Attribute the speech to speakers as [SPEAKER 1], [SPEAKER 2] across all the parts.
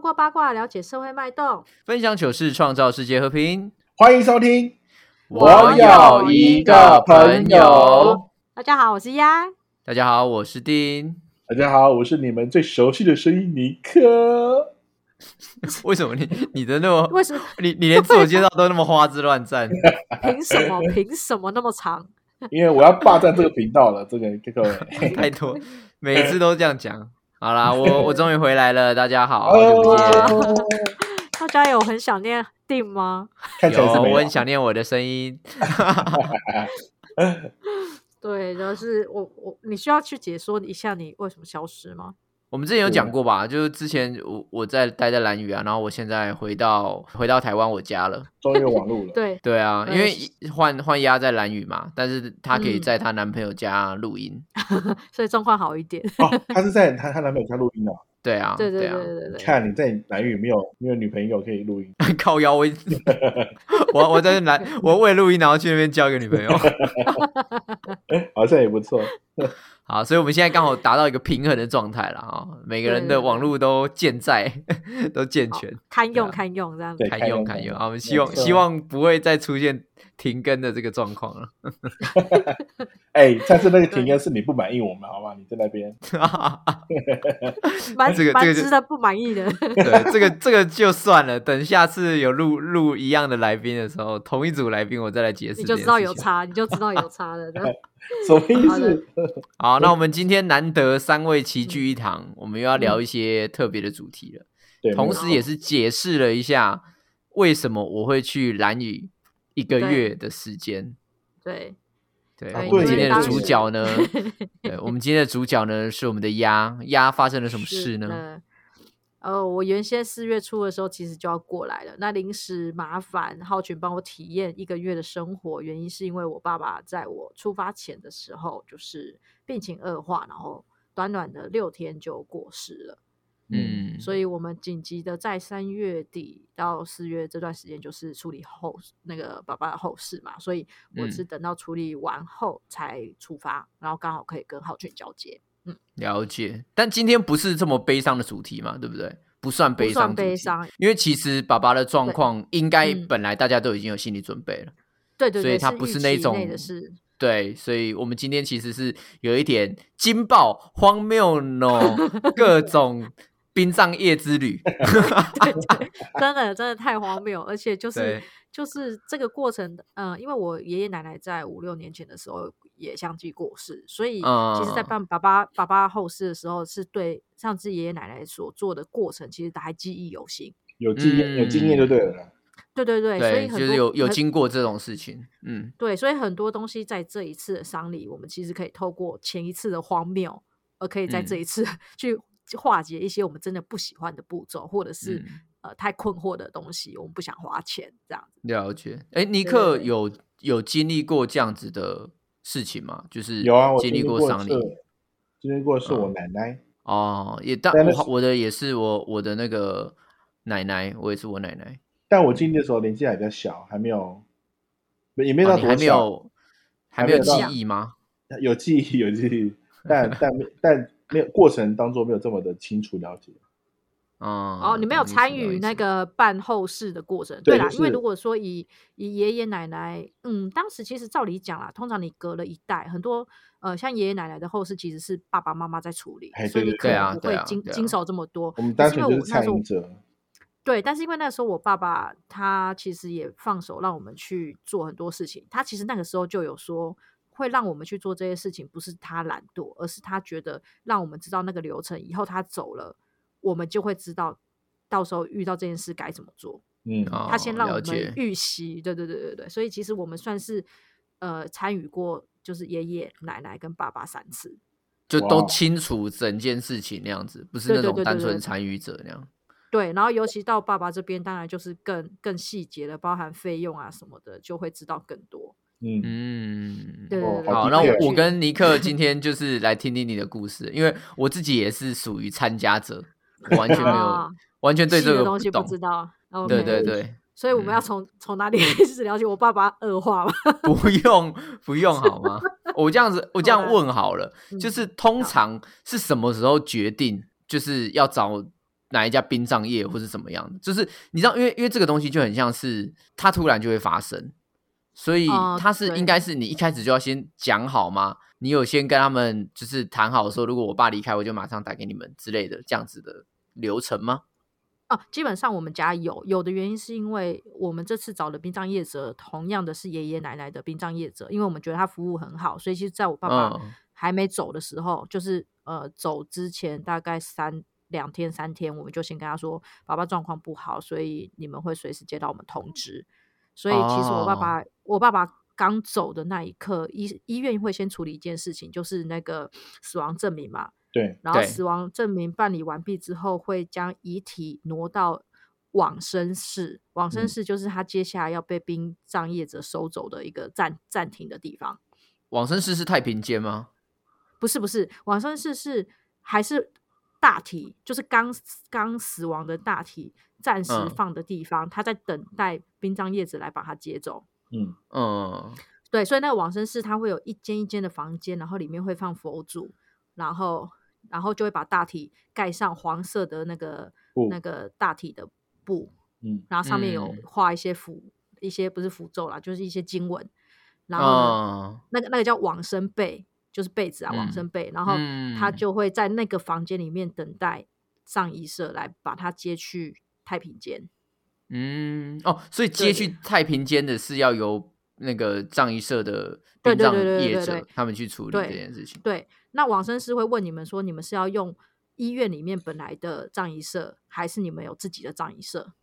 [SPEAKER 1] 过八卦了解社会脉动。
[SPEAKER 2] 分享糗事，创造世界和平。
[SPEAKER 3] 欢迎收听。
[SPEAKER 1] 我有一个
[SPEAKER 3] 朋友。
[SPEAKER 1] 大家好，我是鸭。
[SPEAKER 2] 大家好，我是丁。
[SPEAKER 3] 大家好，我是你们最熟悉的声音尼克。
[SPEAKER 2] 为什么你你的那么
[SPEAKER 1] 为什么？
[SPEAKER 2] 你你连自我介绍都那么花枝乱 颤？
[SPEAKER 1] 凭什么？凭什么那么长？
[SPEAKER 3] 因为我要霸占这个频道了，这个 这个。
[SPEAKER 2] 太多，每次都这样讲。好啦，我我终于回来了，大家好，好久不见。
[SPEAKER 3] 哦
[SPEAKER 1] 大家有很想念定吗？
[SPEAKER 3] 看起来是
[SPEAKER 2] 有，啊
[SPEAKER 3] 没有哦
[SPEAKER 2] 我很想念我的声音。
[SPEAKER 1] 对，就是我我你需要去解说一下你为什么消失吗？
[SPEAKER 2] 我们之前有讲过吧？就是之前我我在待在兰屿啊，然后我现在回到回到台湾我家了。
[SPEAKER 3] 终于有 网路了。
[SPEAKER 1] 对，
[SPEAKER 2] 对啊，
[SPEAKER 1] 嗯
[SPEAKER 2] 因为一换换丫在兰屿嘛，但是她可以
[SPEAKER 1] 嗯
[SPEAKER 2] 在她男朋友家录音。
[SPEAKER 1] 所以状况好一点。
[SPEAKER 3] 哦，他是在她她男朋友家录音哦。
[SPEAKER 2] 对啊，
[SPEAKER 1] 对对
[SPEAKER 2] 啊
[SPEAKER 1] 对，对对对，
[SPEAKER 3] 看你在南语没有没有女朋友可以录音，
[SPEAKER 2] 靠腰我 我我在兰 我为录音，然后去那边交一个女朋友。
[SPEAKER 3] 好像也不错。
[SPEAKER 2] 好，所以我们现在刚好达到一个平衡的状态了啊、每个人
[SPEAKER 1] 对对
[SPEAKER 2] 的
[SPEAKER 1] 对
[SPEAKER 2] 网络都健在， 都健全，
[SPEAKER 1] 堪用
[SPEAKER 2] 对啊
[SPEAKER 1] 堪用这样子
[SPEAKER 3] 对。
[SPEAKER 2] 堪用堪
[SPEAKER 3] 堪用
[SPEAKER 2] 用啊！我们
[SPEAKER 3] 没
[SPEAKER 2] 希望
[SPEAKER 3] 错
[SPEAKER 2] 希望不会再出现停更的这个状况了。
[SPEAKER 3] 哎，下次那个停更是你不满意我们，好吗？你在 那边，
[SPEAKER 1] 蛮
[SPEAKER 2] 这个这
[SPEAKER 1] 蛮
[SPEAKER 2] 个就
[SPEAKER 1] 值得不满意的。
[SPEAKER 2] 对，这个这个就算了，等下次有录录一样的来宾的时候，同一组来宾我再来解释，
[SPEAKER 1] 你就知道有。差，你就知道有差了。这 样
[SPEAKER 3] 什么意
[SPEAKER 1] 好的
[SPEAKER 3] 思？
[SPEAKER 2] 好，那我们今天难得三位齐聚一堂，我们又要聊一些特别的主题了，
[SPEAKER 3] 对，
[SPEAKER 2] 同
[SPEAKER 3] 没有
[SPEAKER 2] 时也是解释了一下为什么我会去蓝屿一个
[SPEAKER 1] 对
[SPEAKER 2] 月的时间。
[SPEAKER 1] 对，
[SPEAKER 2] 对，
[SPEAKER 1] 对
[SPEAKER 2] 我们
[SPEAKER 3] 因
[SPEAKER 2] 今
[SPEAKER 3] 为
[SPEAKER 2] 天的
[SPEAKER 3] 当
[SPEAKER 2] 主
[SPEAKER 3] 时
[SPEAKER 2] 角 呢，对，我们今天的主角呢是我们的鸭，鸭发生了什么事
[SPEAKER 1] 是
[SPEAKER 2] 呢？
[SPEAKER 1] 的？呃，我原先四月初的时候其实就要过来了，那临时麻烦浩群帮我体验一个月的生活，原因是因为我爸爸在我出发前的时候就是病情恶化，然后短短的六天就过世了，
[SPEAKER 3] 嗯，
[SPEAKER 2] 嗯，
[SPEAKER 1] 所以我们紧急的在三月底到四月这段时间就是处理后那个爸爸的后事嘛，所以我
[SPEAKER 2] 嗯
[SPEAKER 1] 是等到处理完后才出发，然后刚好可以跟浩群交接。
[SPEAKER 2] 了解。但今天不是这么悲伤的主题嘛，对不对？不算
[SPEAKER 1] 不
[SPEAKER 2] 悲伤，
[SPEAKER 1] 算悲。伤，
[SPEAKER 2] 因为其实爸爸的状
[SPEAKER 1] 对
[SPEAKER 2] 况应该
[SPEAKER 1] 嗯
[SPEAKER 2] 本来大家都已经有心理准备了，
[SPEAKER 1] 对对对，
[SPEAKER 2] 所以它不
[SPEAKER 1] 是
[SPEAKER 2] 是
[SPEAKER 1] 预
[SPEAKER 2] 那
[SPEAKER 1] 期
[SPEAKER 2] 种
[SPEAKER 1] 内的事，
[SPEAKER 2] 对，所以我们今天其实是有一点惊爆、荒 谬呢，各种殡葬业之旅，
[SPEAKER 1] 真的真的太荒谬，而且 就是
[SPEAKER 2] 对，
[SPEAKER 1] 就是这个过程，呃，因为我爷爷奶奶在五六年前的时候也相继过世，所以其实，在
[SPEAKER 2] 嗯
[SPEAKER 1] 办爸爸爸爸后事的时候，是对上次爷爷奶奶所做的过程，其实还记忆犹新。
[SPEAKER 3] 有经验，有经验就对了啦。
[SPEAKER 1] 对对对，哎所以
[SPEAKER 2] 对，
[SPEAKER 1] 很
[SPEAKER 2] 就
[SPEAKER 1] 多
[SPEAKER 2] 是有有
[SPEAKER 1] 很
[SPEAKER 2] 经过这种事情，嗯，
[SPEAKER 1] 对，所以很多东西在这一次的丧礼，我们其实可以透过前一次的荒谬，而可以在这
[SPEAKER 2] 嗯
[SPEAKER 1] 一次 去化解一些我们真的不喜欢的步骤，或者是、
[SPEAKER 2] 嗯
[SPEAKER 1] 呃太困惑的东西，我们不想花钱这样子。
[SPEAKER 2] 了解。哎，尼
[SPEAKER 1] 对
[SPEAKER 2] 克
[SPEAKER 1] 对
[SPEAKER 2] 有有经历过这样子的事情吗？就是
[SPEAKER 3] 有啊，我
[SPEAKER 2] 经历
[SPEAKER 3] 历
[SPEAKER 2] 过
[SPEAKER 3] 一
[SPEAKER 2] 丧礼嗯
[SPEAKER 3] 次，经历过是我奶奶。
[SPEAKER 2] 哦，也但
[SPEAKER 3] 但
[SPEAKER 2] 我
[SPEAKER 3] 那
[SPEAKER 2] 我的也是我我的那个奶奶，我也是我奶奶，
[SPEAKER 3] 但我经历的时候年纪还比较小，还没有，也没有
[SPEAKER 2] 哦
[SPEAKER 3] 到
[SPEAKER 2] 你还
[SPEAKER 3] 多
[SPEAKER 2] 没
[SPEAKER 3] 小，
[SPEAKER 2] 有还
[SPEAKER 3] 还
[SPEAKER 2] 没
[SPEAKER 3] 没
[SPEAKER 2] 有
[SPEAKER 3] 有
[SPEAKER 2] 记
[SPEAKER 3] 到
[SPEAKER 2] 忆吗？
[SPEAKER 3] 有记忆， 有 记忆，但但没但没有过程当中没有这么的清楚了解。
[SPEAKER 2] 嗯，
[SPEAKER 1] 哦，你没有
[SPEAKER 2] 懂意思
[SPEAKER 1] 参
[SPEAKER 2] 懂意
[SPEAKER 1] 与那
[SPEAKER 2] 思
[SPEAKER 1] 个办后事的过程，
[SPEAKER 3] 对
[SPEAKER 1] 啦，
[SPEAKER 3] 就
[SPEAKER 1] 因为
[SPEAKER 3] 是
[SPEAKER 1] 如果说以以爷爷奶奶，嗯，当时其实照理讲啦，通常你隔了一代，很多呃像爷爷奶奶的后事其实是爸爸妈妈在处理，
[SPEAKER 3] 哎
[SPEAKER 1] 所以
[SPEAKER 3] 对
[SPEAKER 1] 你
[SPEAKER 3] 对
[SPEAKER 1] 可
[SPEAKER 3] 对
[SPEAKER 1] 能
[SPEAKER 2] 啊
[SPEAKER 1] 不
[SPEAKER 2] 对
[SPEAKER 1] 会
[SPEAKER 2] 啊
[SPEAKER 1] 经
[SPEAKER 2] 对
[SPEAKER 1] 经
[SPEAKER 2] 啊
[SPEAKER 1] 手这么多。
[SPEAKER 3] 我们
[SPEAKER 1] 但
[SPEAKER 3] 单
[SPEAKER 1] 是因
[SPEAKER 3] 纯
[SPEAKER 1] 为
[SPEAKER 3] 就
[SPEAKER 1] 我
[SPEAKER 3] 是
[SPEAKER 1] 那
[SPEAKER 3] 参
[SPEAKER 1] 时候
[SPEAKER 3] 与者，
[SPEAKER 1] 对，但是因为那时候我爸爸他其实也放手让我们去做很多事情，他其实那个时候就有说。会让我们去做这些事情，不是他懒惰，而是他觉得让我们知道那个流程，以后他走了，我们就会知道到时候遇到这件事该怎么做。
[SPEAKER 3] 嗯，
[SPEAKER 2] 哦，
[SPEAKER 1] 他先让我
[SPEAKER 2] 了
[SPEAKER 1] 们
[SPEAKER 2] 解，
[SPEAKER 1] 预习，对对对对对，所以其实我们算是呃参与过，就是爷爷奶奶跟爸爸三次，
[SPEAKER 2] 就都
[SPEAKER 3] 哇哦
[SPEAKER 2] 清楚整件事情那样子，不是
[SPEAKER 1] 对
[SPEAKER 2] 那
[SPEAKER 1] 对
[SPEAKER 2] 种
[SPEAKER 1] 对对
[SPEAKER 2] 单
[SPEAKER 1] 对
[SPEAKER 2] 纯
[SPEAKER 1] 对
[SPEAKER 2] 参与者那样。
[SPEAKER 1] 对，然后尤其到爸爸这边，当然就是更更细节的，包含费用啊什么的，就会知道更多。
[SPEAKER 3] 嗯，
[SPEAKER 2] 嗯，
[SPEAKER 1] 对对
[SPEAKER 3] 哦
[SPEAKER 1] 对对，
[SPEAKER 2] 好，
[SPEAKER 3] 好
[SPEAKER 2] 那
[SPEAKER 3] 的确
[SPEAKER 2] 我我
[SPEAKER 1] 去
[SPEAKER 2] 跟尼克今天就是来听听你的故事，因为我自己也是属于参加者，我完全没有
[SPEAKER 1] 啊，
[SPEAKER 2] 完全对
[SPEAKER 1] 细
[SPEAKER 2] 这
[SPEAKER 1] 的
[SPEAKER 2] 个
[SPEAKER 1] 东西不
[SPEAKER 2] 懂
[SPEAKER 1] 知，道。o
[SPEAKER 2] 对对，对，
[SPEAKER 1] 所以我们要
[SPEAKER 2] 嗯
[SPEAKER 1] 从从哪里开始了解我爸爸恶化嘛？
[SPEAKER 2] 不用不用好吗？ 我这样子，我这
[SPEAKER 1] 好
[SPEAKER 2] 样
[SPEAKER 1] 的
[SPEAKER 2] 问好了，
[SPEAKER 1] 嗯
[SPEAKER 2] 就是通常是什么时候决定就是要找哪一家殡葬业或是怎么样的，就是你知道，因为因为这个东西就很像是它突然就会发生，所以
[SPEAKER 1] 哦
[SPEAKER 2] 它是
[SPEAKER 1] 对
[SPEAKER 2] 应该是你一开始就要先讲好吗？你有先跟他们就是谈好说，如果我爸离开，我就马上打给你们之类的这样子的流程吗？
[SPEAKER 1] 哦，基本上我们家有有的原因是因为我们这次找的殡葬业者，同样的是爷爷奶奶的殡葬业者，因为我们觉得他服务很好，所以其实在我爸爸
[SPEAKER 2] 嗯
[SPEAKER 1] 还没走的时候，就是呃走之前大概三两天三天，我们就先跟他说爸爸状况不好，所以你们会随时接到我们通知。所以其实我爸爸，我爸爸刚走的那一刻，医医院会先处理一件事情，就是那个死亡证明嘛，
[SPEAKER 3] 对，
[SPEAKER 1] 然后
[SPEAKER 2] 对
[SPEAKER 1] 死亡证明办理完毕之后，会将遗体挪到往生室。往生
[SPEAKER 3] 嗯
[SPEAKER 1] 室就是他接下来要被殡葬业者收走的一个暂暂停的地方。
[SPEAKER 2] 往生室是太平间吗？
[SPEAKER 1] 不是不是，往生室是还是大体，就是刚刚死亡的大体暂时
[SPEAKER 2] 嗯
[SPEAKER 1] 放的地方，他在等待殡葬业者来把他接走。
[SPEAKER 3] 嗯，
[SPEAKER 2] 嗯，
[SPEAKER 1] 对，所以那个往生室它会有一间一间的房间，然后里面会放佛祖，然后然后就会把大体盖上黄色的那个
[SPEAKER 3] 布
[SPEAKER 1] 那个大体的布，
[SPEAKER 3] 嗯，
[SPEAKER 1] 然后上面有
[SPEAKER 2] 嗯
[SPEAKER 1] 画一些符，一些不是符咒啦，就是一些经文，然后呢
[SPEAKER 2] 嗯，
[SPEAKER 1] 那个那个叫往生被，就是被子啊，往
[SPEAKER 2] 嗯
[SPEAKER 1] 生被，然后他
[SPEAKER 2] 嗯
[SPEAKER 1] 就会在那个房间里面等待上一社来把他接去太平间。
[SPEAKER 2] 嗯，哦，所以
[SPEAKER 1] 对
[SPEAKER 2] 接去太平间的是要由那个葬仪社的
[SPEAKER 1] 对对
[SPEAKER 2] 殡葬
[SPEAKER 1] 对对对
[SPEAKER 2] 业
[SPEAKER 1] 对
[SPEAKER 2] 者
[SPEAKER 1] 对
[SPEAKER 2] 他们去处理
[SPEAKER 1] 对
[SPEAKER 2] 这件事情。
[SPEAKER 1] 对，那往生师会问你们说，你们是要用医院里面本来的葬仪社，还是你们有自己的葬仪社？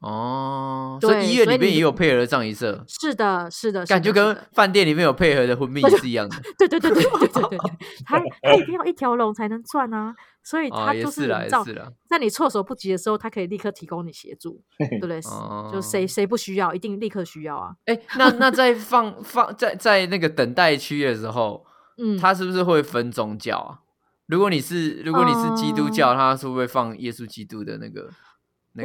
[SPEAKER 2] 哦，
[SPEAKER 1] 对
[SPEAKER 2] 所以医院
[SPEAKER 1] 所以
[SPEAKER 2] 里面
[SPEAKER 1] 你
[SPEAKER 2] 也有配合的葬仪社，
[SPEAKER 1] 是的，是的，是
[SPEAKER 2] 感
[SPEAKER 1] 的是
[SPEAKER 2] 觉跟
[SPEAKER 1] 的
[SPEAKER 2] 饭店里面有配合的婚殡也是 一样的。
[SPEAKER 1] 对对对对对对 对对，他他一定要一条龙才能赚啊，所以
[SPEAKER 2] 哦，
[SPEAKER 1] 他
[SPEAKER 2] 也
[SPEAKER 1] 就是是
[SPEAKER 2] 啦，
[SPEAKER 1] 营
[SPEAKER 2] 也
[SPEAKER 1] 造
[SPEAKER 2] 是啦。
[SPEAKER 1] 在你措手不及的时候，他可以立刻提供你协助，
[SPEAKER 3] 嘿
[SPEAKER 1] 对
[SPEAKER 3] 嘿
[SPEAKER 1] 不对？
[SPEAKER 2] 哦，
[SPEAKER 1] 就谁？谁不需要，一定立刻需要啊。
[SPEAKER 2] 哎，那那在放放在在那个等待区的时候，
[SPEAKER 1] 嗯，
[SPEAKER 2] 他是不是会分宗教啊？如果你是如果你是基督教，他是不会放耶稣基督的那个那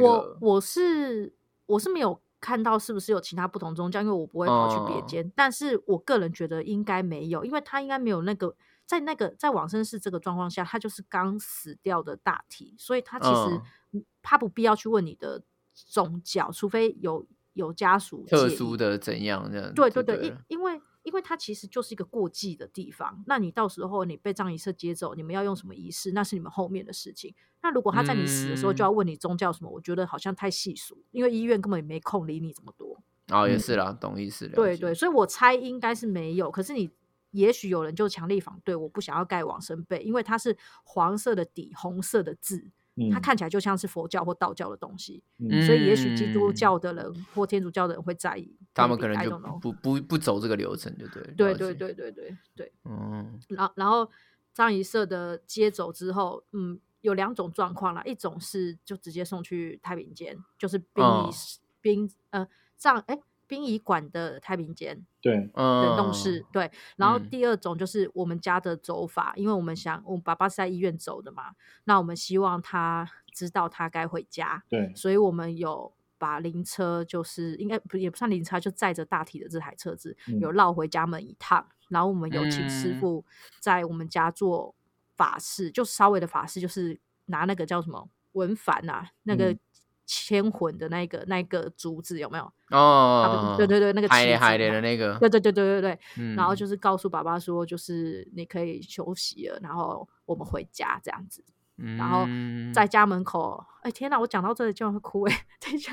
[SPEAKER 1] 嗯我
[SPEAKER 2] 个？
[SPEAKER 1] 我是我是没有看到是不是有其他不同宗教，因为我不会跑去别
[SPEAKER 2] 哦
[SPEAKER 1] 间，但是我个人觉得应该没有，因为他应该没有那个在那个在往生室这个状况下，他就是刚死掉的大体，所以他其实
[SPEAKER 2] 嗯、
[SPEAKER 1] 他不必要去问你的宗教，除非有有家属
[SPEAKER 2] 特
[SPEAKER 1] 介意
[SPEAKER 2] 殊的怎样这样？
[SPEAKER 1] 对
[SPEAKER 2] 对
[SPEAKER 1] 对对，因
[SPEAKER 2] 了
[SPEAKER 1] 因为因为它其实就是一个过继的地方，那你到时候你被葬仪社接走，你们要用什么仪式，那是你们后面的事情。那如果他在你死的时候就
[SPEAKER 2] 嗯
[SPEAKER 1] 要问你宗教什么，我觉得好像太细俗，因为医院根本也没空理你这么多。
[SPEAKER 2] 哦，也
[SPEAKER 3] 嗯
[SPEAKER 2] 是啦，懂意思了解。
[SPEAKER 1] 对对，所以我猜应该是没有。可是你也许有人就强力反对，我不想要盖往生被，因为它是黄色的底，红色的字，
[SPEAKER 3] 嗯，
[SPEAKER 1] 它看起来就像是佛教或道教的东西，
[SPEAKER 2] 嗯
[SPEAKER 1] 所以也许基督
[SPEAKER 2] 嗯
[SPEAKER 1] 教的人或天主教的人会在意。
[SPEAKER 2] 他们可
[SPEAKER 1] maybe，
[SPEAKER 2] 能
[SPEAKER 1] I
[SPEAKER 2] 就
[SPEAKER 1] don't know
[SPEAKER 2] 不不不走这个流程，就对了。
[SPEAKER 1] 对
[SPEAKER 2] 了
[SPEAKER 1] 对
[SPEAKER 2] 解，
[SPEAKER 1] 对对对对。
[SPEAKER 2] 嗯
[SPEAKER 1] 然然后张仪社的接走之后，嗯，有两种状况啦，一种是就直接送去太平间，就是殡
[SPEAKER 2] 哦
[SPEAKER 1] 仪室、殡呃葬哎殡仪馆的太平间
[SPEAKER 3] 对，
[SPEAKER 2] 嗯，
[SPEAKER 1] 冷冻室、对。然后
[SPEAKER 2] 嗯
[SPEAKER 1] 第二种就是我们家的走法，因为我们想我爸爸是在医院走的嘛，那我们希望他知道他该回家，
[SPEAKER 3] 对，
[SPEAKER 1] 所以我们有。把灵车就是应该不也不算灵车，就载着大体的这台车子，
[SPEAKER 3] 嗯
[SPEAKER 1] 有绕回家门一趟，然后我们有请师
[SPEAKER 2] 嗯
[SPEAKER 1] 傅在我们家做法事，就稍微的法事，就是拿那个叫什么文矾啊，那个
[SPEAKER 3] 嗯
[SPEAKER 1] 牵魂的那个那个竹子有没有？
[SPEAKER 2] 哦，
[SPEAKER 1] 对对对那个
[SPEAKER 2] 海
[SPEAKER 1] 旗
[SPEAKER 2] 嘞
[SPEAKER 1] 子
[SPEAKER 2] 海嘞
[SPEAKER 1] 嘛
[SPEAKER 2] 的那个，
[SPEAKER 1] 对对对对对对，
[SPEAKER 2] 嗯
[SPEAKER 1] 然后就是告诉爸爸说，就是你可以休息了，然后我们回家这样子，然后
[SPEAKER 2] 嗯
[SPEAKER 1] 在家门口，哎、天哪，我讲到这里竟然会哭哎、 等一下，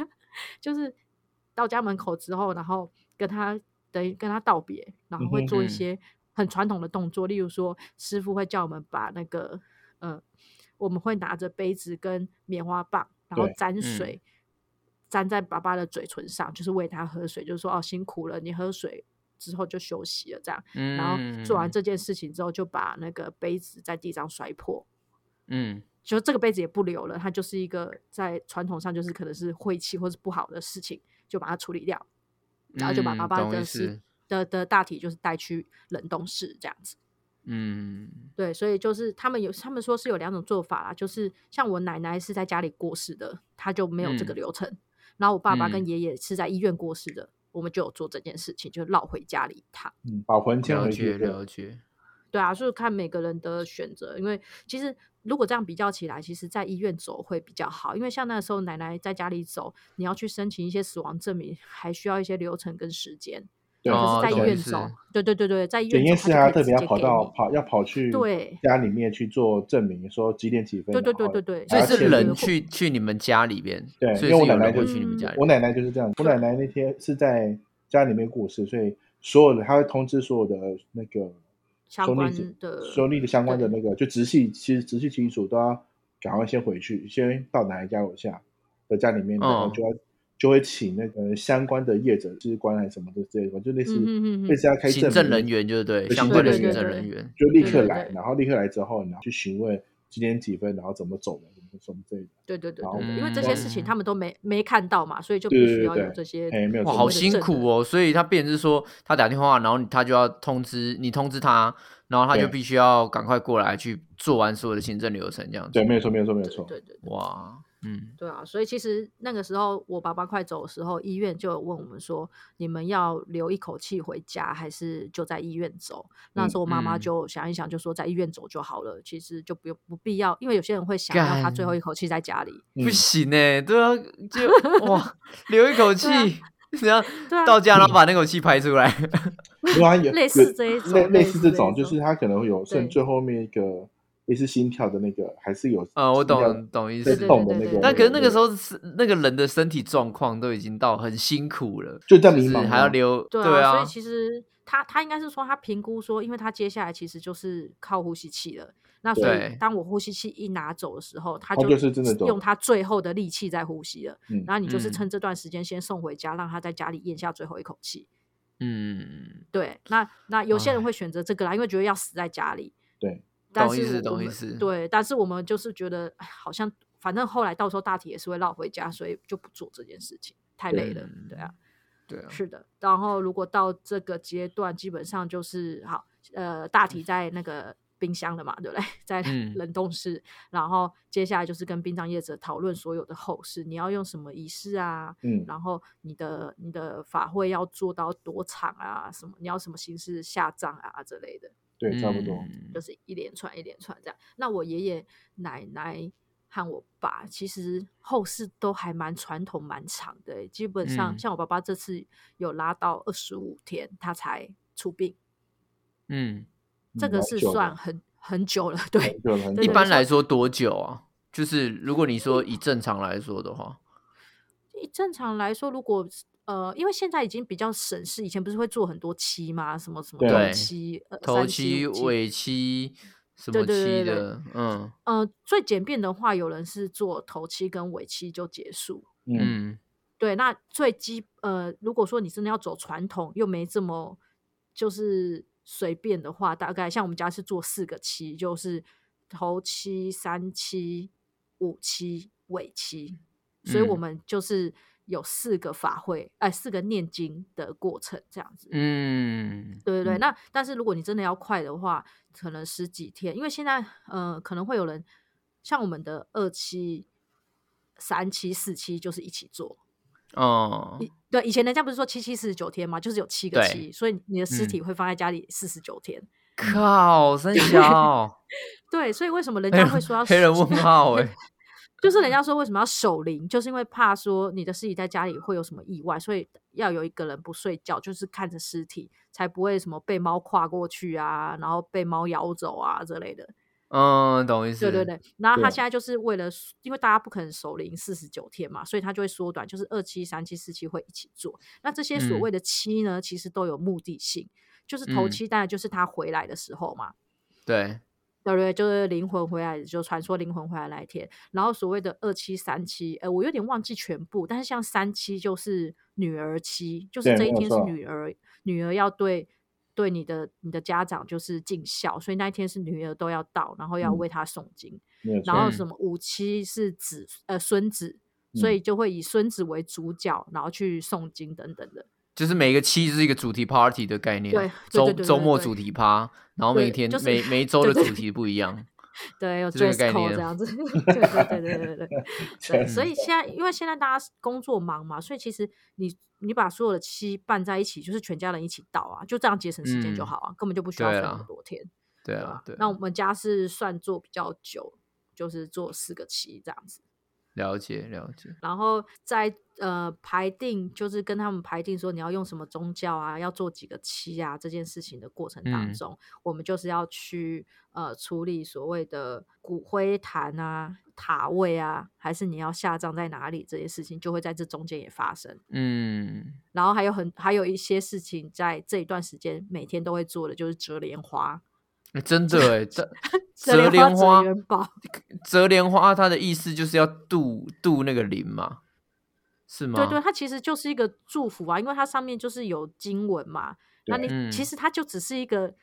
[SPEAKER 1] 就是到家门口之后，然后跟他等于跟他道别，然后会做一
[SPEAKER 2] 嗯哼哼
[SPEAKER 1] 些很传统的动作，例如说师傅会叫我们把那个呃，我们会拿着杯子跟棉花棒，然后
[SPEAKER 3] 对
[SPEAKER 1] 沾
[SPEAKER 2] 嗯
[SPEAKER 1] 水。沾在爸爸的嘴唇上，就是喂他喝水，就是说哦辛苦了，你喝水之后就休息了这样。然后做完
[SPEAKER 2] 嗯
[SPEAKER 1] 这件事情之后，就把那个杯子在地上摔破，
[SPEAKER 2] 嗯
[SPEAKER 1] 就这个杯子也不留了，它就是一个在传统上就是可能是晦气或是不好的事情，就把它处理掉，然后就把
[SPEAKER 2] 嗯
[SPEAKER 1] 爸爸
[SPEAKER 2] 懂意
[SPEAKER 1] 的
[SPEAKER 2] 思
[SPEAKER 1] 尸的的大体就是带去冷冻室这样子。
[SPEAKER 2] 嗯
[SPEAKER 1] 对，所以就是他们有他们说是有两种做法啦，就是像我奶奶是在家里过世的，她就没有这个
[SPEAKER 2] 嗯
[SPEAKER 1] 流程，然后我爸爸跟
[SPEAKER 2] 嗯
[SPEAKER 1] 爷爷是在医院过世的，我们就有做这件事情，就绕回家里一趟。
[SPEAKER 3] 嗯，把魂牵
[SPEAKER 2] 了
[SPEAKER 3] 回
[SPEAKER 2] 解
[SPEAKER 3] 去，对
[SPEAKER 2] 了解，
[SPEAKER 1] 对啊，就是看每个人的选择，因为其实如果这样比较起来，其实在医院走会比较好，因为像那时候奶奶在家里走，你要去申请一些死亡证明，还需要一些流程跟时间。
[SPEAKER 3] 对
[SPEAKER 1] 可
[SPEAKER 3] 啊
[SPEAKER 1] 是，在医
[SPEAKER 2] 懂
[SPEAKER 1] 院
[SPEAKER 2] 意思
[SPEAKER 1] 走，对对对对，在医
[SPEAKER 3] 检
[SPEAKER 1] 院
[SPEAKER 3] 验
[SPEAKER 1] 走
[SPEAKER 3] 室
[SPEAKER 1] 他
[SPEAKER 3] 啊，
[SPEAKER 1] 就可
[SPEAKER 3] 特
[SPEAKER 1] 以
[SPEAKER 3] 别要
[SPEAKER 1] 直接
[SPEAKER 3] 跑
[SPEAKER 1] 给
[SPEAKER 3] 到
[SPEAKER 1] 你
[SPEAKER 3] 跑要跑去
[SPEAKER 1] 对
[SPEAKER 3] 家里面去做证明，说几点几分。
[SPEAKER 1] 对对
[SPEAKER 3] 然
[SPEAKER 1] 对
[SPEAKER 3] 后
[SPEAKER 1] 对对，
[SPEAKER 2] 所以
[SPEAKER 3] 然后
[SPEAKER 2] 是
[SPEAKER 3] 签名
[SPEAKER 2] 人去去你们家里边，
[SPEAKER 3] 对
[SPEAKER 2] 所以
[SPEAKER 3] 因为
[SPEAKER 2] 是
[SPEAKER 3] 我奶
[SPEAKER 2] 有人
[SPEAKER 3] 奶
[SPEAKER 2] 会
[SPEAKER 1] 就
[SPEAKER 2] 去你们家里
[SPEAKER 3] 我奶奶就是这样，我奶奶那天是在家里面过世，所以所有的她会通知所有的那个
[SPEAKER 1] 相
[SPEAKER 3] 兄
[SPEAKER 1] 关
[SPEAKER 3] 弟
[SPEAKER 1] 的
[SPEAKER 3] 兄弟的相关的那个，就直系其实直系亲属都要赶快先回去，先到奶奶家楼下的家里面，然后
[SPEAKER 1] 哦
[SPEAKER 2] 嗯
[SPEAKER 3] 就要、就会请那个相关的业者、士官还是什么的之类的，就类似、
[SPEAKER 1] 嗯嗯嗯嗯
[SPEAKER 3] 类似要开
[SPEAKER 2] 行政人
[SPEAKER 3] 员。
[SPEAKER 2] 员就是对
[SPEAKER 3] 对
[SPEAKER 2] 相
[SPEAKER 3] 行
[SPEAKER 2] 关的
[SPEAKER 3] 政
[SPEAKER 2] 行
[SPEAKER 3] 人
[SPEAKER 2] 政
[SPEAKER 1] 员
[SPEAKER 2] 人员，
[SPEAKER 3] 就立
[SPEAKER 1] 对
[SPEAKER 3] 刻
[SPEAKER 1] 对
[SPEAKER 3] 来，
[SPEAKER 1] 对
[SPEAKER 3] 然后立刻来之后，然后去询问几点几分，然后怎么走的，怎么什么之类的。
[SPEAKER 1] 对对对
[SPEAKER 3] 然后
[SPEAKER 1] 对，因为这些事情
[SPEAKER 2] 嗯
[SPEAKER 1] 他们都没没看到嘛，所以就
[SPEAKER 3] 对
[SPEAKER 1] 必
[SPEAKER 3] 对
[SPEAKER 1] 须
[SPEAKER 3] 对
[SPEAKER 1] 要有
[SPEAKER 3] 对
[SPEAKER 1] 这些
[SPEAKER 3] 哎，没有
[SPEAKER 2] 哇，
[SPEAKER 3] 错，
[SPEAKER 2] 好
[SPEAKER 1] 是
[SPEAKER 2] 辛
[SPEAKER 1] 正
[SPEAKER 2] 苦
[SPEAKER 1] 的
[SPEAKER 2] 哦。所以他变成是说，他打电话，然后你他就要通知你通知他，然后他就
[SPEAKER 3] 对
[SPEAKER 2] 必须要赶快过来去做完所有的行政流程，这样子。
[SPEAKER 3] 对，没有错，没有错，没有
[SPEAKER 1] 对
[SPEAKER 3] 错。
[SPEAKER 1] 对对对
[SPEAKER 2] 哇，嗯，
[SPEAKER 1] 对啊，所以其实那个时候我爸爸快走的时候，医院就有问我们说，你们要留一口气回家，还是就在医院走？那时候我妈妈
[SPEAKER 2] 嗯
[SPEAKER 1] 就想一想，就说在医院走就好了，其实就不用不必要，因为有些人会想要他最后一口气在家里。
[SPEAKER 3] 嗯
[SPEAKER 2] 不行哎，对啊，就哇，留一口气
[SPEAKER 1] 啊，
[SPEAKER 2] 然后
[SPEAKER 1] 对啊，
[SPEAKER 2] 到家然后把那口气排出来。
[SPEAKER 3] 因为他 有
[SPEAKER 1] 类似
[SPEAKER 3] 有
[SPEAKER 1] 这一种
[SPEAKER 3] 类
[SPEAKER 1] 类
[SPEAKER 3] 似
[SPEAKER 1] 似
[SPEAKER 3] 这
[SPEAKER 1] 这一
[SPEAKER 3] 种，就
[SPEAKER 1] 种
[SPEAKER 3] 是他可能会有剩
[SPEAKER 1] 对
[SPEAKER 3] 最后面一个类似心跳的那个，还是有
[SPEAKER 2] 呃，我
[SPEAKER 3] 心跳
[SPEAKER 2] 懂懂意
[SPEAKER 3] 在
[SPEAKER 1] 对
[SPEAKER 2] 思
[SPEAKER 1] 对。
[SPEAKER 3] 动的
[SPEAKER 1] 对
[SPEAKER 3] 那
[SPEAKER 1] 对
[SPEAKER 3] 个。
[SPEAKER 2] 但可是那个时
[SPEAKER 3] 候
[SPEAKER 2] 候是那个人的身体状况都已经到很辛苦了，
[SPEAKER 3] 就在
[SPEAKER 2] 就
[SPEAKER 3] 迷
[SPEAKER 2] 是
[SPEAKER 3] 茫，
[SPEAKER 2] 还要。留
[SPEAKER 1] 对啊，所
[SPEAKER 2] 啊
[SPEAKER 1] 以，其实他他应该是说他评估说，因为他接下来其实就是靠呼吸器了。那所
[SPEAKER 2] 对
[SPEAKER 1] 以当我呼吸器一拿走的时候，他
[SPEAKER 3] 他
[SPEAKER 1] 就
[SPEAKER 3] 就是真的走
[SPEAKER 1] 用
[SPEAKER 3] 了
[SPEAKER 1] 他最后的力气在呼吸了。
[SPEAKER 3] 嗯
[SPEAKER 1] 然后你就是
[SPEAKER 2] 嗯
[SPEAKER 1] 趁这段时间先送回家，让他在家里咽下最后一口气。
[SPEAKER 2] 嗯，
[SPEAKER 1] 对，那那有些人
[SPEAKER 2] 唉
[SPEAKER 1] 会选择这个啦，因为觉得要死在家里。
[SPEAKER 3] 对，
[SPEAKER 1] 但
[SPEAKER 2] 懂意思
[SPEAKER 1] 是我
[SPEAKER 2] 懂意
[SPEAKER 1] 们
[SPEAKER 2] 思
[SPEAKER 1] 对，但是我们就是觉得哎好像反正后来到时候大体也是会绕回家，所以就不做这件事情，太累了。对啊。
[SPEAKER 2] 对啊，
[SPEAKER 1] 是的，然后如果到这个阶段，基本上就是好，呃，大体在那个冰箱了嘛，对不 对？在
[SPEAKER 2] 嗯
[SPEAKER 1] 冷冻室，然后接下来就是跟殡葬业者讨论所有的后事，你要用什么仪式啊，
[SPEAKER 3] 嗯，
[SPEAKER 1] 然后你的你的法会要做到多长啊，什么你要什么形式下葬啊之类的，
[SPEAKER 3] 对，差不多。
[SPEAKER 2] 嗯
[SPEAKER 1] 就是一连串一连串这样。那我爷爷奶奶和我爸其实后事都还蛮传统蛮长的欸、基本上
[SPEAKER 2] 嗯
[SPEAKER 1] 像我爸爸这次有拉到二十五天，他才出殡，
[SPEAKER 2] 嗯，
[SPEAKER 1] 这
[SPEAKER 3] 嗯
[SPEAKER 1] 个
[SPEAKER 3] 蛮
[SPEAKER 1] 是
[SPEAKER 3] 久的
[SPEAKER 1] 算很很久了， 对。
[SPEAKER 3] 对很
[SPEAKER 1] 对
[SPEAKER 2] 一
[SPEAKER 3] 久
[SPEAKER 2] 般来说多久啊？就是如果你说以正常来说的话，
[SPEAKER 1] 一正常来说，如果呃，因为现在已经比较省事，以前不是会做很多期吗？什么什么
[SPEAKER 3] 对
[SPEAKER 1] 头期、呃
[SPEAKER 2] 头
[SPEAKER 1] 三期、
[SPEAKER 2] 期、
[SPEAKER 1] 五期
[SPEAKER 2] 尾期什
[SPEAKER 1] 对
[SPEAKER 2] 么
[SPEAKER 1] 对对
[SPEAKER 2] 期
[SPEAKER 1] 对
[SPEAKER 2] 的，嗯
[SPEAKER 1] 呃，最简便的话，有人是做头期跟尾期就结束。
[SPEAKER 3] 嗯，
[SPEAKER 2] 嗯
[SPEAKER 1] 对，那最基呃，如果说你真的要走传统，又没这么就是随便的话，大概像我们家是做四个期，就是头期、三期、五期、尾期，所以我
[SPEAKER 2] 嗯
[SPEAKER 1] 们就是有四个法会，哎、四个念经的过程这样子。
[SPEAKER 2] 嗯
[SPEAKER 1] 对对对，
[SPEAKER 3] 嗯
[SPEAKER 1] 那但是如果你真的要快的话，可能十几天，因为现在呃可能会有人像我们的二期、三期、四期就是一起做，
[SPEAKER 2] 哦，
[SPEAKER 1] 以对，以前人家不是说七七四十九天嘛，就是有七个
[SPEAKER 2] 对
[SPEAKER 1] 七，所以你的尸
[SPEAKER 2] 嗯
[SPEAKER 1] 体会放在家里四十九天。
[SPEAKER 2] 靠，三小
[SPEAKER 1] 对，所以为什么人
[SPEAKER 2] 黑
[SPEAKER 1] 家
[SPEAKER 2] 人
[SPEAKER 1] 会说要
[SPEAKER 2] 黑人
[SPEAKER 1] 守
[SPEAKER 2] 问号哎，
[SPEAKER 1] 就是人家说为什么要守灵，就是因为怕说你的尸体在家里会有什么意外，所以要有一个人不睡觉，就是看着尸体，才不会什么被猫跨过去啊，然后被猫咬走啊之类的。
[SPEAKER 2] 嗯，懂意思，
[SPEAKER 1] 对对对，然后他
[SPEAKER 3] 对
[SPEAKER 1] 现在就是为了，因为大家不可能守灵四十九天嘛，所以他就会缩短，就是二期、三期、四期会一起做。那这些所
[SPEAKER 2] 嗯
[SPEAKER 1] 谓的期呢，其实都有目的性，就是头
[SPEAKER 2] 嗯
[SPEAKER 1] 期当然就是他回来的时候嘛，
[SPEAKER 2] 对，
[SPEAKER 1] 对不对？就是灵魂回来，就传说灵魂回来那一天。然后所谓的二期、三期，呃，我有点忘记全部，但是像三期就是女儿期，就是
[SPEAKER 3] 对
[SPEAKER 1] 这一
[SPEAKER 3] 没有
[SPEAKER 1] 天是
[SPEAKER 3] 错
[SPEAKER 1] 女儿，女儿要对对你的你的家长就是尽孝，所以那一天是女儿都要到，然后要
[SPEAKER 3] 嗯
[SPEAKER 1] 为她诵经。
[SPEAKER 3] 没有错
[SPEAKER 1] 然。后
[SPEAKER 2] 嗯
[SPEAKER 1] 什么五七是子呃孙子，所
[SPEAKER 3] 嗯
[SPEAKER 1] 以就会以孙子为主角，然后去诵经等等的。
[SPEAKER 2] 就是每个期就是一个主题 party 的概念啊
[SPEAKER 1] 对对，
[SPEAKER 2] 周
[SPEAKER 1] 对对对
[SPEAKER 2] 周末
[SPEAKER 1] 对
[SPEAKER 2] 主题趴，然后每
[SPEAKER 1] 对
[SPEAKER 2] 天
[SPEAKER 1] 就是
[SPEAKER 2] 每每一周的
[SPEAKER 1] 对
[SPEAKER 2] 主
[SPEAKER 1] 对
[SPEAKER 2] 题不一 样，
[SPEAKER 1] 对，有
[SPEAKER 2] 是这个
[SPEAKER 1] dress
[SPEAKER 2] 概
[SPEAKER 1] code
[SPEAKER 2] 念
[SPEAKER 1] 这样子。对对对对 对对对对。所
[SPEAKER 3] 以
[SPEAKER 1] 以现在因为现在大家工作忙嘛，所以其实你你把所有的期办在一起，就是全家人一起到啊，就这样节省时间就
[SPEAKER 2] 嗯
[SPEAKER 1] 好啊，根本就不需要
[SPEAKER 2] 对
[SPEAKER 1] 分那么
[SPEAKER 2] 啦
[SPEAKER 1] 多天。
[SPEAKER 2] 对
[SPEAKER 1] 对
[SPEAKER 2] 啊
[SPEAKER 1] 吧，
[SPEAKER 2] 对啊，
[SPEAKER 1] 那我们家是算做比较久，就是做四个期这样子。
[SPEAKER 2] 了解了解，
[SPEAKER 1] 然后再呃排定，就是跟他们排定说你要用什么宗教啊，要做几个期啊，这件事情的过程当
[SPEAKER 2] 嗯
[SPEAKER 1] 中，我们就是要去呃处理所谓的骨灰坛啊、塔位啊，还是你要下葬在哪里这些事情，就会在这中间也发生。
[SPEAKER 2] 嗯，
[SPEAKER 1] 然后还有很还有一些事情在这一段时间每天都会做的，就是折莲花、
[SPEAKER 2] 欸 真的哎，折
[SPEAKER 1] 折
[SPEAKER 2] 折
[SPEAKER 1] 莲
[SPEAKER 2] 莲
[SPEAKER 1] 花、
[SPEAKER 2] 花
[SPEAKER 1] 折，元宝。
[SPEAKER 2] 折莲花，它的意思就是要渡渡那个灵嘛，是吗？
[SPEAKER 1] 对对，它其实就是一个祝福啊，因为它上面就是有经文嘛。那
[SPEAKER 3] 对
[SPEAKER 1] 你、其
[SPEAKER 2] 嗯
[SPEAKER 1] 实它就只是一个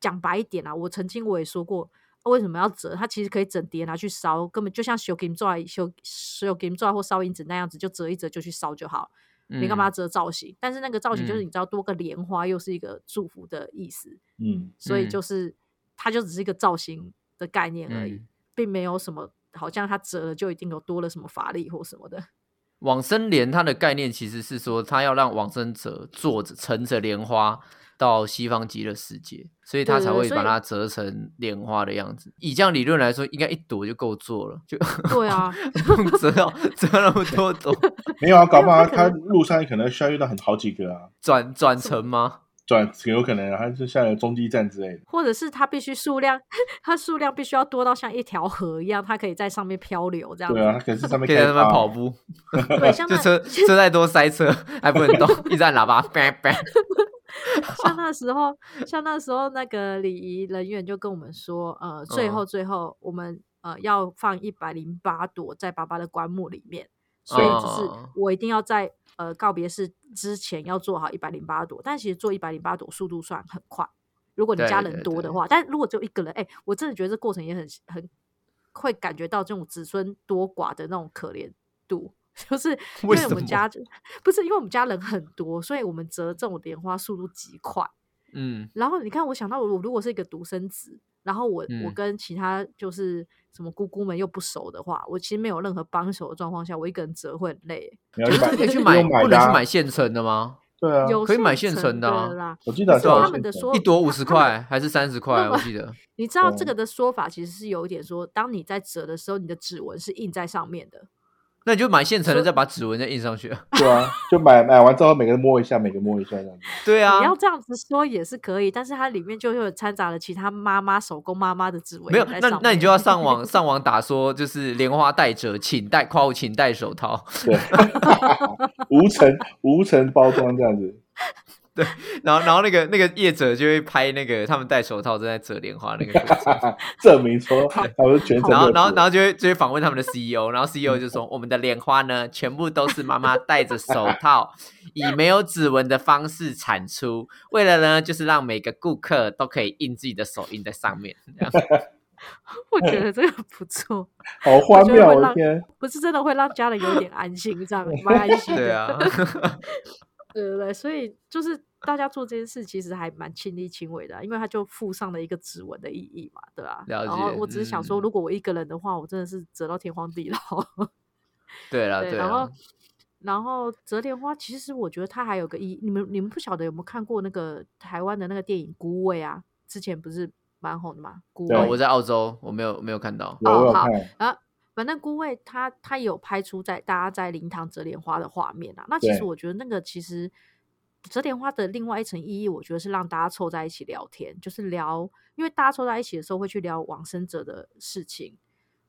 [SPEAKER 1] 讲白一点啊，我曾经我也说过，啊为什么要折？它其实可以整叠拿去烧，根本就像修金钻、修修金钻或烧银纸那样子，就折一折就去烧就好。你干嘛
[SPEAKER 2] 嗯？
[SPEAKER 1] 折造型？但是那个造型就是
[SPEAKER 2] 嗯
[SPEAKER 1] 你知道多个莲花，又是一个祝福的意思，
[SPEAKER 3] 嗯，
[SPEAKER 1] 所以
[SPEAKER 2] 嗯
[SPEAKER 1] 就是它就只是一个造型的概念而已，
[SPEAKER 2] 嗯
[SPEAKER 1] 并没有什么好像它折了就一定有多了什么法力或什么的。
[SPEAKER 2] 往生莲它的概念其实是说，它要让往生者坐着乘着莲花到西方极乐世界，所以它
[SPEAKER 1] 对
[SPEAKER 2] 才
[SPEAKER 1] 对
[SPEAKER 2] 会
[SPEAKER 1] 所
[SPEAKER 2] 把
[SPEAKER 1] 以
[SPEAKER 2] 它折成莲花的样子。以这样理论来说，应该一朵就够做了，就
[SPEAKER 1] 对啊，
[SPEAKER 2] 不用折到 折那么多朵，
[SPEAKER 3] 没有啊，搞不好
[SPEAKER 1] 没有他
[SPEAKER 3] 他
[SPEAKER 1] 可
[SPEAKER 3] 路上可能需要遇到很好几个啊，
[SPEAKER 2] 转转成吗？
[SPEAKER 3] 转有可能啊，他就下来中继站之类的。
[SPEAKER 1] 或者是它必须数量， 它数量必须要多到像一条河一样，它可以在上面漂流这样子。
[SPEAKER 3] 对啊，他可能是上面
[SPEAKER 2] 可以在那边
[SPEAKER 3] 开趴
[SPEAKER 2] 跑，步，
[SPEAKER 1] 对像
[SPEAKER 2] 就
[SPEAKER 1] 那
[SPEAKER 2] 车车再多塞车还不能动，一直按喇叭，叭叭。
[SPEAKER 1] 像那时候，像那时候那个礼仪人员就跟我们说，呃，最
[SPEAKER 2] 嗯
[SPEAKER 1] 后最后我们呃要放一百零八朵在爸爸的棺木里面，所以只是
[SPEAKER 2] 哦
[SPEAKER 1] 我一定要在呃告别式之前要做好一百零八朵，但其实做一百零八朵速度算很快，如果你家
[SPEAKER 2] 对
[SPEAKER 1] 人
[SPEAKER 2] 对
[SPEAKER 1] 多的
[SPEAKER 2] 对
[SPEAKER 1] 话，但如果只有一个人，哎、我真的觉得这过程也很很会感觉到这种子孙多寡的那种可怜度。就是因为
[SPEAKER 2] 为
[SPEAKER 1] 我
[SPEAKER 2] 什
[SPEAKER 1] 们
[SPEAKER 2] 么
[SPEAKER 1] 家就不是因为我们家人很多，所以我们折这种莲花速度极快。
[SPEAKER 2] 嗯
[SPEAKER 1] 然后你看，我想到我如果是一个独生子，然后我、我
[SPEAKER 2] 嗯
[SPEAKER 1] 跟其他就是什么姑姑们又不熟的话，我其实没有任何帮手的状况下，我一个人折会很累。
[SPEAKER 3] 你要去买
[SPEAKER 2] 可以去
[SPEAKER 3] 不
[SPEAKER 2] 买，
[SPEAKER 3] 用买
[SPEAKER 2] 不
[SPEAKER 3] 的
[SPEAKER 2] 能去
[SPEAKER 3] 啊
[SPEAKER 2] 买现成的吗？
[SPEAKER 3] 对啊，
[SPEAKER 1] 有
[SPEAKER 2] 呃可以买现
[SPEAKER 1] 成
[SPEAKER 2] 成的啊
[SPEAKER 1] 啦。
[SPEAKER 3] 我记得
[SPEAKER 1] 可是
[SPEAKER 3] 好像
[SPEAKER 1] 他们的
[SPEAKER 3] 现成
[SPEAKER 1] 说
[SPEAKER 2] 一朵五
[SPEAKER 1] 他
[SPEAKER 2] 十
[SPEAKER 1] 他们的
[SPEAKER 2] 块还是三十块？我记得。
[SPEAKER 1] 你知道这
[SPEAKER 3] 哦
[SPEAKER 1] 个的说法其实是有一点说，当你在折的时候，你的指纹是印在上面的。
[SPEAKER 2] 那你就买现成
[SPEAKER 1] 所
[SPEAKER 2] 的，
[SPEAKER 1] 以
[SPEAKER 2] 再把指纹再印上去。
[SPEAKER 3] 对啊，就买买完之后每个人摸一下，每个人摸一下这样子。
[SPEAKER 2] 对啊
[SPEAKER 1] 你，要这样子说也是可以，但是它里面就会有掺杂了其他妈妈、手工妈妈的指纹也
[SPEAKER 2] 没有
[SPEAKER 1] 在上面。，
[SPEAKER 2] 那那你就 要上网上网打说，就是莲花带折，请戴（括号请戴手套
[SPEAKER 3] 对， 无尘无尘包装这样子，），
[SPEAKER 2] 然后然后那个那个业者就会拍那个他们戴手套正在折莲花那个过程，
[SPEAKER 3] 证明说他们全程
[SPEAKER 2] 然后然后然
[SPEAKER 3] 后
[SPEAKER 2] 后就会就会访问他们的 CEO，然后 CEO 就说我们的莲花呢，全部都是妈妈戴着手套，以没有指纹的方式产出，为了呢就是让每个顾客都可以印自己的手印在上面。这样
[SPEAKER 1] 我觉得这个不错，
[SPEAKER 3] 好荒
[SPEAKER 1] 我觉得
[SPEAKER 3] 谬，
[SPEAKER 1] 会
[SPEAKER 3] 我的
[SPEAKER 1] 让
[SPEAKER 3] 天！
[SPEAKER 1] 不是真的会让家人有点安心， 这样蛮安心的。
[SPEAKER 2] 对啊，
[SPEAKER 1] 对对对，所以就是大家做这件事其实还蛮亲力亲为的啊、因为它就附上了一个指纹的意义嘛，对吧、
[SPEAKER 2] 了
[SPEAKER 1] 然后
[SPEAKER 2] 解
[SPEAKER 1] 我只是想说，
[SPEAKER 2] 嗯
[SPEAKER 1] 如果我一个人的话，我真的是折到天荒地老。
[SPEAKER 2] 对了对啊
[SPEAKER 1] 然
[SPEAKER 2] 了
[SPEAKER 1] 后，然后折莲花，其实我觉得它还有个意义，你们你们不晓得有没有看过那个台湾的那个电影《孤味》啊？之前不是蛮红的嘛，《孤味
[SPEAKER 3] 对》
[SPEAKER 2] 哦，我在澳洲，我没有没有看到。
[SPEAKER 3] 有我有
[SPEAKER 1] 哦好
[SPEAKER 3] 看，
[SPEAKER 1] 啊，反正孤味他他有拍出在大家在灵堂折莲花的画面啊。那其实
[SPEAKER 3] 对
[SPEAKER 1] 我觉得那个其实折莲花的另外一层意义，我觉得是让大家凑在一起聊天，就是聊，因为大家凑在一起的时候会去聊往生者的事情，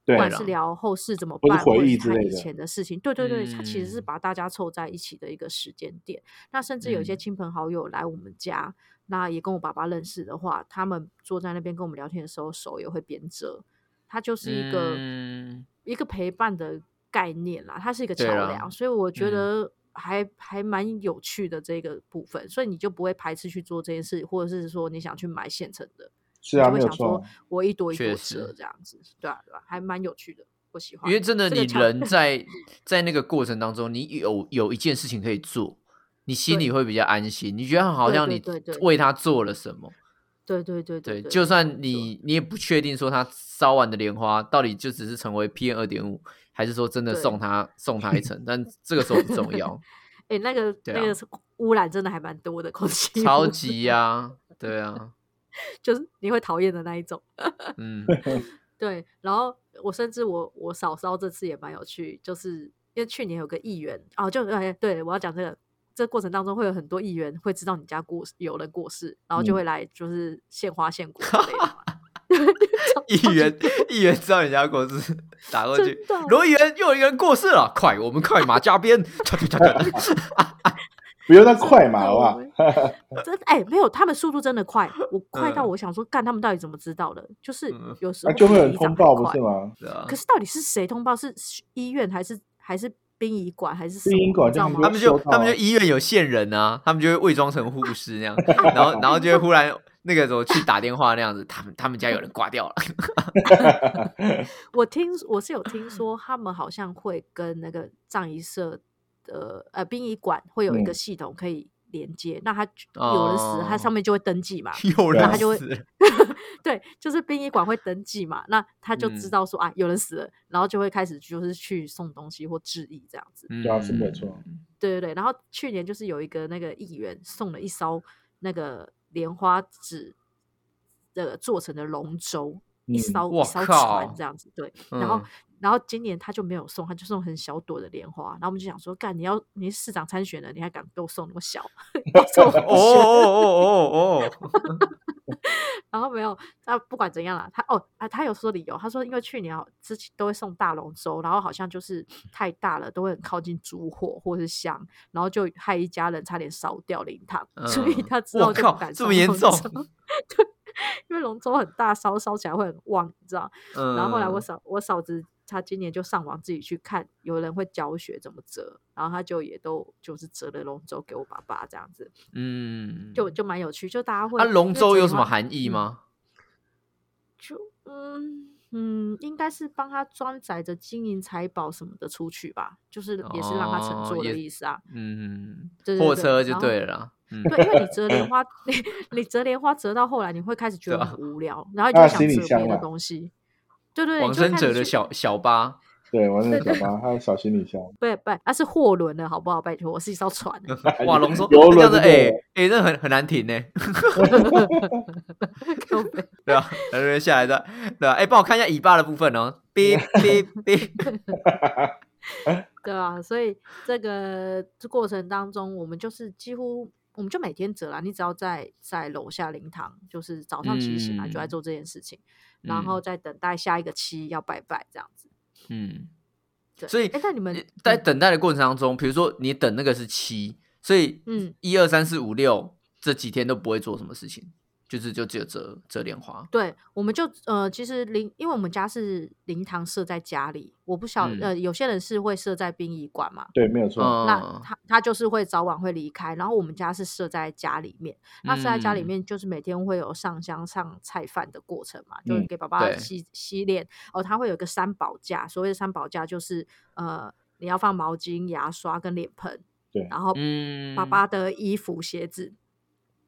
[SPEAKER 1] 不
[SPEAKER 3] 对
[SPEAKER 1] 管
[SPEAKER 2] 啦
[SPEAKER 1] 是聊后事怎么
[SPEAKER 3] 或是
[SPEAKER 1] 办，或
[SPEAKER 3] 回
[SPEAKER 1] 者
[SPEAKER 3] 忆
[SPEAKER 1] 是
[SPEAKER 3] 之
[SPEAKER 1] 看
[SPEAKER 3] 类
[SPEAKER 1] 以
[SPEAKER 3] 的
[SPEAKER 1] 前的事情。对对对，他其实是
[SPEAKER 2] 嗯
[SPEAKER 1] 把大家凑在一起的一个时间点。那甚至有一些
[SPEAKER 2] 嗯
[SPEAKER 1] 亲朋好友来我们家，那也跟我爸爸认识的话，他们坐在那边跟我们聊天的时候，手也会边折。它就是一个、
[SPEAKER 2] 嗯
[SPEAKER 1] 一个陪伴的概念啦，它是一个桥
[SPEAKER 2] 对啦
[SPEAKER 1] 梁，所以我觉
[SPEAKER 2] 嗯
[SPEAKER 1] 得还、还蛮有趣的这个部分，所以你就不会排斥去做这件事，或者是说你想去买现成的，
[SPEAKER 3] 是啊，
[SPEAKER 1] 你
[SPEAKER 3] 没
[SPEAKER 1] 就
[SPEAKER 3] 有
[SPEAKER 1] 会想
[SPEAKER 3] 错
[SPEAKER 1] 说
[SPEAKER 3] 啊，
[SPEAKER 1] 我一朵一朵
[SPEAKER 2] 确实
[SPEAKER 1] 折这样子，对啊，对啊，还蛮有趣的，我喜欢。
[SPEAKER 2] 因为真的，
[SPEAKER 1] 这个
[SPEAKER 2] 你
[SPEAKER 1] 墙
[SPEAKER 2] 人在在那个过程当中，你有有一件事情可以做，你心
[SPEAKER 1] 对
[SPEAKER 2] 里会比较安心。你觉得好
[SPEAKER 1] 对
[SPEAKER 2] 像
[SPEAKER 1] 对
[SPEAKER 2] 你
[SPEAKER 1] 对对
[SPEAKER 2] 为他做了什么，
[SPEAKER 1] 对对对对，
[SPEAKER 2] 对，就
[SPEAKER 1] 没
[SPEAKER 2] 算
[SPEAKER 1] 错
[SPEAKER 2] 你你也不确定说他烧完的莲花到底就只是成为 PM 二点五，还是说真的
[SPEAKER 1] 对
[SPEAKER 2] 送他送他一 程，但这个时候不重要，
[SPEAKER 1] 哎、那个、
[SPEAKER 2] 对
[SPEAKER 1] 那
[SPEAKER 2] 啊
[SPEAKER 1] 个是污染真的还蛮多的空气污染，
[SPEAKER 2] 超级呀、对啊，
[SPEAKER 1] 就是你会讨厌的那一种。
[SPEAKER 2] 嗯，
[SPEAKER 1] 对，然后我甚至我我嫂嫂这次也蛮有趣，就是因为去年有个议员哦，就哎对我要讲这个，这过程当中会有很多议员会知道你家过有人过世，然后就
[SPEAKER 2] 嗯
[SPEAKER 1] 会来就是献花献果之类的 嘛。
[SPEAKER 2] 议员议员知道人家过世， 打过去
[SPEAKER 1] 真的，
[SPEAKER 2] 罗议员又有一个人过世了， 快，我们快马加鞭， 哒哒哒哒
[SPEAKER 3] 不用那快嘛，好不好？
[SPEAKER 1] 真的哎、没有，他们速度真的快，我快到
[SPEAKER 2] 嗯
[SPEAKER 1] 我想说，干他们到底怎么知道的？就是
[SPEAKER 2] 嗯
[SPEAKER 1] 有时
[SPEAKER 3] 那
[SPEAKER 1] 候
[SPEAKER 3] 啊就会有
[SPEAKER 1] 比
[SPEAKER 3] 人
[SPEAKER 1] 里长
[SPEAKER 3] 通报，
[SPEAKER 1] 还
[SPEAKER 3] 不
[SPEAKER 1] 快
[SPEAKER 3] 是吗？
[SPEAKER 2] 是啊
[SPEAKER 1] 可是到底是谁通报？是医院还是还是殡仪馆还是什么
[SPEAKER 3] 殡仪馆
[SPEAKER 1] 你知道
[SPEAKER 3] 就是
[SPEAKER 1] 吗
[SPEAKER 2] 他？们就
[SPEAKER 3] 收到啊
[SPEAKER 2] 他们就医院有线人啊，他们就会伪装成护士那样， 然后然后就会忽然那个时候去打电话那样子，他们他们家有人挂 掉了，
[SPEAKER 1] 我听我是有
[SPEAKER 2] 嗯
[SPEAKER 1] 听说，他们好像会跟那个葬仪社的呃殡仪馆会有一个
[SPEAKER 3] 嗯
[SPEAKER 1] 系统可以连接，那他有人死了，他上
[SPEAKER 2] 哦
[SPEAKER 1] 面就会登记嘛。
[SPEAKER 2] 有人
[SPEAKER 3] 那他
[SPEAKER 1] 就会
[SPEAKER 2] 死了
[SPEAKER 1] 对，就是殡仪馆会登记嘛，那他就知
[SPEAKER 2] 嗯
[SPEAKER 1] 道说、啊有人死了，然后就会开始就是去送东西或致意这样子。
[SPEAKER 2] 嗯
[SPEAKER 3] 对啊，是没错。
[SPEAKER 1] 对对对，然后去年就是有一个那个议员送了一艘那个莲花纸的做成的龙舟，一
[SPEAKER 3] 嗯
[SPEAKER 1] 艘一
[SPEAKER 2] 哇
[SPEAKER 1] 艘
[SPEAKER 2] 靠
[SPEAKER 1] 船这样子，对。然后
[SPEAKER 2] 嗯
[SPEAKER 1] 然后今年他就没有送，他就送很小朵的莲花。然后我们就想说，干你要你是市长参选的，你还敢给我送那么小？要送
[SPEAKER 2] 哦哦哦哦哦，
[SPEAKER 1] 然后没有，他不管怎样啦，他哦啊，他有说理由，他说因为去年好之前都会送大龙舟，然后好像就是太大了，都会很靠近烛火或是香，然后就害一家人差点烧掉灵堂，所以
[SPEAKER 2] 嗯
[SPEAKER 1] 他之
[SPEAKER 2] 我
[SPEAKER 1] 后就
[SPEAKER 2] 靠
[SPEAKER 1] 不敢
[SPEAKER 2] 这
[SPEAKER 1] 送
[SPEAKER 2] 么严
[SPEAKER 1] 龙
[SPEAKER 2] 重
[SPEAKER 1] 舟 对，因为龙舟很大，烧烧起来会很旺，你知道。
[SPEAKER 2] 嗯
[SPEAKER 1] 然后后来我嫂我嫂子她今年就上网自己去看，有人会教学怎么折，然后她就也都就是折了龙舟给我爸爸这样子，
[SPEAKER 2] 嗯，
[SPEAKER 1] 就就蛮有趣，就大家会。
[SPEAKER 2] 啊，龙
[SPEAKER 1] 因为
[SPEAKER 2] 舟
[SPEAKER 1] 折
[SPEAKER 2] 有
[SPEAKER 1] 莲
[SPEAKER 2] 什么
[SPEAKER 1] 花
[SPEAKER 2] 含义
[SPEAKER 1] 嗯
[SPEAKER 2] 吗？
[SPEAKER 1] 就嗯嗯，应该是帮他装载着金银财宝什么的出去吧，就是也是让他乘
[SPEAKER 2] 哦
[SPEAKER 1] 坐的
[SPEAKER 2] 也
[SPEAKER 1] 意思啊。
[SPEAKER 2] 嗯，
[SPEAKER 1] 对对
[SPEAKER 2] 货
[SPEAKER 1] 对
[SPEAKER 2] 车就
[SPEAKER 1] 然后
[SPEAKER 2] 对了啦，嗯，
[SPEAKER 1] 对，因为你折莲 花，你你折莲花折到后来，你会开始觉
[SPEAKER 2] 对
[SPEAKER 1] 得
[SPEAKER 2] 啊
[SPEAKER 1] 很无聊，然后你
[SPEAKER 3] 啊
[SPEAKER 1] 就想
[SPEAKER 3] 行李
[SPEAKER 1] 折
[SPEAKER 3] 箱
[SPEAKER 1] 别的
[SPEAKER 3] 啦
[SPEAKER 1] 东西。对对，对，
[SPEAKER 2] 往
[SPEAKER 1] 你就会
[SPEAKER 2] 生
[SPEAKER 1] 开
[SPEAKER 2] 者
[SPEAKER 1] 始
[SPEAKER 2] 的
[SPEAKER 1] 去
[SPEAKER 2] 小小巴，
[SPEAKER 3] 对，完了小巴，还有小行李箱，
[SPEAKER 1] 不不，那是货轮的好不好？拜托，我是一艘船欸。
[SPEAKER 2] 哇，龙舟
[SPEAKER 3] 游
[SPEAKER 2] 那这样子，哎
[SPEAKER 3] 轮就对
[SPEAKER 2] 哎欸
[SPEAKER 3] 了，
[SPEAKER 2] 那很很难停 呢，
[SPEAKER 1] 靠北
[SPEAKER 2] 对吧？然后就下来的，对吧？哎，帮我看一下尾巴的部分哦，哔哔哔，
[SPEAKER 1] 对啊，所以这个这过程当中，我们就是几乎我们就每天折啦，你只要在在楼下灵堂，就是早上起醒来就在
[SPEAKER 2] 嗯
[SPEAKER 1] 做这件事情，然后再等待下一个期要拜拜这样子。
[SPEAKER 2] 嗯，
[SPEAKER 1] 对，
[SPEAKER 2] 所以呃
[SPEAKER 1] 哎，那你们
[SPEAKER 2] 在
[SPEAKER 1] 嗯
[SPEAKER 2] 等待的过程当中，比如说你等那个是七，所以
[SPEAKER 1] 嗯
[SPEAKER 2] 一二三四五六这几天都不会做什么事情，就是就只有折折莲花，
[SPEAKER 1] 对，我们就呃，其实灵，因为我们家是灵堂设在家里，我不晓、
[SPEAKER 2] 嗯
[SPEAKER 1] 呃，有些人是会设在殡仪馆嘛，
[SPEAKER 3] 对，没有错。
[SPEAKER 1] 那
[SPEAKER 2] 嗯，
[SPEAKER 1] 他他就是会早晚会离开，然后我们家是设在家里面，那设在家里
[SPEAKER 2] 嗯
[SPEAKER 1] 面就是每天会有上香上菜饭的过程嘛，就是
[SPEAKER 3] 嗯
[SPEAKER 1] 给爸爸
[SPEAKER 2] 对
[SPEAKER 1] 洗洗脸哦，他会有一个三宝架，所谓的三宝架就是呃你要放毛巾、牙刷跟脸盆，
[SPEAKER 3] 对
[SPEAKER 1] 然后
[SPEAKER 2] 嗯，
[SPEAKER 1] 爸爸的衣服、鞋子，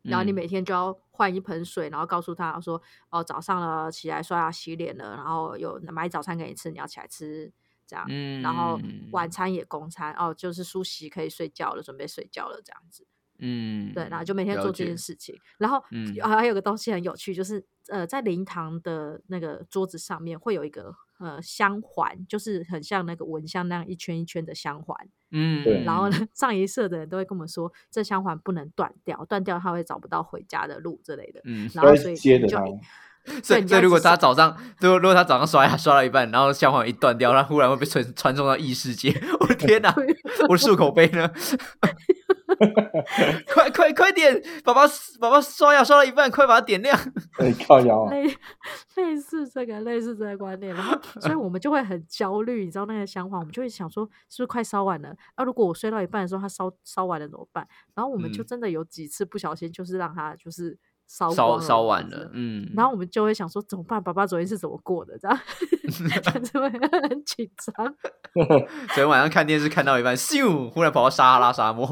[SPEAKER 1] 然后你
[SPEAKER 2] 嗯
[SPEAKER 1] 每天就要换一盆水，然后告诉他说，哦，早上了起来刷牙洗脸了，然后有买早餐给你吃，你要起来吃，这样，
[SPEAKER 2] 嗯，
[SPEAKER 1] 然后晚餐也供餐，哦，就是梳洗可以睡觉了，准备睡觉了这样子，
[SPEAKER 2] 嗯，
[SPEAKER 1] 对，然后就每天
[SPEAKER 2] 了
[SPEAKER 1] 做这件
[SPEAKER 2] 解
[SPEAKER 1] 事情，然后、
[SPEAKER 2] 嗯
[SPEAKER 1] 还有个东西很有趣，就是呃，在灵堂的那个桌子上面会有一个呃香环，就是很像那个蚊香那样一圈一圈的香环，
[SPEAKER 2] 嗯，
[SPEAKER 3] 对
[SPEAKER 1] 然后呢，上一社的人都会跟我们说，这香环不能断掉，断掉他会找不到回家的路之类的。
[SPEAKER 2] 嗯，
[SPEAKER 1] 然后
[SPEAKER 3] 要
[SPEAKER 1] 所以
[SPEAKER 3] 接
[SPEAKER 1] 你
[SPEAKER 3] 着
[SPEAKER 1] 就
[SPEAKER 3] 他
[SPEAKER 1] 一
[SPEAKER 2] 所
[SPEAKER 1] 对
[SPEAKER 2] 以
[SPEAKER 1] 你
[SPEAKER 2] 所以
[SPEAKER 1] 要
[SPEAKER 2] 如
[SPEAKER 1] 一
[SPEAKER 2] 果
[SPEAKER 1] 直
[SPEAKER 2] 他早上，如果如果他早上刷牙刷到一半，然后香环一断掉，他忽然会被传传送到异世界，我的天哪、我的漱口杯呢？ 快快快点，爸爸爸爸刷牙刷到一半，快把它点亮。
[SPEAKER 3] 哎，靠腰
[SPEAKER 2] 哦
[SPEAKER 3] 啊，
[SPEAKER 1] 类 类似这个类似这个观念，然后所以我们就会很焦虑，你知道那个香环，我们就会想说是不是快烧完了？啊，如果我睡到一半的时候它烧烧完了怎么办？然后我们就
[SPEAKER 2] 嗯
[SPEAKER 1] 真的有几次不小心就是让它就是烧
[SPEAKER 2] 烧
[SPEAKER 1] 光
[SPEAKER 2] 烧
[SPEAKER 1] 这
[SPEAKER 2] 完
[SPEAKER 1] 样子
[SPEAKER 2] 了，嗯，
[SPEAKER 1] 然后我们就会想说怎么办？爸爸昨天是怎么过的？这样 就会很紧张。
[SPEAKER 2] 昨天晚上看电视看到一半，咻，忽然跑到撒哈拉沙漠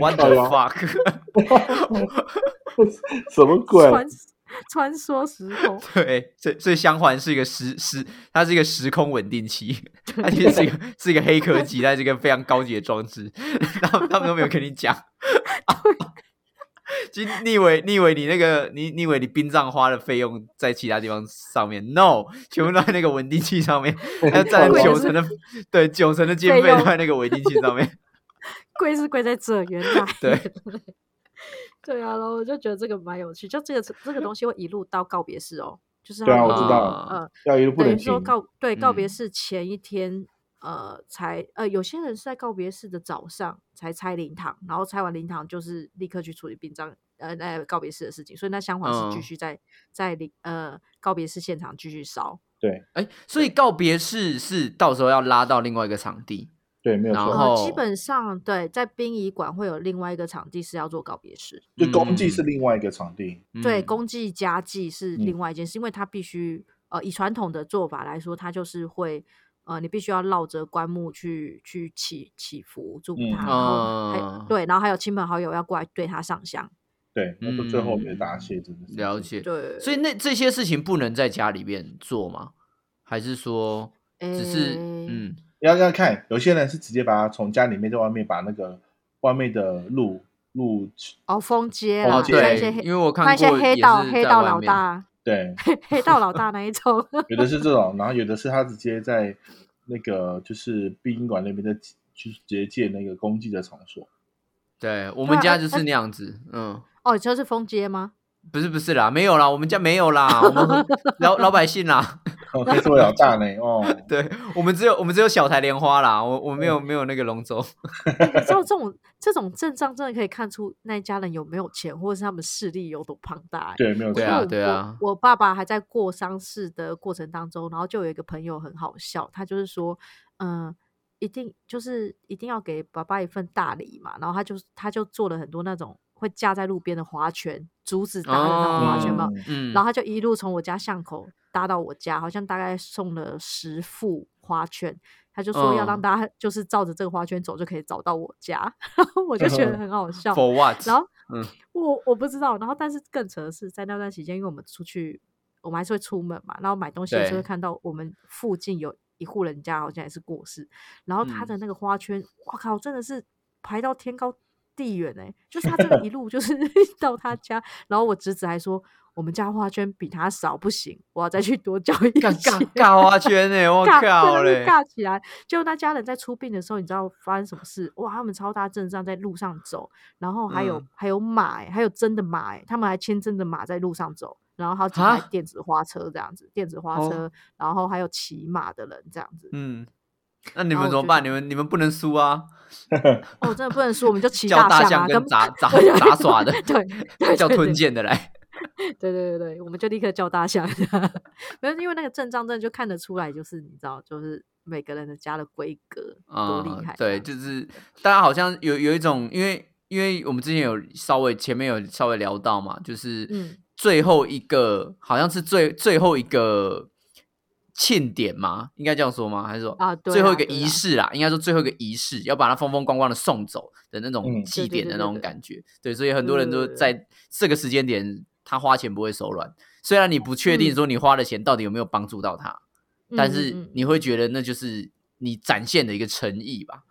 [SPEAKER 2] ，What the
[SPEAKER 3] 哎呦
[SPEAKER 2] fuck？
[SPEAKER 3] 什么鬼？
[SPEAKER 1] 穿穿梭时空，
[SPEAKER 2] 对，所以所以相环是一个时时，它是一个时空稳 定器，它其实是一个是一个黑科 技，它是一个非常高级的装置。他们他们都没有跟你讲，其实你以为你以为你那个你你以为你殡葬花的费用在其他地方上面？No，全部都在那个稳定器上 面，
[SPEAKER 3] 哎
[SPEAKER 2] 还有占
[SPEAKER 1] 贵
[SPEAKER 2] 九
[SPEAKER 1] 就是
[SPEAKER 2] 成的对九成的经
[SPEAKER 1] 费
[SPEAKER 2] 费
[SPEAKER 1] 用
[SPEAKER 2] 都在那个稳定器上 面。
[SPEAKER 1] 贵是贵在这，原 来
[SPEAKER 2] 对
[SPEAKER 1] 对啊，然后我就觉得这个蛮有趣，就这个这个东西会一路到告别式哦，就是
[SPEAKER 3] 对啊
[SPEAKER 1] 他们
[SPEAKER 3] 我知道
[SPEAKER 2] 啊
[SPEAKER 1] 呃，
[SPEAKER 3] 要一路不
[SPEAKER 1] 等
[SPEAKER 3] 能
[SPEAKER 1] 于
[SPEAKER 3] 停
[SPEAKER 1] 说。告对告别
[SPEAKER 2] 嗯
[SPEAKER 1] 式前一天，呃，才呃，有些人是在告别式的早上才拆灵堂，然后拆完灵堂就是立刻去处理殡葬呃那告别式的事情，所以那香火是继
[SPEAKER 2] 嗯
[SPEAKER 1] 续在、在灵呃告别式现场继续烧，
[SPEAKER 2] 哎，所以告别式是到时候要拉到另外一个场地。
[SPEAKER 3] 对，没有
[SPEAKER 2] 然
[SPEAKER 3] 错，
[SPEAKER 2] 后
[SPEAKER 1] 呃，基本上对，在殡仪馆会有另外一个场地是要做告别式，
[SPEAKER 3] 就公祭
[SPEAKER 2] 嗯
[SPEAKER 3] 是另外一个场地，
[SPEAKER 1] 对，
[SPEAKER 2] 嗯
[SPEAKER 1] 公祭家祭是
[SPEAKER 3] 嗯
[SPEAKER 1] 另外一件事，因为它必须呃，以传统的做法来说，它就是会呃，你必须要绕着棺木去去祈祈福祝福
[SPEAKER 3] 嗯
[SPEAKER 1] 他，然后还、
[SPEAKER 2] 啊
[SPEAKER 1] 对，然后还有亲朋好友要过来对他上香，
[SPEAKER 3] 对，那是最后面
[SPEAKER 2] 嗯
[SPEAKER 3] 答谢，真的是
[SPEAKER 2] 了。解。
[SPEAKER 1] 对，
[SPEAKER 2] 所以那这些事情不能在家里面做吗？还是说只是、
[SPEAKER 1] 诶
[SPEAKER 2] 嗯
[SPEAKER 3] 要要看，有些人是直接把它从家里面在外面把那个外面的路路，
[SPEAKER 1] 哦，封街
[SPEAKER 3] 封
[SPEAKER 1] 啦，
[SPEAKER 3] 街
[SPEAKER 1] 像一些
[SPEAKER 2] 对，
[SPEAKER 1] 黑
[SPEAKER 2] 因为我
[SPEAKER 1] 像
[SPEAKER 2] 看
[SPEAKER 1] 一些
[SPEAKER 2] 过也
[SPEAKER 1] 黑
[SPEAKER 2] 是
[SPEAKER 1] 道黑
[SPEAKER 2] 在
[SPEAKER 1] 道
[SPEAKER 2] 外
[SPEAKER 1] 老
[SPEAKER 2] 面，
[SPEAKER 1] 大
[SPEAKER 3] 对，
[SPEAKER 1] 黑黑道老大那一种，
[SPEAKER 3] 有的是这种， 然后有的是他直接在那个就是殡仪馆那边的，就是直接借那个公祭的场所。
[SPEAKER 2] 对我
[SPEAKER 1] 对
[SPEAKER 2] 们
[SPEAKER 1] 啊
[SPEAKER 2] 家
[SPEAKER 1] 而
[SPEAKER 2] 就是那样子，嗯。
[SPEAKER 1] 哦，你说是封街吗？
[SPEAKER 2] 不是不是啦，没有啦，我们家没有 啦，我们老老百姓啦，
[SPEAKER 3] 哦，可以做老大呢，哦，
[SPEAKER 2] 对我们只有我们只有小台莲花啦，我我没有没有那个龙 舟，
[SPEAKER 1] 哎你知道这种这种阵仗真的可以看出那一家人有没有钱，或者是他们势力有多庞大、欸。
[SPEAKER 3] 对，没有错
[SPEAKER 2] 对，啊对啊
[SPEAKER 1] 我我爸爸还在过丧事的过程当中，然后就有一个朋友很好笑，他就是说，嗯、一定就是一定要给爸爸一份大礼嘛，然后他就他就做了很多那种会架在路边的划拳，竹子搭的那种划
[SPEAKER 2] 哦
[SPEAKER 1] 拳嘛，
[SPEAKER 2] 嗯，
[SPEAKER 1] 然后他就一路从我家巷口搭到我家，好像大概送了十副花圈。他就说要让
[SPEAKER 2] 嗯
[SPEAKER 1] 大家就是照着这个花圈走，就可以找到我家。 然后我就觉 得很好笑。
[SPEAKER 2] for what？
[SPEAKER 1] 然后，
[SPEAKER 2] 嗯
[SPEAKER 1] 我我不知道。然后，但是更扯的是，在那段期间，因为我们出去，我们还是会出门嘛，然后买东西的时候
[SPEAKER 2] 对
[SPEAKER 1] 会看到我们附近有一户人家好像也是过世，然后他的
[SPEAKER 2] 嗯
[SPEAKER 1] 那个花圈，我靠，真的是排到天高地远哎、就是他真的一路就是 到他家，然后我侄子还说。我们家花圈比他少，不行，我要再去多交一
[SPEAKER 2] 尬
[SPEAKER 1] 些
[SPEAKER 2] 尬尬 花圈呢，我
[SPEAKER 1] 尬，
[SPEAKER 2] 靠
[SPEAKER 1] 真的
[SPEAKER 2] 嘞
[SPEAKER 1] 是，尬起来。就那家人在出殡的时候，你知道发生什么事？哇，他们超大阵仗在路上走，然后还有、
[SPEAKER 2] 嗯
[SPEAKER 1] 还有马、欸，还有真的马、欸，他们还牵真的马在路上走，然后好几台
[SPEAKER 2] 哈
[SPEAKER 1] 电子花车这样子，电子花
[SPEAKER 2] 哦
[SPEAKER 1] 车，然后还有骑马的人这样子。
[SPEAKER 2] 嗯，那你
[SPEAKER 1] 然
[SPEAKER 2] 们
[SPEAKER 1] 后
[SPEAKER 2] 怎
[SPEAKER 1] 我就
[SPEAKER 2] 么办？你们你们不能输啊，
[SPEAKER 1] 哦，真的不能说，我们就骑
[SPEAKER 2] 叫大
[SPEAKER 1] 象啊，
[SPEAKER 2] 象
[SPEAKER 1] 跟
[SPEAKER 2] 跟杂杂
[SPEAKER 1] 对对
[SPEAKER 2] 杂耍的，
[SPEAKER 1] 对对
[SPEAKER 2] 叫
[SPEAKER 1] 对
[SPEAKER 2] 吞
[SPEAKER 1] 对
[SPEAKER 2] 剑的来，
[SPEAKER 1] 对对对对，我们就立刻叫大象。 没有，因为那个阵仗真的就看得出来，就是你知道，就是每个人的家的规格 多厉害、
[SPEAKER 2] 啊
[SPEAKER 1] 嗯
[SPEAKER 2] 对，，就是大家好像有有一种，因为因为我们之前有稍微前面有稍微聊到嘛，就是
[SPEAKER 1] 嗯
[SPEAKER 2] 最后一个、好像是最最后一个庆典嘛，应该这样说吗？还是说
[SPEAKER 1] 啊对
[SPEAKER 2] 最后
[SPEAKER 1] 啦
[SPEAKER 2] 一个
[SPEAKER 1] 对
[SPEAKER 2] 仪
[SPEAKER 1] 啦
[SPEAKER 2] 式啦？应该说最后一个仪式要把它风风光光的送走的那种
[SPEAKER 3] 嗯
[SPEAKER 2] 祭
[SPEAKER 1] 对对
[SPEAKER 2] 典
[SPEAKER 1] 对
[SPEAKER 2] 的
[SPEAKER 1] 对
[SPEAKER 2] 那种
[SPEAKER 1] 对
[SPEAKER 2] 感觉。对，所以很多人都
[SPEAKER 1] 对对对
[SPEAKER 2] 在这个时间点，他花钱不会手软。虽然你不确定
[SPEAKER 1] 嗯
[SPEAKER 2] 说你花的钱到底有没有帮助到他，但
[SPEAKER 1] 嗯
[SPEAKER 2] 是
[SPEAKER 1] 嗯嗯
[SPEAKER 2] 你会觉得那就是你展现的一个诚意吧？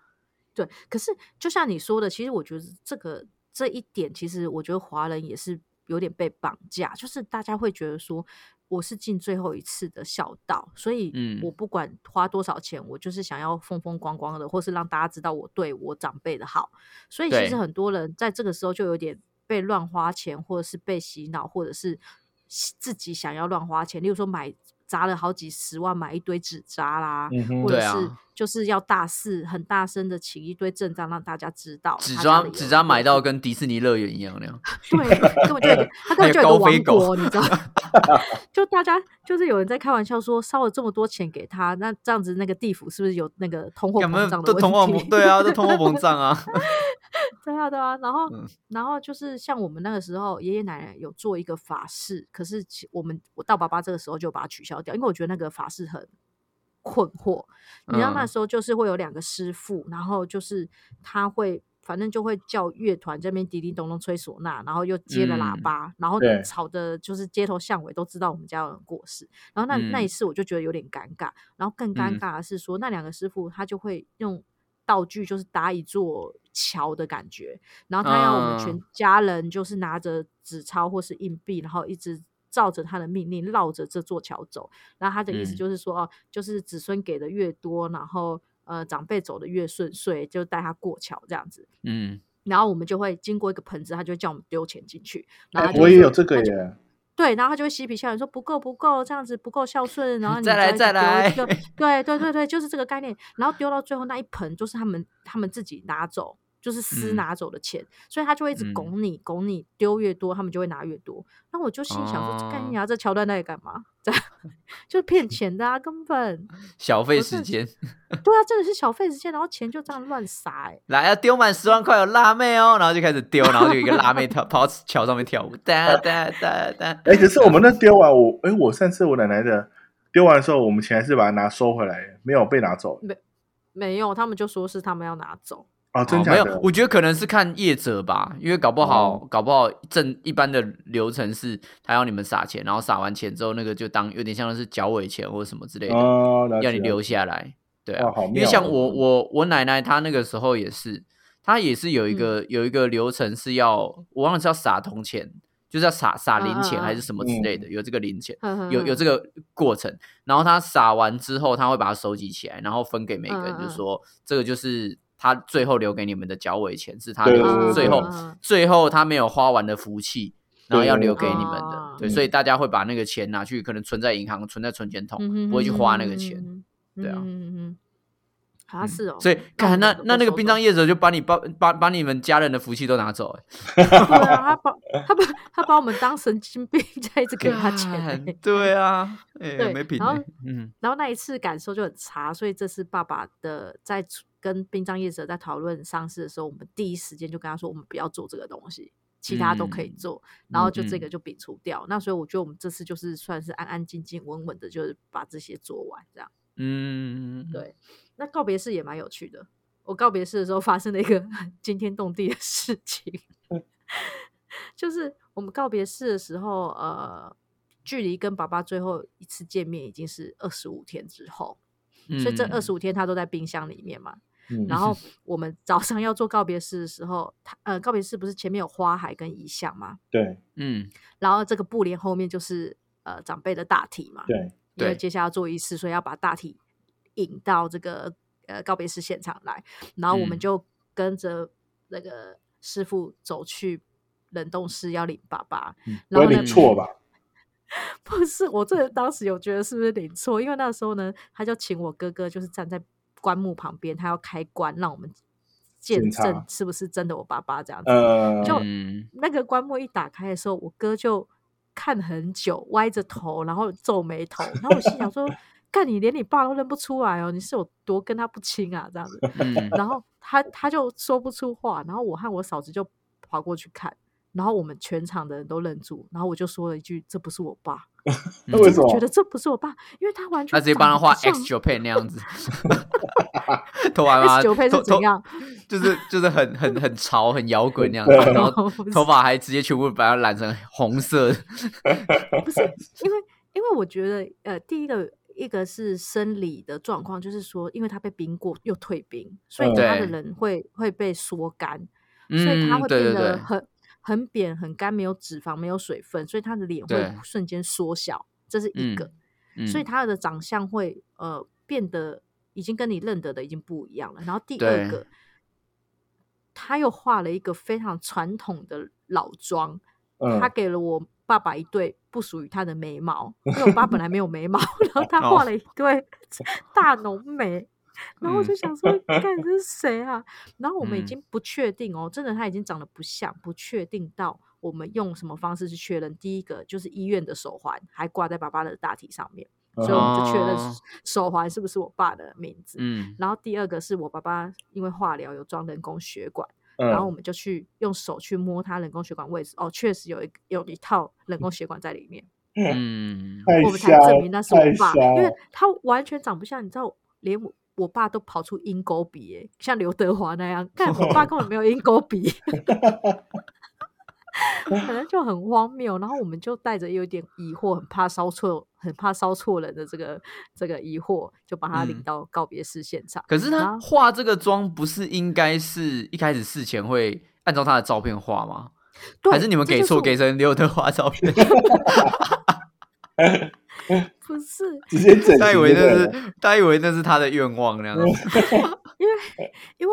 [SPEAKER 1] 对，可是就像你说的，其实我觉得这个这一点，其实我觉得华人也是有点被绑架，就是大家会觉得说我是尽最后一次的孝道，所以
[SPEAKER 2] 嗯
[SPEAKER 1] 我不管花多少钱，我就是想要风风光光的，或是让大家知道我对我长辈的好。所以其实
[SPEAKER 2] 对
[SPEAKER 1] 很多人在这个时候就有点被乱花钱，或者是被洗脑，或者是喜自己想要乱花钱，例如说买砸了好几十万买一堆纸扎啦，
[SPEAKER 3] 嗯哼
[SPEAKER 1] 或，者
[SPEAKER 2] 对啊
[SPEAKER 1] 是就是要大肆、很大声的起一堆阵仗，让大家知道
[SPEAKER 2] 纸
[SPEAKER 1] 哦他家
[SPEAKER 2] 扎
[SPEAKER 1] 里有
[SPEAKER 2] 纸扎买
[SPEAKER 1] 多
[SPEAKER 2] 到跟迪士尼乐园一样那样，
[SPEAKER 1] 对，根本就有一个他根本
[SPEAKER 2] 还
[SPEAKER 1] 就
[SPEAKER 2] 有
[SPEAKER 1] 有一个王
[SPEAKER 2] 高飞狗
[SPEAKER 1] 国，你知道 吗？就大家就是有人在开玩笑说，烧了这么多钱给他，那这样子那个地府是不是有那个通货
[SPEAKER 2] 干嘛
[SPEAKER 1] 膨胀的
[SPEAKER 2] 都
[SPEAKER 1] 问
[SPEAKER 2] 通货
[SPEAKER 1] 题
[SPEAKER 2] 膨？对啊，都通货膨胀啊，
[SPEAKER 1] 对啊，对啊，然后、
[SPEAKER 2] 嗯
[SPEAKER 1] 然后就是像我们那个时候，爷爷奶奶有做一个法事，可是其我们我到爸爸这个时候就把它取消掉，因为我觉得那个法事很困惑。你知道那
[SPEAKER 2] 嗯
[SPEAKER 1] 时候就是会有两个师傅，然后就是他会。反正就会叫乐团这边叮叮咚咚吹唢呐，然后又接了喇
[SPEAKER 2] 嗯
[SPEAKER 1] 叭，然后
[SPEAKER 3] 对
[SPEAKER 1] 吵的就是街头巷尾都知道我们家有人过世。然后那、那
[SPEAKER 2] 嗯
[SPEAKER 1] 一次我就觉得有点尴尬，然后更尴
[SPEAKER 2] 嗯
[SPEAKER 1] 尬的是说、那两个师傅他就会用道具就是搭一座桥的感觉，然后他要我们全
[SPEAKER 2] 嗯
[SPEAKER 1] 家人就是拿着纸钞或是硬币，然后一直。照着他的命令绕着这座桥走，然后他的意思
[SPEAKER 2] 嗯
[SPEAKER 1] 就是说，哦、就是子孙给的越多，然后呃长辈走的越顺遂，就带他过桥这样子。
[SPEAKER 2] 嗯，
[SPEAKER 1] 然后我们就会经过一个盆子，他就会叫我们丢钱进去。然后
[SPEAKER 3] 哎
[SPEAKER 1] 他就
[SPEAKER 3] 我
[SPEAKER 1] 会
[SPEAKER 3] 也
[SPEAKER 1] 说
[SPEAKER 3] 有这个耶，
[SPEAKER 1] 对，然后他就会嬉皮笑脸说不够不够，这样子不够孝顺， 然后你
[SPEAKER 2] 再来
[SPEAKER 1] 就要一直
[SPEAKER 2] 再
[SPEAKER 1] 丢对对对对，就是这个概念。然后丢到最后那一盆，就是他们他们自己拿走，就是私
[SPEAKER 2] 嗯
[SPEAKER 1] 拿走的钱，所以他就会一直
[SPEAKER 2] 嗯
[SPEAKER 1] 拱你、拱你，丢越多他们就会拿越多。那我就心里想说，这干
[SPEAKER 2] 哦
[SPEAKER 1] 你啊，这桥段到底干嘛？ 这样就骗钱的啊，根 本
[SPEAKER 2] 小费
[SPEAKER 1] 我
[SPEAKER 2] 时
[SPEAKER 1] 真的是
[SPEAKER 2] 间，
[SPEAKER 1] 对啊，真的是小费时间，然后钱就这样乱撒、欸，
[SPEAKER 2] 来要丢满十万块有辣妹哦，然后就开始丢，然后就有一个辣妹跳跑到桥上面跳舞，哒哒哒哒，
[SPEAKER 3] 哎，可是我们那丢完我，哎，我上次我奶奶的丢完的时候，我们钱还是把它拿收回来，没有被拿走
[SPEAKER 1] 没有，他们就说是他们要拿走。
[SPEAKER 3] 啊，真
[SPEAKER 2] 哦
[SPEAKER 3] 假
[SPEAKER 2] 没
[SPEAKER 3] 的
[SPEAKER 2] 有，？我觉得可能是看业者吧，因为搞不好、
[SPEAKER 3] 哦
[SPEAKER 2] 搞不好正一般的流程是他要你们撒钱，然后撒完钱之后那个就当有点像是缴尾钱或者什么之类的，
[SPEAKER 3] 哦，了
[SPEAKER 2] 要
[SPEAKER 3] 解
[SPEAKER 2] 你留下来。对啊
[SPEAKER 3] 哇，好妙哦
[SPEAKER 2] 因为像我我我奶奶她那个时候也是，她也是有一
[SPEAKER 3] 嗯
[SPEAKER 2] 个、有一个流程是要我忘了是要撒铜钱，就是要撒撒零钱
[SPEAKER 1] 嗯
[SPEAKER 3] 啊
[SPEAKER 1] 嗯嗯
[SPEAKER 2] 还是什么之类的，有这个零钱。
[SPEAKER 1] 呵呵
[SPEAKER 2] 有有
[SPEAKER 1] 呵
[SPEAKER 2] 这个过程，然后她撒完之后，她会把它收集起来，然后分给每个人，
[SPEAKER 1] 嗯嗯
[SPEAKER 2] 就
[SPEAKER 1] 嗯
[SPEAKER 2] 说这个就是她最后留给你们的缴尾钱，是她
[SPEAKER 3] 对
[SPEAKER 2] 留
[SPEAKER 3] 对对
[SPEAKER 2] 最
[SPEAKER 3] 对
[SPEAKER 2] 后
[SPEAKER 1] 嗯嗯嗯
[SPEAKER 2] 最后她没有花完的福气，然后要留给你们的
[SPEAKER 1] 哦，
[SPEAKER 2] 对，
[SPEAKER 3] 嗯
[SPEAKER 2] 所以大家会把那个钱拿去可能存在银行，存在存钱筒，不会去花那个钱。
[SPEAKER 1] 嗯哼哼哼哼哼
[SPEAKER 2] 对啊
[SPEAKER 1] 嗯哼哼哼好像
[SPEAKER 2] 嗯
[SPEAKER 1] 是哦。
[SPEAKER 2] 所以看那那那个殡 葬
[SPEAKER 1] 业，
[SPEAKER 2] 业者就把你把把把你们家人的福气都拿走、欸，
[SPEAKER 1] 对啊，他把他 把他把我们当神经病， 在一直给他钱欸、
[SPEAKER 2] 干对啊，哎、
[SPEAKER 1] 对
[SPEAKER 2] 没品、
[SPEAKER 1] 然
[SPEAKER 2] 欸
[SPEAKER 1] 后，
[SPEAKER 2] 嗯
[SPEAKER 1] 然后那一次感受就很差，所以这次爸爸的在跟殡葬业者在讨论丧事的时候，我们第一时间就跟他说，我们不要做这个东西，其他都可以
[SPEAKER 2] 嗯
[SPEAKER 1] 做，然后就
[SPEAKER 2] 嗯
[SPEAKER 1] 这
[SPEAKER 2] 嗯
[SPEAKER 1] 个就摒除掉。那所以我觉得我们这次就是算是安安静静、稳稳的，就是把这些做完这样。
[SPEAKER 2] 嗯，
[SPEAKER 1] 对那告别式也蛮有趣的。我告别式的时候发生了一个 很惊天动地的事情， 就是我们告别式的时候，呃，距离跟爸爸最后一次见面已经是二十五天之后，
[SPEAKER 2] 嗯
[SPEAKER 1] 所以这二十
[SPEAKER 2] 五
[SPEAKER 1] 五天他都在冰箱里面嘛。
[SPEAKER 3] 嗯
[SPEAKER 1] 然后我们早上要做告别式的时候，他呃，告别式不是前面有花海跟遗像嘛，
[SPEAKER 3] 对
[SPEAKER 2] 嗯
[SPEAKER 1] 然后这个布帘后面就是呃长辈的大体嘛，
[SPEAKER 3] 对，
[SPEAKER 1] 因为
[SPEAKER 2] 对
[SPEAKER 1] 接下来要做仪式，所以要把大体引到这个呃告别式现场来，然后我们
[SPEAKER 2] 嗯
[SPEAKER 1] 就跟着那个师傅走去冷冻室要领爸爸。
[SPEAKER 3] 嗯不
[SPEAKER 1] 然
[SPEAKER 3] 会
[SPEAKER 1] 后呢
[SPEAKER 3] 领错吧？
[SPEAKER 1] 不是，我这当时有觉得是不是领错，因为那时候呢，他就请我哥哥就是站在棺木旁边，他要开棺让我们见
[SPEAKER 3] 检查
[SPEAKER 1] 证是不是真的我爸爸这样子。
[SPEAKER 3] 呃，
[SPEAKER 1] 就
[SPEAKER 2] 嗯
[SPEAKER 1] 那个棺木一打开的时候，我哥就看很久，歪着头，然后皱眉头。然后我心想 说：“干你连你爸都认不出来哦，你是有多跟他不亲啊？”这样子。
[SPEAKER 2] 嗯
[SPEAKER 1] 然后他他就说不出话，然后我和我嫂子就跑过去看，然后我们全场的人都愣住，然后我就说了一句：“这不是我爸。”
[SPEAKER 3] 那为什
[SPEAKER 1] 我觉
[SPEAKER 3] 么
[SPEAKER 1] 得？这不是我爸，因为他完全
[SPEAKER 2] 他直接帮
[SPEAKER 1] 长
[SPEAKER 2] 他
[SPEAKER 1] 得
[SPEAKER 2] 画
[SPEAKER 1] 不像
[SPEAKER 2] X 九配那样 子，头发吗
[SPEAKER 1] X 九配是
[SPEAKER 2] 头
[SPEAKER 1] 怎
[SPEAKER 2] 头
[SPEAKER 1] 样？
[SPEAKER 2] 就是就是很很很潮很摇滚那样子，然后头发还直接全部把它染成红色的，
[SPEAKER 1] 不是因为，因为我觉得，呃，第一个一个是生理的状况，就是说，因为他被冰过又退冰，所以
[SPEAKER 3] 嗯
[SPEAKER 1] 他的
[SPEAKER 2] 对
[SPEAKER 1] 人会会被缩干，所以他
[SPEAKER 2] 嗯
[SPEAKER 1] 会
[SPEAKER 2] 对
[SPEAKER 1] 变
[SPEAKER 2] 对
[SPEAKER 1] 得
[SPEAKER 2] 对，
[SPEAKER 1] 很很扁、很干，没有脂肪、没有水分，所以他的脸
[SPEAKER 2] 对
[SPEAKER 1] 会瞬间缩小，这是一个，
[SPEAKER 2] 嗯
[SPEAKER 1] 所以他的长相会呃变得已经跟你认得的已经不一样了。然后第
[SPEAKER 2] 对
[SPEAKER 1] 二个，他又画了一个非常传统的老妆，
[SPEAKER 3] 嗯
[SPEAKER 1] 他给了我爸爸一对不属于他的眉毛，因为我爸本来没有眉毛，然后他画了
[SPEAKER 2] 哦
[SPEAKER 1] 一对大浓眉，然后我就想说，看这是谁啊？然后我们已
[SPEAKER 2] 嗯
[SPEAKER 1] 经不确定哦，真的他已经长得不像，不确定到我们用什么方式去确认。第一个就是医院的手环还挂在爸爸的大体上面，所以我们就确认
[SPEAKER 2] 哦
[SPEAKER 1] 手环是不是我爸的名字。
[SPEAKER 2] 嗯
[SPEAKER 1] 然后第二个是我爸爸因为化疗有装人工血管。
[SPEAKER 3] 嗯，
[SPEAKER 1] 然后我们就去用手去摸它人工血管位置，哦，确实有一有一套人工血管在里面，
[SPEAKER 2] 嗯
[SPEAKER 3] 太
[SPEAKER 1] 我们才
[SPEAKER 3] 瞎
[SPEAKER 1] 证
[SPEAKER 3] 了
[SPEAKER 1] 明那是我
[SPEAKER 3] 太
[SPEAKER 1] 爸，
[SPEAKER 3] 瞎
[SPEAKER 1] 因为
[SPEAKER 3] 了
[SPEAKER 1] 他完全长不像，你知道，连我我爸都跑出鹰钩鼻、 欸，像刘德华那样，看我爸根本没有鹰钩鼻，反正就很荒谬。然后我们就带着有点疑惑，很怕烧错，很怕烧错人的这个这个疑惑，就把他领
[SPEAKER 2] 嗯
[SPEAKER 1] 到告别式现场。
[SPEAKER 2] 可是他
[SPEAKER 1] 啊
[SPEAKER 2] 化这个妆不是应该是一开始事前会按照他的照片画吗？
[SPEAKER 1] 对，
[SPEAKER 2] 还是你们
[SPEAKER 1] 这就
[SPEAKER 2] 给错
[SPEAKER 1] 我
[SPEAKER 2] 给成刘德华照 片？
[SPEAKER 1] 不是
[SPEAKER 3] 直接整
[SPEAKER 2] 他以
[SPEAKER 3] 形
[SPEAKER 2] 为
[SPEAKER 3] 就对
[SPEAKER 2] 那
[SPEAKER 3] 了。
[SPEAKER 2] 是他以为那是他的愿望那样子。
[SPEAKER 1] 因
[SPEAKER 2] 嗯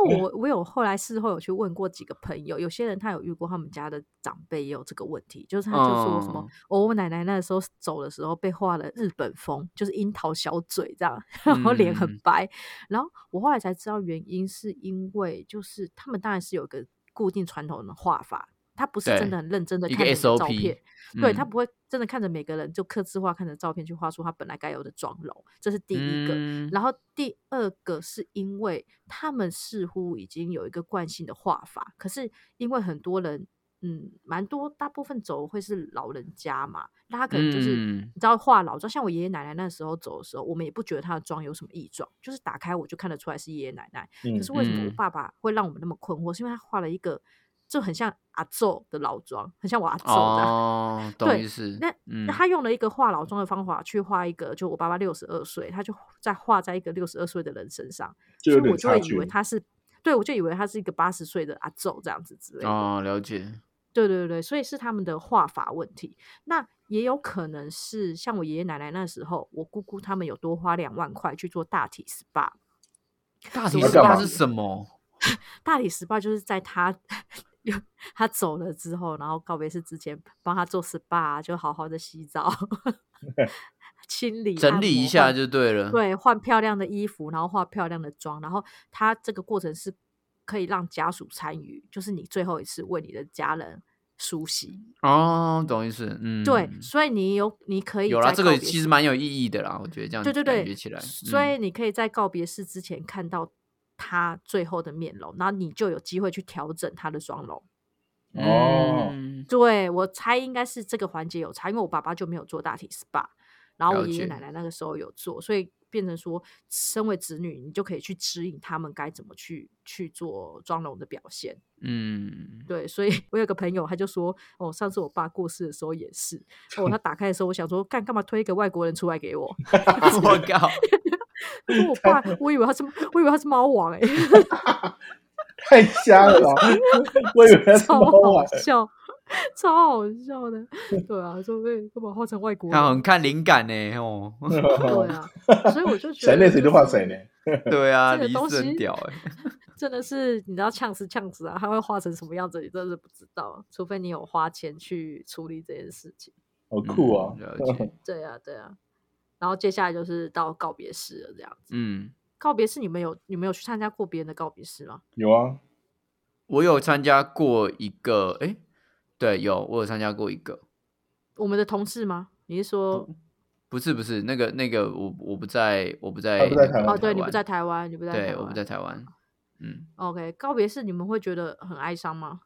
[SPEAKER 1] 为我我有后来事后有去问过几个朋友，有些人他有遇过他们家的长辈也有这个问题，就是他就说什么、
[SPEAKER 2] 嗯
[SPEAKER 1] 哦，我奶奶那时候走的时候被画了日本风，就是樱桃小嘴这样， 然后脸
[SPEAKER 2] 嗯
[SPEAKER 1] 很白。然后我后来才知道原因是因为就是他们当然是有一个固定传统的画法。他不是真
[SPEAKER 2] 对
[SPEAKER 1] 的很认真的
[SPEAKER 2] 一
[SPEAKER 1] 看
[SPEAKER 2] 个
[SPEAKER 1] 着你的照
[SPEAKER 2] SOP
[SPEAKER 1] 片，对他
[SPEAKER 2] 嗯
[SPEAKER 1] 不会真的看着每个人就刻字化看着照片去画出他本来该有的妆容，这是第一个。
[SPEAKER 2] 嗯
[SPEAKER 1] 然后第二个是因为他们似乎已经有一个惯性的画法，可是因为很多人，嗯，蛮多大部分走会是老人家嘛，那他可能就是、
[SPEAKER 2] 嗯
[SPEAKER 1] 你知道画老妆，像我爷爷奶奶那时候走的时候，我们也不觉得她的妆有什么异状，就是打开我就看得出来是爷爷奶奶。
[SPEAKER 3] 嗯
[SPEAKER 1] 可是为什么我
[SPEAKER 2] 嗯
[SPEAKER 1] 爸爸会让我们那么困惑？是因为他画了一个就很像阿昼的老妆，很像我阿昼的啊。
[SPEAKER 2] 哦，懂
[SPEAKER 1] 对
[SPEAKER 2] 意思。
[SPEAKER 1] 那
[SPEAKER 2] 嗯
[SPEAKER 1] 那他用了一个画老妆的方法去画一个，就我爸爸六十二岁，他就在画在一个六十二岁的人身上，
[SPEAKER 3] 就
[SPEAKER 1] 所
[SPEAKER 3] 有
[SPEAKER 1] 以我
[SPEAKER 3] 点
[SPEAKER 1] 就
[SPEAKER 3] 差
[SPEAKER 1] 会以
[SPEAKER 3] 距
[SPEAKER 1] 为。他是，对我就以为他是一个八十岁的阿昼这样子之类的。
[SPEAKER 2] 哦，了解。
[SPEAKER 1] 对对对，所以是他们的画法问题。那也有可能是像我爷爷奶奶那时候，我姑姑他们有多花两万块去做大体 SPA。
[SPEAKER 2] 大
[SPEAKER 1] 所
[SPEAKER 2] 体
[SPEAKER 1] 以
[SPEAKER 2] 是
[SPEAKER 1] 我
[SPEAKER 2] 大
[SPEAKER 1] 就是
[SPEAKER 2] 什么？
[SPEAKER 1] 大理石 SPA 就是在他他走了之后，然后告别式之前帮他做 SPA，啊就好好的洗 澡、 清理、
[SPEAKER 2] 整
[SPEAKER 1] 按
[SPEAKER 2] 理一
[SPEAKER 1] 摩嗯
[SPEAKER 2] 下
[SPEAKER 1] 换
[SPEAKER 2] 就对了。
[SPEAKER 1] 对，换漂亮的衣服，然后化漂亮的妆，然后他这个过程是可以让家属参与，就是你最后一次为你的家人梳洗。
[SPEAKER 2] 哦，懂意思。嗯，
[SPEAKER 1] 对，所以你有你可以
[SPEAKER 2] 有啦，
[SPEAKER 1] 在
[SPEAKER 2] 这个
[SPEAKER 1] 告别
[SPEAKER 2] 其实
[SPEAKER 1] 式
[SPEAKER 2] 蛮有意义的啦，我觉得这样
[SPEAKER 1] 对对
[SPEAKER 2] 感
[SPEAKER 1] 对，
[SPEAKER 2] 觉起来。
[SPEAKER 1] 所
[SPEAKER 2] 嗯
[SPEAKER 1] 以你可以在告别式之前看到他最后的面容，然后你就有机会去调整他的妆容。
[SPEAKER 3] 哦
[SPEAKER 2] 嗯
[SPEAKER 1] 对我猜应该是这个环节有差，因为我爸爸就没有做大体 SPA，然后
[SPEAKER 2] 了
[SPEAKER 1] 我爷爷
[SPEAKER 2] 解
[SPEAKER 1] 奶奶那个时候有做，所以变成说，身为子女，你就可以去指引他们该怎么去去做妆容的表现。
[SPEAKER 2] 嗯，
[SPEAKER 1] 对，所以我有个朋友他就说，哦，上次我爸过世的时候也是，哦，他打开的时候，我想说，干干嘛推一个外国人出来给我？
[SPEAKER 2] 我靠，
[SPEAKER 1] 他说我爸，我以为他是我以为他是猫 王哎、
[SPEAKER 3] 太瞎 了吧！我以为他是
[SPEAKER 1] 超
[SPEAKER 3] 猫啊
[SPEAKER 1] 好
[SPEAKER 3] 碗，
[SPEAKER 1] 笑， 超好笑的。 对啊，说被干嘛画成外国人？
[SPEAKER 2] 他很看灵感呢，哦，
[SPEAKER 1] 对 啊，所以我就觉
[SPEAKER 3] 谁
[SPEAKER 1] 得
[SPEAKER 3] 累谁就画谁
[SPEAKER 1] 是
[SPEAKER 3] 呢？
[SPEAKER 2] 对啊，
[SPEAKER 1] 这个
[SPEAKER 2] 李
[SPEAKER 1] 东
[SPEAKER 2] 是很
[SPEAKER 1] 西
[SPEAKER 2] 屌哎，
[SPEAKER 1] 真的是你知道呛死呛死啊，它会画成什么样子，你真的是不知道，除非你有花钱去处理这件事情。
[SPEAKER 3] 好酷哦
[SPEAKER 2] 嗯！了 解，
[SPEAKER 1] 对啊，对啊。然后接下来就是到告别式了，这样子。
[SPEAKER 2] 嗯，
[SPEAKER 1] 告别式你们有你们有去参加过别人的告别式吗？
[SPEAKER 3] 有啊，
[SPEAKER 2] 我有参加过一个，哎，对，有，我有参加过一个，
[SPEAKER 1] 我们的同事吗？你是说？
[SPEAKER 2] 不是不是，那个那个我我不在，我不在那
[SPEAKER 3] 他
[SPEAKER 2] 个，
[SPEAKER 3] 不在台湾
[SPEAKER 1] 哦，对，你不在
[SPEAKER 2] 湾，
[SPEAKER 1] 台湾，你不在台湾。
[SPEAKER 2] 对，我不在台湾，嗯，
[SPEAKER 1] OK，告别式你们会觉得很哀伤吗？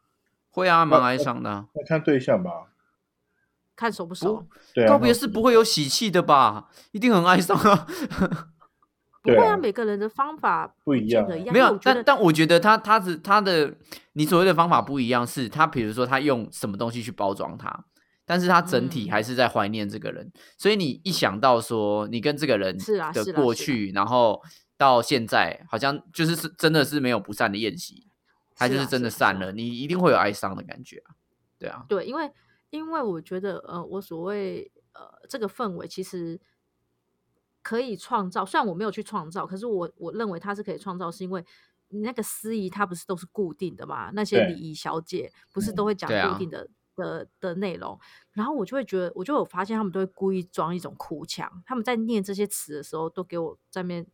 [SPEAKER 2] 会啊，蛮
[SPEAKER 3] 我
[SPEAKER 2] 哀
[SPEAKER 3] 我
[SPEAKER 2] 伤的啊。
[SPEAKER 3] 那看对象吧。
[SPEAKER 1] 看熟不熟？
[SPEAKER 3] 对啊，
[SPEAKER 2] 告别式不会有喜气的吧？一定很哀伤啊。
[SPEAKER 1] 不
[SPEAKER 3] 对
[SPEAKER 1] 会
[SPEAKER 3] 啊
[SPEAKER 1] 啊，每个人的方法
[SPEAKER 3] 不一
[SPEAKER 1] 一
[SPEAKER 3] 样
[SPEAKER 1] 的
[SPEAKER 3] 啊
[SPEAKER 1] 一样。
[SPEAKER 2] 没
[SPEAKER 1] 因为
[SPEAKER 2] 有
[SPEAKER 1] 我，觉
[SPEAKER 2] 但
[SPEAKER 1] 得
[SPEAKER 2] 但我觉得他他是他的，你所谓的方法不一样，是他比如说他用什么东西去包装它，但是他整体
[SPEAKER 1] 嗯
[SPEAKER 2] 还是在怀念这个人，所以你一想到说你跟这个人
[SPEAKER 1] 是啊
[SPEAKER 2] 的
[SPEAKER 1] 是啊
[SPEAKER 2] 过
[SPEAKER 1] 是啊
[SPEAKER 2] 去，然后到现在好像就是是真的是没有不散的宴席，他
[SPEAKER 1] 是
[SPEAKER 2] 就
[SPEAKER 1] 啊
[SPEAKER 2] 是真
[SPEAKER 1] 是
[SPEAKER 2] 的
[SPEAKER 1] 啊是
[SPEAKER 2] 散
[SPEAKER 1] 啊
[SPEAKER 2] 了，你一定会有哀伤的感觉啊，对啊，
[SPEAKER 1] 对，因为因为我觉得，呃，我所谓呃这个氛围其实可以创造，虽然我没有去创造，可是我我认为它是可以创造，是因为你那个司仪它不是都是固定的嘛？那些
[SPEAKER 3] 对
[SPEAKER 1] 礼仪小姐不是都会讲
[SPEAKER 2] 对啊
[SPEAKER 1] 固定的、的的内容，然后我就会觉得，我就有发现他们都会故意装一种哭腔，他们在念这些词的时候都给我在那边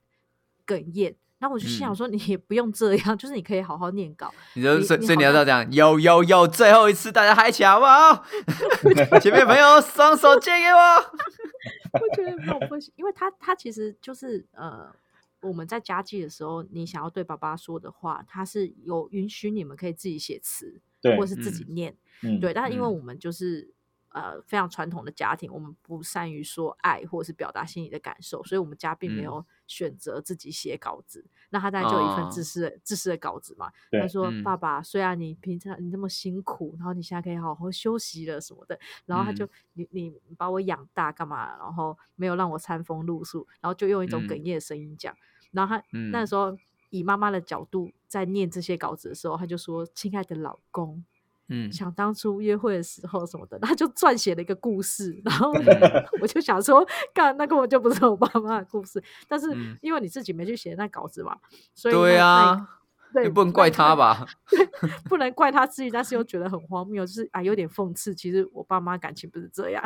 [SPEAKER 1] 哽咽。然后我就心
[SPEAKER 2] 嗯
[SPEAKER 1] 想说，你也不用这样，就是你可以好好念稿，
[SPEAKER 2] 你就
[SPEAKER 1] 你
[SPEAKER 2] 所以
[SPEAKER 1] 你
[SPEAKER 2] 所以
[SPEAKER 1] 好
[SPEAKER 2] 你要
[SPEAKER 1] 像
[SPEAKER 2] 这样，有有有，最后一次大家嗨起来好不好？ 前面朋友双手借给我。
[SPEAKER 1] 我觉得没有不行，因为他他其实就是呃，我们在家祭的时候，你想要对爸爸说的话，他是有允许你们可以自己写词
[SPEAKER 3] 对
[SPEAKER 1] 或者是自己
[SPEAKER 2] 嗯
[SPEAKER 1] 念，
[SPEAKER 3] 嗯，
[SPEAKER 1] 对。但是因为
[SPEAKER 2] 嗯
[SPEAKER 1] 我们就是、呃非常传统的家庭，我们不善于说爱或者是表达心里的感受，所以我们家并没
[SPEAKER 2] 嗯
[SPEAKER 1] 有选择自己写稿子。那他当然就有一份
[SPEAKER 2] 哦
[SPEAKER 1] 自私的、自私的稿子嘛。
[SPEAKER 3] 对
[SPEAKER 1] 他说：“
[SPEAKER 2] 嗯
[SPEAKER 1] 爸爸，虽然你平常你那么辛苦，然后你现在可以好好休息了什么的，然后他就、
[SPEAKER 2] 嗯
[SPEAKER 1] 你你把我养大干嘛？然后没有让我餐风露宿，然后就用一种
[SPEAKER 2] 嗯
[SPEAKER 1] 哽咽的声音讲。然后他、
[SPEAKER 2] 嗯
[SPEAKER 1] 那时候以妈妈的角度在念这些稿子的时候，他就说：‘亲爱的老公，
[SPEAKER 2] 嗯，
[SPEAKER 1] 想当初约会的时候什么的，他就撰写了一个故事，然后
[SPEAKER 2] 嗯
[SPEAKER 1] 我就想说，干，那根本就不是我爸妈的故事。但是
[SPEAKER 2] 嗯
[SPEAKER 1] 因为你自己没去写那稿子嘛，所以
[SPEAKER 2] 对
[SPEAKER 1] 那
[SPEAKER 2] 啊，
[SPEAKER 1] 那对，
[SPEAKER 2] 你不能怪他
[SPEAKER 1] 吧？
[SPEAKER 2] 吧？
[SPEAKER 1] 不能怪他自己，但是又觉得很荒谬，就是啊，有点讽刺。其实我爸妈感情不是这样，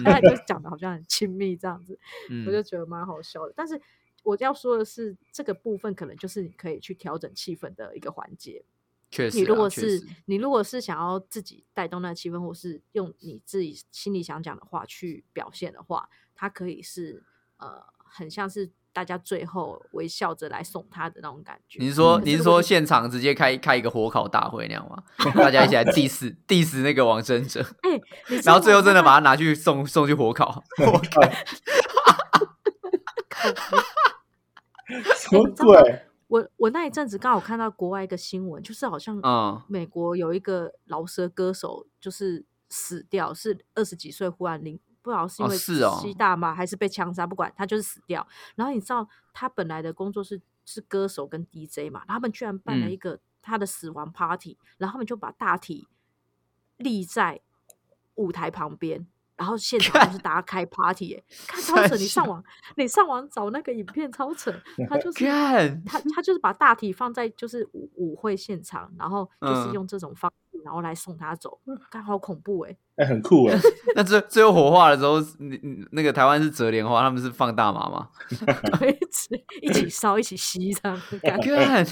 [SPEAKER 1] 他就讲的好像很亲密这样子，
[SPEAKER 2] 嗯
[SPEAKER 1] 我就觉得蛮好笑的。但是我要说的是，这个部分可能就是你可以去调整气氛的一个环节。
[SPEAKER 2] 确实啊，
[SPEAKER 1] 你如果
[SPEAKER 2] 确
[SPEAKER 1] 是
[SPEAKER 2] 实
[SPEAKER 1] 你如果是想要自己带动那个气氛，或是用你自己心里想讲的话去表现的话，它可以是呃，很像是大家最后微笑着来送他的那种感觉。
[SPEAKER 2] 你是说
[SPEAKER 1] 可
[SPEAKER 2] 你是
[SPEAKER 1] 如果
[SPEAKER 2] 说现场直接开开一个火烤大会那样吗？大家一起来 diss diss 那个王真者，
[SPEAKER 1] 哎、你知
[SPEAKER 2] 然后
[SPEAKER 1] 道
[SPEAKER 2] 最后
[SPEAKER 1] 我
[SPEAKER 2] 真的
[SPEAKER 1] 那
[SPEAKER 2] 把他拿去送送去火烤。
[SPEAKER 3] 什么
[SPEAKER 1] 哎你知道
[SPEAKER 3] 鬼？
[SPEAKER 1] 我我那一阵子刚好看到国外一个新闻，就是好像
[SPEAKER 2] 嗯
[SPEAKER 1] 美国有一个饶舌歌手就是死掉，是二十几岁忽然领，不知道是因
[SPEAKER 2] 哦
[SPEAKER 1] 为
[SPEAKER 2] 是哦
[SPEAKER 1] 吸大麻、还是被枪杀，不管他就是死掉。然后你知道他本来的工作是是歌手跟 DJ 嘛，他们居然办了
[SPEAKER 2] 嗯
[SPEAKER 1] 一个他的死亡 party，、然后他们就把大体立在舞台旁边。然后现场就是大家开 party 耶、看超
[SPEAKER 2] 三
[SPEAKER 1] 扯！你上网，你上网找那个影片超 扯，他就是
[SPEAKER 2] 干
[SPEAKER 1] 他他就是把大体放在就是舞舞会现场，然后就是
[SPEAKER 2] 嗯
[SPEAKER 1] 用这种方式，然后来送他走，刚好恐怖哎、
[SPEAKER 3] 哎、很酷哎、
[SPEAKER 2] 那最最后火化的时候，你你那个台湾是折莲花，他们是放大麻吗？
[SPEAKER 1] 对，一起烧一起吸这样的 感觉，
[SPEAKER 2] 干，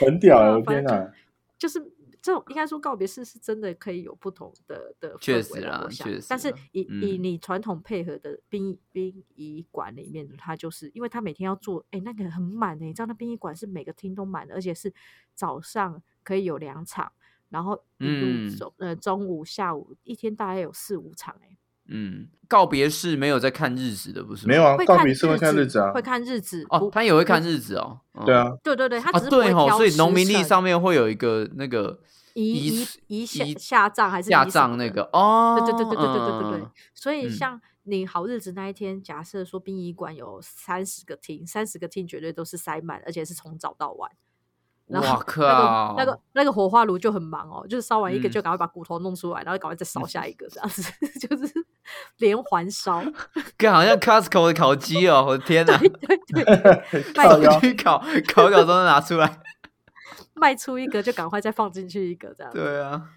[SPEAKER 3] 很屌哎、
[SPEAKER 1] 对啊
[SPEAKER 3] 我
[SPEAKER 1] 反
[SPEAKER 3] 天哪！
[SPEAKER 1] 就是这种应该说告别式是真的可以有不同的的
[SPEAKER 2] 确
[SPEAKER 1] 氛围
[SPEAKER 2] 实
[SPEAKER 1] 啦
[SPEAKER 2] 啦
[SPEAKER 1] 我想
[SPEAKER 2] 确实
[SPEAKER 1] 但是
[SPEAKER 2] 啦
[SPEAKER 1] 以、以
[SPEAKER 2] 嗯
[SPEAKER 1] 你传统配合的殡殡仪馆里面，他就是因为他每天要做，哎、那个很满的、你知道那殡仪馆是每个厅都满的，而且是早上可以有两场，然后一路
[SPEAKER 2] 嗯
[SPEAKER 1] 走，呃，中午、下午一天大概有四五场哎、
[SPEAKER 2] 嗯，告别式没有在看日子的，不是吗？
[SPEAKER 3] 没有啊，
[SPEAKER 1] 会
[SPEAKER 3] 告
[SPEAKER 1] 看
[SPEAKER 3] 别是会看日子啊，
[SPEAKER 1] 会看日子
[SPEAKER 2] 哦
[SPEAKER 1] 不，
[SPEAKER 2] 他也会看日子哦。嗯
[SPEAKER 3] 对啊，，
[SPEAKER 1] 对对对，他
[SPEAKER 2] 啊
[SPEAKER 1] 只是不会
[SPEAKER 2] 对哦，
[SPEAKER 1] 挑
[SPEAKER 2] 所以农
[SPEAKER 1] 时
[SPEAKER 2] 民历
[SPEAKER 1] 辰
[SPEAKER 2] 上面会有一个那个
[SPEAKER 1] 遗
[SPEAKER 2] 俗
[SPEAKER 1] 遗遗下
[SPEAKER 2] 遗
[SPEAKER 1] 下葬还是
[SPEAKER 2] 下
[SPEAKER 1] 遗什
[SPEAKER 2] 葬
[SPEAKER 1] 么
[SPEAKER 2] 那
[SPEAKER 1] 的
[SPEAKER 2] 个哦，
[SPEAKER 1] 对对对对对对对对对
[SPEAKER 2] 嗯，
[SPEAKER 1] 所以
[SPEAKER 2] 嗯
[SPEAKER 1] 像你好日子那一天，假设说殡仪馆有三十个厅，三十个厅绝对都是塞满，而且是从早到晚。然
[SPEAKER 2] 哇
[SPEAKER 1] 后
[SPEAKER 2] 靠
[SPEAKER 1] 那个那 个那个火化炉就很忙哦，就是烧完一个
[SPEAKER 2] 啊嗯
[SPEAKER 1] 就赶快把骨头弄出来，然后赶快再烧下一个，这样子 就是 连环烧。
[SPEAKER 2] 跟好像 Costco 的烤鸡 哦，我的天哪！
[SPEAKER 1] 对对对，卖
[SPEAKER 3] 靠腰
[SPEAKER 2] 去烤烤烤都拿出来。
[SPEAKER 1] 卖出一个就赶快再放进去一个，这样子。
[SPEAKER 2] 对啊，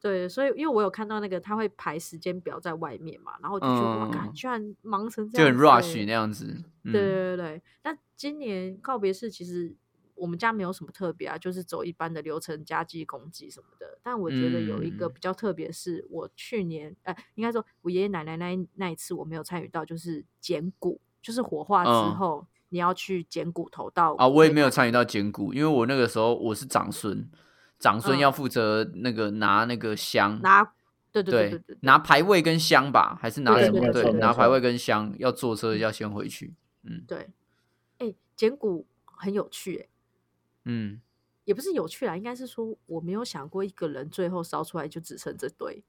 [SPEAKER 1] 对，所以因为我有看到那个他会排时间表在外面嘛，然后我就觉得哇，干
[SPEAKER 2] 嗯
[SPEAKER 1] 居然忙成这
[SPEAKER 2] 就
[SPEAKER 1] 样
[SPEAKER 2] 很
[SPEAKER 1] 子欸，
[SPEAKER 2] rush 那样子。嗯
[SPEAKER 1] 对对对对，那今年告别式其实我们家没有什么特别啊，就是走一般的流程，家祭、公祭什么的。但我觉得有一个
[SPEAKER 2] 嗯
[SPEAKER 1] 比较特别，是我去年，呃，应该说我爷爷奶奶那一那一次我没有参与到，就是捡骨，就是火化
[SPEAKER 2] 嗯
[SPEAKER 1] 之后、你要去捡骨头到
[SPEAKER 2] 啊，我也没有
[SPEAKER 1] 与。
[SPEAKER 2] 参与到捡骨，因为我那个时候我是长孙，长孙
[SPEAKER 1] 嗯
[SPEAKER 2] 要负责那个拿那个香，
[SPEAKER 1] 拿，对对对对对，
[SPEAKER 2] 拿牌位跟香吧，还是拿
[SPEAKER 1] 对
[SPEAKER 2] 什
[SPEAKER 1] 对
[SPEAKER 2] 么？
[SPEAKER 1] 对
[SPEAKER 2] 对
[SPEAKER 1] 对，对
[SPEAKER 2] 拿
[SPEAKER 1] 对
[SPEAKER 2] 牌位跟香，要坐车要先回去。嗯
[SPEAKER 1] 对，哎、捡骨很有趣、欸，
[SPEAKER 2] 嗯，
[SPEAKER 1] 也不是有趣啦，应该是说我没有想过一个人最后烧出来就只剩这堆。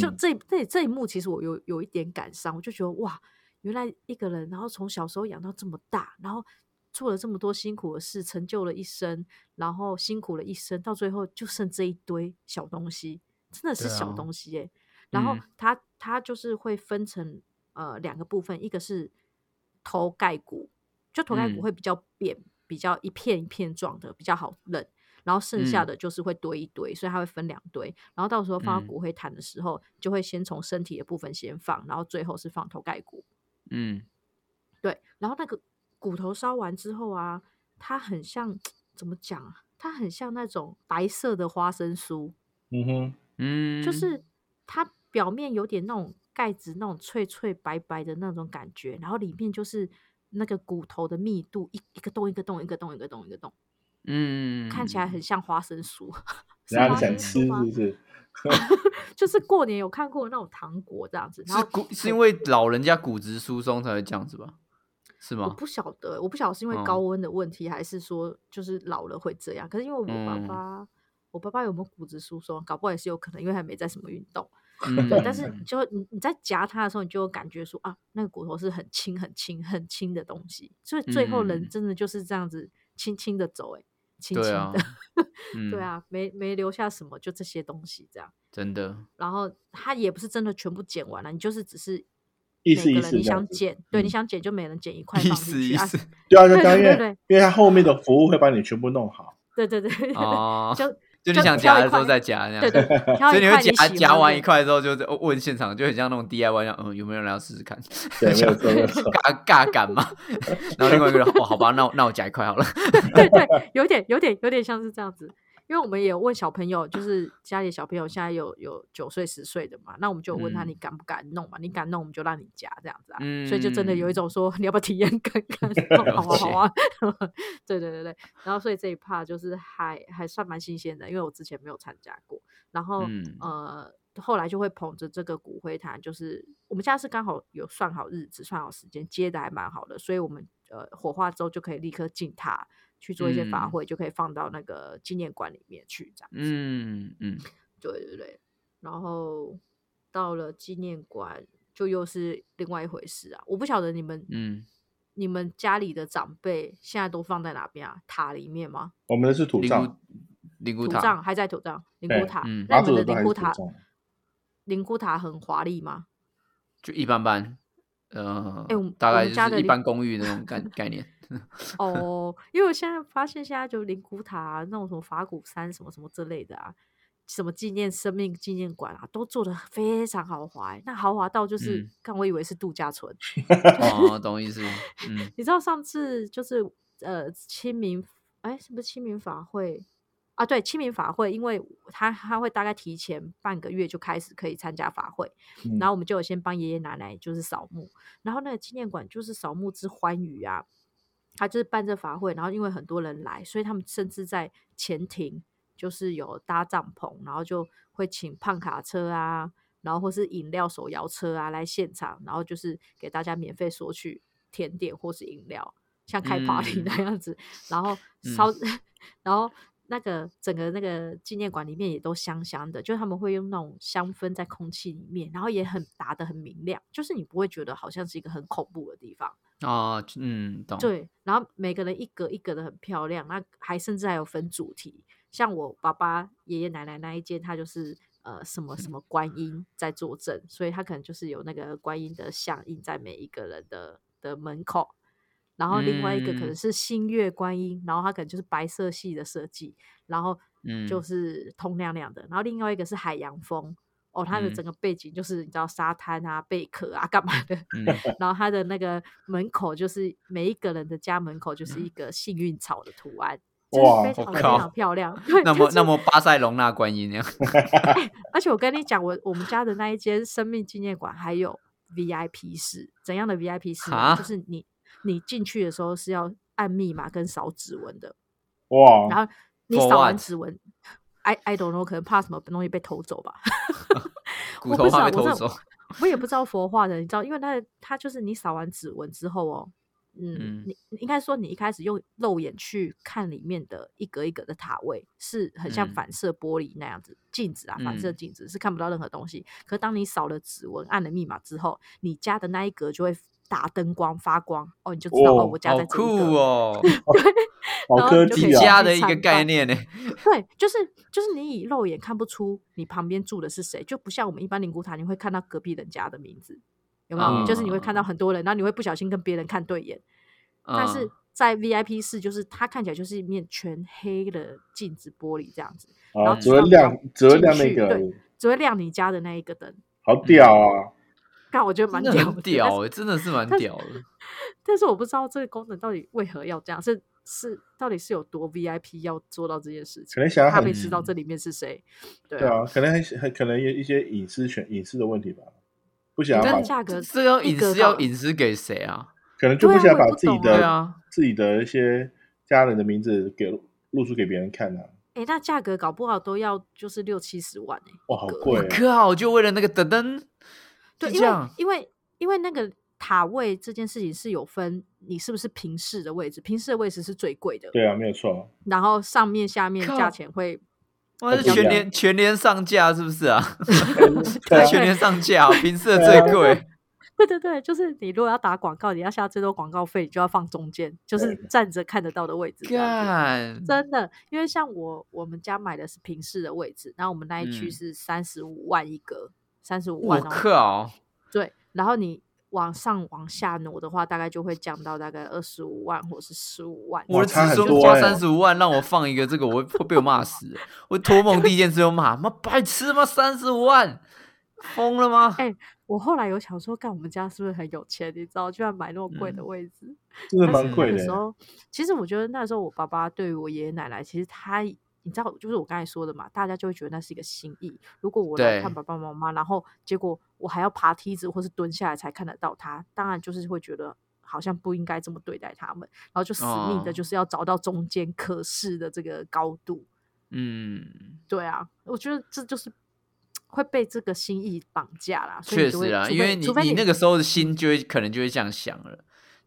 [SPEAKER 1] 就
[SPEAKER 3] 嗯，
[SPEAKER 1] 这这这一幕，其实我有有一点感伤，我就觉得哇，原来一个人，然后从小时候养到这么大，然后做了这么多辛苦的事，成就了一生，然后辛苦了一生，到最后就剩这一堆小东西，真的是
[SPEAKER 2] 对
[SPEAKER 1] 小
[SPEAKER 2] 啊
[SPEAKER 1] 东西耶、然后
[SPEAKER 2] 嗯
[SPEAKER 1] 它它就是会分成呃两个部分，一个是头盖骨，就头盖骨
[SPEAKER 2] 嗯
[SPEAKER 1] 会比较扁，比较一片一片状的，比较好认。然后剩下
[SPEAKER 2] 嗯
[SPEAKER 1] 的就是会堆一堆，所以它会分两堆。然后到时候放
[SPEAKER 2] 嗯
[SPEAKER 1] 到骨灰坛的时候，就会先从身体的部分先放，然后最后是放头盖骨。
[SPEAKER 2] 嗯，
[SPEAKER 1] 对，然后那个骨头烧完之后啊，它很像怎么讲啊？它很像那种白色的花生酥，
[SPEAKER 3] 嗯哼，
[SPEAKER 2] 嗯，
[SPEAKER 1] 就是它表面有点那种盖子那种脆脆白白的那种感觉，然后里面就是那个骨头的密度，一一个洞一个洞一个洞一个洞一个洞，
[SPEAKER 2] 嗯，
[SPEAKER 1] 看起来很像花生酥。是
[SPEAKER 3] 然后
[SPEAKER 1] 花
[SPEAKER 3] 你
[SPEAKER 1] 生
[SPEAKER 3] 想吃
[SPEAKER 1] 酥
[SPEAKER 3] 是
[SPEAKER 1] 吗
[SPEAKER 3] 不是？
[SPEAKER 1] 就是过年有看过那种糖果这样子，然
[SPEAKER 2] 嗯是
[SPEAKER 1] 后
[SPEAKER 2] 骨是因为老人家骨质疏松才会这样子吧？是
[SPEAKER 1] 我
[SPEAKER 2] 吗？
[SPEAKER 1] 不晓得，我不晓得是因为
[SPEAKER 2] 嗯
[SPEAKER 1] 高温的问题，还是说就是老了会这样。可是因为我爸
[SPEAKER 2] 嗯
[SPEAKER 1] 爸，我爸爸有没有骨质疏松，搞不好也是有可能，因为还没在什么运动。
[SPEAKER 2] 嗯，
[SPEAKER 1] 对，但是就你你在夹它的时候，你就会感觉说啊，那个骨头是很轻、很轻、很轻的东西，所以最后
[SPEAKER 2] 嗯
[SPEAKER 1] 人真的就是这样子轻轻的走、欸，轻轻
[SPEAKER 2] 对啊
[SPEAKER 1] 的，，
[SPEAKER 2] 嗯
[SPEAKER 1] 对，啊，没没留下什么，就这些东西这样。
[SPEAKER 2] 真的，
[SPEAKER 1] 然后它也不是真的全部剪完了，你就是只是
[SPEAKER 3] 意
[SPEAKER 1] 每
[SPEAKER 3] 思意
[SPEAKER 1] 个
[SPEAKER 3] 思
[SPEAKER 1] 人你
[SPEAKER 3] 这样
[SPEAKER 1] 想
[SPEAKER 3] 子
[SPEAKER 1] 剪，对，你
[SPEAKER 3] 嗯
[SPEAKER 1] 想剪就每人剪一块
[SPEAKER 2] 意
[SPEAKER 1] 放进
[SPEAKER 2] 思
[SPEAKER 1] 去
[SPEAKER 2] 意
[SPEAKER 1] 啊
[SPEAKER 2] 思，
[SPEAKER 3] 对啊，就刚因
[SPEAKER 1] 对对
[SPEAKER 3] 为
[SPEAKER 1] 对
[SPEAKER 3] 因为他后面的服务会把你全部弄好，
[SPEAKER 1] 对对对对，
[SPEAKER 2] 哦
[SPEAKER 1] 就
[SPEAKER 2] 就你
[SPEAKER 1] 就
[SPEAKER 2] 想
[SPEAKER 1] 挑
[SPEAKER 2] 夹
[SPEAKER 1] 一
[SPEAKER 2] 的时候
[SPEAKER 1] 块
[SPEAKER 2] 再夹那样
[SPEAKER 1] 对
[SPEAKER 2] 子。
[SPEAKER 1] 对，挑
[SPEAKER 2] 所以
[SPEAKER 1] 一
[SPEAKER 2] 你
[SPEAKER 1] 块
[SPEAKER 2] 会
[SPEAKER 1] 喜
[SPEAKER 2] 夹啊
[SPEAKER 1] 欢
[SPEAKER 2] 夹完一
[SPEAKER 1] 的，
[SPEAKER 2] 块之后就在问现场，就很像那种 DIY 一样，嗯，有没有人要试试看？
[SPEAKER 3] 对，没有错没有错，
[SPEAKER 2] 尬尬感嘛。 然后另外一个人，哦，好吧，那我那我夹一块好了。
[SPEAKER 1] 对对，有点有点有点像是这样子。因为我们也有问小朋友，就是家里的小朋友现在有有九岁十岁的嘛，那我们就有问他
[SPEAKER 2] 嗯
[SPEAKER 1] 你敢不敢弄嘛？你敢弄我们就让你夹这样子啊，所以就真的
[SPEAKER 2] 嗯
[SPEAKER 1] 有一种说 你要不要体验看看？ 哦好啊好啊， 对对对对。然后所以这一 part 就是还还算蛮新鲜的，因为我之前没有参加过。然后、
[SPEAKER 2] 嗯
[SPEAKER 1] 呃，后来就会捧着这个骨灰坛，就是我们家是刚好有算好日子、算好时间，接的还蛮好的，所以我们呃火化之后就可以立刻进塔去做一些法
[SPEAKER 2] 嗯
[SPEAKER 1] 会，就可以放到那个纪念馆里面去，这样子。
[SPEAKER 2] 嗯嗯，
[SPEAKER 1] 对对对，然后到了纪念馆就又是另外一回事啊！我不晓得你们，
[SPEAKER 2] 嗯，
[SPEAKER 1] 你们家里的长辈现在都放在哪边啊？塔里面吗？
[SPEAKER 3] 我们的是土
[SPEAKER 2] 灵
[SPEAKER 3] 葬
[SPEAKER 2] 骨，灵骨
[SPEAKER 1] 土
[SPEAKER 2] 塔
[SPEAKER 1] 葬，还在土葬，灵
[SPEAKER 3] 对
[SPEAKER 1] 骨塔
[SPEAKER 2] 嗯。
[SPEAKER 1] 那
[SPEAKER 3] 马
[SPEAKER 1] 你
[SPEAKER 3] 祖
[SPEAKER 1] 们
[SPEAKER 3] 的
[SPEAKER 1] 的
[SPEAKER 3] 都还
[SPEAKER 1] 灵
[SPEAKER 3] 是
[SPEAKER 1] 骨
[SPEAKER 3] 土
[SPEAKER 1] 塔
[SPEAKER 3] 葬，，
[SPEAKER 1] 灵骨塔很华丽吗？
[SPEAKER 2] 就一般般，呃
[SPEAKER 1] 哎我们，
[SPEAKER 2] 大
[SPEAKER 1] 我
[SPEAKER 2] 概
[SPEAKER 1] 们家
[SPEAKER 2] 就是
[SPEAKER 1] 的
[SPEAKER 2] 一
[SPEAKER 1] 灵
[SPEAKER 2] 般公寓那种概 概念。
[SPEAKER 1] 哦，因为我现在发现现在就灵骨塔、啊、那种什么法鼓山什么什么之类的啊，什么纪念生命纪念馆啊，都做的非常豪华欸、那豪华到就是，
[SPEAKER 2] 嗯
[SPEAKER 1] 看我以为是度假村。
[SPEAKER 2] 哦，懂意思。嗯
[SPEAKER 1] 你知道上次就是呃清明，哎，是不是清明法会啊？对，清明法会，因为他他会大概提前半个月就开始可以参加法会，
[SPEAKER 3] 嗯
[SPEAKER 1] 然后我们就有先帮爷爷奶奶就是扫墓，然后那个纪念馆就是扫墓之欢愉啊，他就是办这法会，然后因为很多人来，所以他们甚至在前庭就是有搭帐篷，然后就会请胖卡车啊，然后或是饮料手摇车啊来现场，然后就是给大家免费索取甜点或是饮料，像开 party
[SPEAKER 2] 嗯
[SPEAKER 1] 那样子，然后烧， 然后那个整个那个纪念馆里面也都香香的，就是他们会用那种香氛在空气里面，然后也很打得很明亮，就是你不会觉得好像是一个很恐怖的地方。
[SPEAKER 2] 哦，嗯，懂。
[SPEAKER 1] 对，然后每个人一格一格的很漂亮，那还甚至还有分主题，像我爸爸、爷爷奶奶那一间，他就是呃什 么什么观音在坐镇，所以他可能就是有那个观音的像印在每一个人的的门口。然后另外一个可能
[SPEAKER 2] 嗯
[SPEAKER 1] 是星月观音，然后它可能就是白色系的设计，然后就
[SPEAKER 2] 嗯
[SPEAKER 1] 是通亮亮的。然后另外一个是海洋风，哦，它的
[SPEAKER 2] 嗯
[SPEAKER 1] 整个背景就是你知道沙滩啊、贝壳啊、干嘛的，
[SPEAKER 2] 嗯，
[SPEAKER 1] 然后它的那个门口就是每一个人的家门口就是一个幸运草的图案，就是
[SPEAKER 3] 哇
[SPEAKER 1] 非
[SPEAKER 2] 我
[SPEAKER 1] 常非
[SPEAKER 2] 靠
[SPEAKER 1] 常漂亮。 对，
[SPEAKER 2] 那么
[SPEAKER 1] 就是
[SPEAKER 2] 那么巴塞隆纳观音那样。
[SPEAKER 1] 而且我跟你讲，我我们家的那一间生命纪念馆还有 VIP 室，怎样的 VIP 室呢？
[SPEAKER 2] 哈
[SPEAKER 1] 就是你你进去的时候是要按密码跟扫指纹的，然
[SPEAKER 3] 哇，
[SPEAKER 1] 后你
[SPEAKER 2] For
[SPEAKER 1] 扫完
[SPEAKER 2] what？
[SPEAKER 1] 指纹，I I don't know，可能怕什么东西被偷走吧。
[SPEAKER 2] 骨
[SPEAKER 1] 我
[SPEAKER 2] 头
[SPEAKER 1] 不知道
[SPEAKER 2] 怕被
[SPEAKER 1] 我
[SPEAKER 2] 偷
[SPEAKER 1] 这
[SPEAKER 2] 走。
[SPEAKER 1] 我也不知道佛化的，你知道，因为那它就是你扫完指纹之后哦，嗯，
[SPEAKER 2] 嗯
[SPEAKER 1] 你你应该说你一开始用肉眼去看里面的一格一格的塔位，是很像
[SPEAKER 2] 嗯
[SPEAKER 1] 反射玻璃那样子，镜子啊，反射
[SPEAKER 2] 嗯
[SPEAKER 1] 镜子、是看不到任何东西。可当你扫了指纹、按了密码之后，你家的那一格就会打灯光发光，哦，你就知道哦
[SPEAKER 3] 哦
[SPEAKER 1] 我家
[SPEAKER 2] 好
[SPEAKER 1] 在这一
[SPEAKER 2] 酷
[SPEAKER 1] 格。
[SPEAKER 2] 哦！
[SPEAKER 1] 然
[SPEAKER 3] 好
[SPEAKER 1] 后
[SPEAKER 3] 科
[SPEAKER 1] 你就可以
[SPEAKER 3] 技
[SPEAKER 2] 迪
[SPEAKER 1] 下
[SPEAKER 2] 迦
[SPEAKER 3] 啊！
[SPEAKER 1] 去
[SPEAKER 2] 的一个
[SPEAKER 1] 参
[SPEAKER 2] 概
[SPEAKER 1] 拜
[SPEAKER 2] 念呢。
[SPEAKER 1] 对，就是就是你以肉眼看不出你旁边住的是谁，就不像我们一般灵骨塔，你会看到隔壁人家的名字，有没有？就是你会看到
[SPEAKER 2] 嗯
[SPEAKER 1] 很多人，然后你会不小心跟别人看对眼， 但是
[SPEAKER 2] 嗯
[SPEAKER 1] 在 VIP 室，就是它看起来就是一面全黑的镜子玻璃这样子，然
[SPEAKER 3] 啊，
[SPEAKER 1] 后
[SPEAKER 3] 只会
[SPEAKER 1] 知道
[SPEAKER 3] 亮
[SPEAKER 1] 你要
[SPEAKER 3] 只会亮那
[SPEAKER 1] 进去
[SPEAKER 3] 个而
[SPEAKER 1] 对
[SPEAKER 3] 已，
[SPEAKER 1] 只会亮你家的那一个灯，
[SPEAKER 3] 好屌啊！
[SPEAKER 1] 但我觉得蛮
[SPEAKER 2] 真
[SPEAKER 1] 屌
[SPEAKER 2] 的
[SPEAKER 1] 的，
[SPEAKER 2] 很
[SPEAKER 1] 但
[SPEAKER 2] 屌
[SPEAKER 1] 是
[SPEAKER 2] 欸，真的是蛮
[SPEAKER 1] 但是
[SPEAKER 2] 屌的。
[SPEAKER 1] 但是我不知道这个功能到底为何要这样，是是到底是有多 VIP 要做到这件事情，
[SPEAKER 3] 可能想要
[SPEAKER 1] 怕
[SPEAKER 3] 很
[SPEAKER 1] 被知道
[SPEAKER 2] 嗯
[SPEAKER 1] 这里面是谁，对
[SPEAKER 3] 对啊，可能很很可能有一些隐私权隐私的问题吧，不想要
[SPEAKER 1] 但
[SPEAKER 3] 把
[SPEAKER 1] 是价格
[SPEAKER 2] 这要
[SPEAKER 1] 一
[SPEAKER 2] 隐
[SPEAKER 1] 格
[SPEAKER 2] 私要
[SPEAKER 1] 到
[SPEAKER 2] 隐私给谁啊？
[SPEAKER 3] 可能就
[SPEAKER 1] 对啊
[SPEAKER 3] 想
[SPEAKER 1] 我也
[SPEAKER 3] 把
[SPEAKER 1] 不
[SPEAKER 3] 自己
[SPEAKER 1] 懂
[SPEAKER 2] 对
[SPEAKER 3] 的
[SPEAKER 2] 啊，
[SPEAKER 3] 自己的一些家人的名字给露出给别人看啊。
[SPEAKER 1] 哎，那价格搞不好都要就是六七十万哎、
[SPEAKER 3] 哇，好
[SPEAKER 1] 格
[SPEAKER 3] 贵欸！
[SPEAKER 2] 靠！就为了那个噔噔，
[SPEAKER 1] 对，
[SPEAKER 2] 就
[SPEAKER 1] 因
[SPEAKER 2] 这
[SPEAKER 1] 为
[SPEAKER 2] 样
[SPEAKER 1] 因为因为那个塔位这件事情是有分你是不是平视的位置，平视的位置是最贵的，
[SPEAKER 3] 对啊，没有错，
[SPEAKER 1] 然后上面下面
[SPEAKER 2] 靠
[SPEAKER 1] 价钱会
[SPEAKER 2] 哇，是
[SPEAKER 3] 不一
[SPEAKER 2] 全
[SPEAKER 3] 样
[SPEAKER 2] 年全年上架是不是啊？
[SPEAKER 3] 对啊
[SPEAKER 2] 全年上架哦，平时的最贵。
[SPEAKER 1] 对对对，就是你如果要打广告，你要下最多广告费，你就要放中间，就是
[SPEAKER 3] 对
[SPEAKER 1] 站着看得到的位置这样子。
[SPEAKER 2] 干，
[SPEAKER 1] 真的，因为像我我们家买的是平视的位置，然后我们那一区
[SPEAKER 2] 嗯
[SPEAKER 1] 是三十五万一格，三十五
[SPEAKER 2] 我
[SPEAKER 1] 万哦，
[SPEAKER 2] 靠！
[SPEAKER 1] 对，然后你往上往下挪的话，大概就会降到大概二十五万或是十五万。
[SPEAKER 2] 我的
[SPEAKER 3] 差
[SPEAKER 2] 子
[SPEAKER 3] 很
[SPEAKER 2] 孙
[SPEAKER 3] 多
[SPEAKER 2] 花
[SPEAKER 3] 欸
[SPEAKER 2] 三十五万让我放一个这个，我会会被我骂死。 我托梦第一件事就骂，妈白痴吗？三十五万，疯了吗？
[SPEAKER 1] 哎我后来有想说，干我们家是不是很有钱？你知道，居然买那么贵
[SPEAKER 2] 嗯
[SPEAKER 1] 的位置。
[SPEAKER 3] 真的
[SPEAKER 1] 但
[SPEAKER 3] 蛮
[SPEAKER 1] 是
[SPEAKER 3] 贵
[SPEAKER 1] 那
[SPEAKER 3] 的
[SPEAKER 1] 个时
[SPEAKER 3] 欸。
[SPEAKER 1] 候，其实我觉得那时候我爸爸对于我爷爷奶奶，其实他你知道，就是我刚才说的嘛，大家就会觉得那是一个心意。如果我来看
[SPEAKER 2] 对
[SPEAKER 1] 爸爸妈妈，然后结果我还要爬梯子或是蹲下来才看得到他，当然就是会觉得。好像不应该这么对待他们，然后就死命的，
[SPEAKER 2] 哦
[SPEAKER 1] 就是要找到中间可视的这个高度。
[SPEAKER 2] 嗯，
[SPEAKER 1] 对啊，我觉得这就是会被这个心意绑架啦。所以
[SPEAKER 2] 确
[SPEAKER 1] 你就会
[SPEAKER 2] 实啊，
[SPEAKER 1] 除
[SPEAKER 2] 因
[SPEAKER 1] 非
[SPEAKER 2] 为你
[SPEAKER 1] 除非
[SPEAKER 2] 你
[SPEAKER 1] 你
[SPEAKER 2] 那个时候的心就会可能就会这样想了，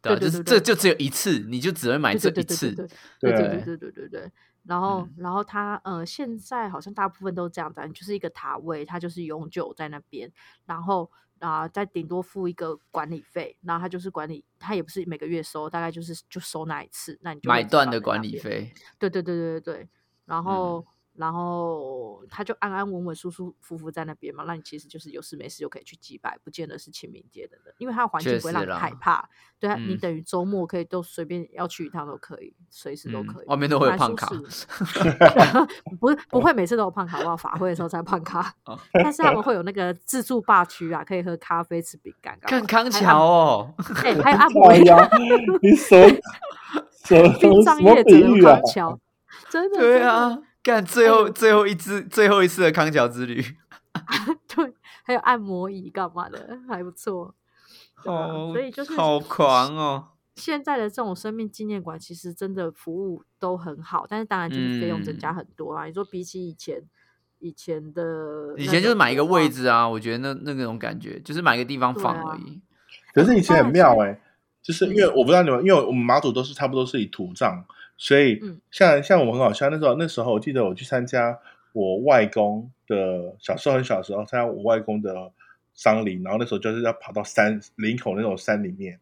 [SPEAKER 2] 对
[SPEAKER 1] 对
[SPEAKER 2] 吧？
[SPEAKER 1] 对
[SPEAKER 2] 就
[SPEAKER 1] 对
[SPEAKER 2] 是
[SPEAKER 1] 对
[SPEAKER 2] 这就只有一次，你就只会买这
[SPEAKER 1] 对对对
[SPEAKER 2] 一
[SPEAKER 1] 对
[SPEAKER 2] 次嗯
[SPEAKER 1] 对。对对
[SPEAKER 2] 对
[SPEAKER 1] 对对对对对。然后，然后它呃，现在好像大部分都这样子啊，就是一个塔位，它就是永久在那边，然后啊、再顶多付一个管理费，然后它就是管理，它也不是每个月收，大概就是就收那一次，那你就
[SPEAKER 2] 买
[SPEAKER 1] 一直
[SPEAKER 2] 断
[SPEAKER 1] 放
[SPEAKER 2] 的
[SPEAKER 1] 在
[SPEAKER 2] 管
[SPEAKER 1] 那
[SPEAKER 2] 理
[SPEAKER 1] 边。
[SPEAKER 2] 费，
[SPEAKER 1] 对对对对对对，
[SPEAKER 2] 嗯
[SPEAKER 1] 然后。然后他就安安稳稳、舒舒服服在那边嘛，那你其实就是有事没事就可以去祭拜，不见得是清明节的人，因为它的环境
[SPEAKER 2] 确
[SPEAKER 1] 不会
[SPEAKER 2] 实
[SPEAKER 1] 让你害
[SPEAKER 2] 啦
[SPEAKER 1] 怕。对啊，你
[SPEAKER 2] 嗯
[SPEAKER 1] 等于周末可以都随便要去一趟都可以，随时都
[SPEAKER 2] 嗯
[SPEAKER 1] 可以。
[SPEAKER 2] 外面都会有
[SPEAKER 1] 蛮舒
[SPEAKER 2] 胖卡
[SPEAKER 1] 适的不不会每次都有胖卡，好不好？法会的时候才胖卡
[SPEAKER 2] 哦，
[SPEAKER 1] 但是他们会有那个自助霸区啊，可以喝咖啡、吃饼干干
[SPEAKER 2] 看
[SPEAKER 1] 嘛的。
[SPEAKER 2] 康桥哦，
[SPEAKER 1] 哎， 还有 按摩
[SPEAKER 3] 哎呀，你 什么什么什
[SPEAKER 1] 殡
[SPEAKER 3] 么
[SPEAKER 1] 葬
[SPEAKER 3] 什么
[SPEAKER 1] 业
[SPEAKER 3] 比
[SPEAKER 1] 只能
[SPEAKER 3] 喻啊
[SPEAKER 1] 康？桥，真的
[SPEAKER 2] 对，
[SPEAKER 1] 真的
[SPEAKER 2] 啊，干最后最后一次最后一次的康桥之旅，
[SPEAKER 1] 对，还有按摩椅干嘛的，还不错。对啊
[SPEAKER 2] 好
[SPEAKER 1] 所以就是
[SPEAKER 2] 好狂哦。
[SPEAKER 1] 现在的这种生命纪念馆其实真的服务都很好，但是当然就是费用增加
[SPEAKER 2] 嗯
[SPEAKER 1] 很多啊。你说比起以前，以前的
[SPEAKER 2] 以
[SPEAKER 1] 那
[SPEAKER 2] 前就是
[SPEAKER 1] 种
[SPEAKER 2] 买一
[SPEAKER 1] 的
[SPEAKER 2] 个位
[SPEAKER 1] 话，
[SPEAKER 2] 置啊，我觉得那那种感觉就是买一个地方
[SPEAKER 1] 对
[SPEAKER 2] 放
[SPEAKER 1] 啊
[SPEAKER 2] 而已。
[SPEAKER 3] 可是以前很妙
[SPEAKER 1] 当
[SPEAKER 3] 哎、就是因为
[SPEAKER 1] 嗯
[SPEAKER 3] 我不知道你们，因为我们马祖都是差不多是以土葬，所以
[SPEAKER 1] 嗯
[SPEAKER 3] 像像我们很好笑，那时候那时候我记得我去参加我外公的小时候很小的时候参加我外公的丧礼，然后那时候就是要跑到山林口那种山里面，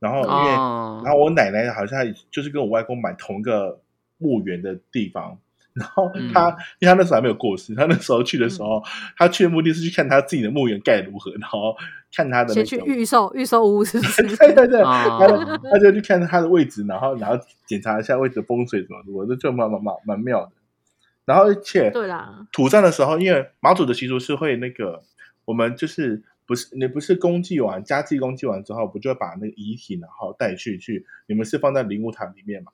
[SPEAKER 3] 然后因为、
[SPEAKER 2] 哦
[SPEAKER 3] 然后我奶奶好像就是跟我外公买同一个墓园的地方。然后
[SPEAKER 1] 嗯
[SPEAKER 2] 嗯
[SPEAKER 3] 他， 因为他那时候还没有过世，他那时候去的时候，他去的目的是去看他自己的墓园盖得如何，然后看他的那
[SPEAKER 1] 先
[SPEAKER 3] 个
[SPEAKER 1] 去嗯预售预售屋是不
[SPEAKER 3] 对
[SPEAKER 1] 是？
[SPEAKER 3] 对对，
[SPEAKER 2] 啊
[SPEAKER 3] 他就 他就去看他的位置，然后然后检查一下位置的风水什么的，我就觉得蛮蛮蛮蛮妙的。然后而且
[SPEAKER 1] 对啦，
[SPEAKER 3] 土葬的时候，因为马祖的习俗是会那个，我们就是不是你不是公祭完家祭公祭完之后，不就把那个遗体然后带去去，你们是放在灵骨塔里面嘛？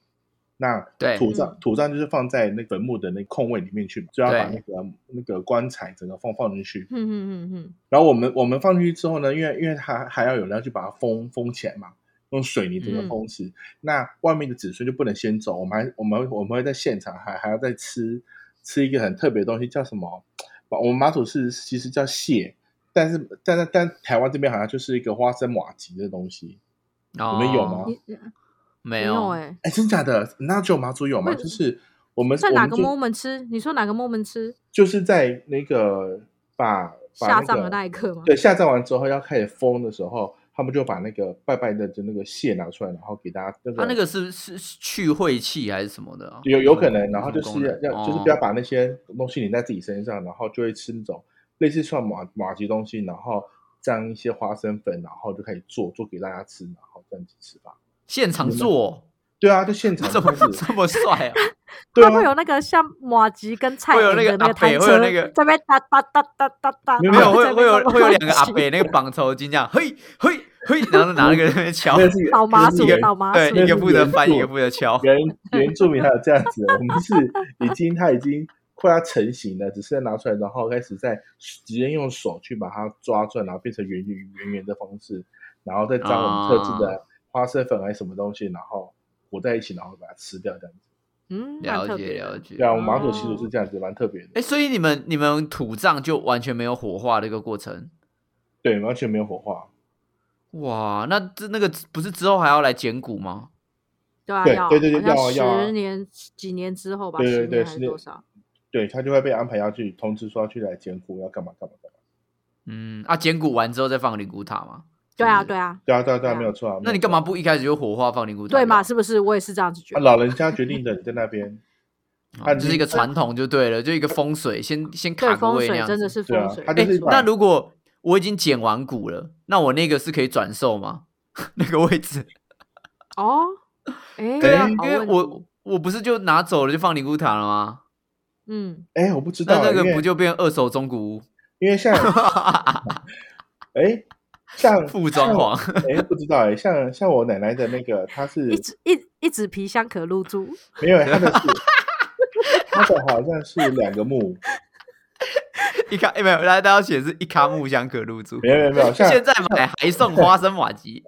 [SPEAKER 3] 那
[SPEAKER 2] 对
[SPEAKER 3] 土葬
[SPEAKER 1] 嗯
[SPEAKER 3] 土葬就是放在那坟墓的那空位里面去嘛，就要把那
[SPEAKER 2] 对
[SPEAKER 3] 个那个棺材整个放放进去。
[SPEAKER 1] 嗯嗯嗯嗯，
[SPEAKER 3] 然后我们我们放进去之后呢，因为因为它还要有人要去把它封封起来嘛，用水泥
[SPEAKER 1] 嗯
[SPEAKER 3] 整个封死。那外面的子孙就不能先走，我们还我们我们会在现场还还要再吃吃一个很特别的东西，叫什么？我们马祖是其实叫蟹，但是但但但台湾这边好像就是一个花生马吉的东西，
[SPEAKER 2] 哦
[SPEAKER 3] 你们有吗
[SPEAKER 1] 你你
[SPEAKER 2] 没
[SPEAKER 1] 嗯没
[SPEAKER 2] 有
[SPEAKER 1] 有哎，
[SPEAKER 3] 哎，真假的？那只有马祖有吗？
[SPEAKER 1] 为
[SPEAKER 3] 就是我们
[SPEAKER 1] 在哪
[SPEAKER 3] 我们
[SPEAKER 1] 个
[SPEAKER 3] 就
[SPEAKER 1] moment 吃？你说哪个 moment 吃？
[SPEAKER 3] 就是在那个把把、那
[SPEAKER 1] 下
[SPEAKER 3] 个、
[SPEAKER 1] 葬的那一刻吗？
[SPEAKER 3] 对，下葬完之后要开始封的时候，他们就把那个拜拜的就那个蟹拿出来，然后给大家那个、
[SPEAKER 2] 啊它那个是是是去晦气还是什么的啊、
[SPEAKER 3] 有有可
[SPEAKER 2] 什
[SPEAKER 3] 能，
[SPEAKER 2] 么
[SPEAKER 3] 然后就
[SPEAKER 2] 什么
[SPEAKER 3] 是
[SPEAKER 2] 功
[SPEAKER 3] 要
[SPEAKER 2] 能哦
[SPEAKER 3] 要、就是不要把那些东西淋在自己身上，然后就会吃那种类似像马马吉东西，然后沾一些花生粉，然后就开始做做给大家吃，然后这样子吃吧。
[SPEAKER 2] 现场做，
[SPEAKER 3] 对啊，就现场
[SPEAKER 2] 这么
[SPEAKER 3] 开始，
[SPEAKER 2] 这么帅 啊！
[SPEAKER 3] 对
[SPEAKER 1] 会不会有
[SPEAKER 3] 啊，
[SPEAKER 1] 那个像马吉跟菜
[SPEAKER 2] 会有
[SPEAKER 1] 园
[SPEAKER 2] 那个
[SPEAKER 1] 的那
[SPEAKER 2] 阿
[SPEAKER 1] 个摊
[SPEAKER 2] 伯
[SPEAKER 1] 车
[SPEAKER 2] 会有那个
[SPEAKER 1] 在那边哒哒哒哒哒哒，
[SPEAKER 3] 没有
[SPEAKER 2] 没
[SPEAKER 1] 然
[SPEAKER 2] 有
[SPEAKER 1] 后
[SPEAKER 2] 会
[SPEAKER 1] 在那
[SPEAKER 2] 会
[SPEAKER 1] 边慢慢
[SPEAKER 2] 有会有两个阿
[SPEAKER 1] 骑
[SPEAKER 2] 伯那个绑头巾这样，嘿嘿嘿，然 后拿那个在那边敲，
[SPEAKER 3] 那是
[SPEAKER 1] 倒麻
[SPEAKER 3] 那是
[SPEAKER 1] 薯
[SPEAKER 2] 一个
[SPEAKER 1] 倒麻
[SPEAKER 2] 对
[SPEAKER 1] 薯，
[SPEAKER 2] 一个负责翻，
[SPEAKER 3] 原
[SPEAKER 2] 一个负责敲，
[SPEAKER 3] 原原住民还有这样子的，我们是已经它已经快要成型了，只是拿出来，然后开始再直接用手去把它抓出来，然后变成圆圆圆圆的方式，然后再沾
[SPEAKER 2] 啊
[SPEAKER 3] 我们特制的花生粉还是什么东西，然后裹在一起，然后把它吃掉这样子。
[SPEAKER 1] 嗯，蛮
[SPEAKER 2] 了
[SPEAKER 1] 特
[SPEAKER 2] 解
[SPEAKER 1] 别
[SPEAKER 2] 了
[SPEAKER 1] 的。
[SPEAKER 2] 解。
[SPEAKER 3] 对啊，我们马祖习俗是这样子，蛮特别的。
[SPEAKER 2] 哎，所以你们你们土葬就完全没有火化的一个过程。
[SPEAKER 3] 对，完全没有火化。
[SPEAKER 2] 哇，那这那个不是之后还要来捡骨吗？
[SPEAKER 1] 对啊，
[SPEAKER 3] 对
[SPEAKER 1] 要
[SPEAKER 3] 对对对
[SPEAKER 1] 好
[SPEAKER 3] 要啊要
[SPEAKER 1] 像
[SPEAKER 3] 啊
[SPEAKER 1] 十年几年之后吧，
[SPEAKER 3] 对
[SPEAKER 1] 十
[SPEAKER 3] 对对
[SPEAKER 1] 年还
[SPEAKER 3] 十
[SPEAKER 1] 是
[SPEAKER 3] 年
[SPEAKER 1] 多少？
[SPEAKER 3] 对他就会被安排要去通知说要去来捡骨，要干嘛干嘛干嘛。
[SPEAKER 2] 嗯，啊，捡骨完之后再放灵骨塔吗？
[SPEAKER 1] 对啊，
[SPEAKER 2] 是不
[SPEAKER 1] 对
[SPEAKER 2] 是。
[SPEAKER 1] 啊，
[SPEAKER 3] 对啊对啊对
[SPEAKER 1] 对
[SPEAKER 3] 啊，
[SPEAKER 1] 啊
[SPEAKER 3] 没有错啊。没有错
[SPEAKER 2] 那你干嘛不一开始就火化放灵骨塔？
[SPEAKER 1] 对嘛？？是不是？我也是这样子觉
[SPEAKER 3] 啊？
[SPEAKER 1] 得。
[SPEAKER 3] 老人家决定的，你在那边。
[SPEAKER 2] 啊，
[SPEAKER 3] 啊
[SPEAKER 2] 这是
[SPEAKER 3] 你
[SPEAKER 2] 一个传统就对了，就一个风水，先先
[SPEAKER 1] 对，
[SPEAKER 2] 卡个
[SPEAKER 1] 风
[SPEAKER 2] 位那
[SPEAKER 1] 水
[SPEAKER 2] 样
[SPEAKER 1] 真的
[SPEAKER 2] 子。
[SPEAKER 1] 是
[SPEAKER 3] 对啊
[SPEAKER 1] 风水。
[SPEAKER 3] 他
[SPEAKER 2] 哎
[SPEAKER 3] 就是把，
[SPEAKER 2] 那如果我已经捡完骨了，那我那个是可以转售吗？ 那个位置？
[SPEAKER 1] 哦，哎，
[SPEAKER 2] 对啊，
[SPEAKER 1] 好
[SPEAKER 2] 因为
[SPEAKER 1] 问
[SPEAKER 2] 我
[SPEAKER 1] 题
[SPEAKER 2] 我不是就拿走了就放灵骨塔了吗？
[SPEAKER 1] 嗯，
[SPEAKER 3] 哎，我不知
[SPEAKER 2] 那
[SPEAKER 3] 道啊，
[SPEAKER 2] 那
[SPEAKER 3] 因
[SPEAKER 2] 个
[SPEAKER 3] 为
[SPEAKER 2] 不就变二手中古 屋？
[SPEAKER 3] 因为 像哎像
[SPEAKER 2] 副装潢？
[SPEAKER 3] 哎不知道哎，像像我奶奶的那个，她是
[SPEAKER 1] 一纸一一纸皮箱可入住，
[SPEAKER 3] 没有她的是她的好像是两个墓，
[SPEAKER 2] 一卡哎没有，大家要写是一卡木箱可入住。
[SPEAKER 3] 没有没有没有，像
[SPEAKER 2] 现在买还送花生瓦 吉，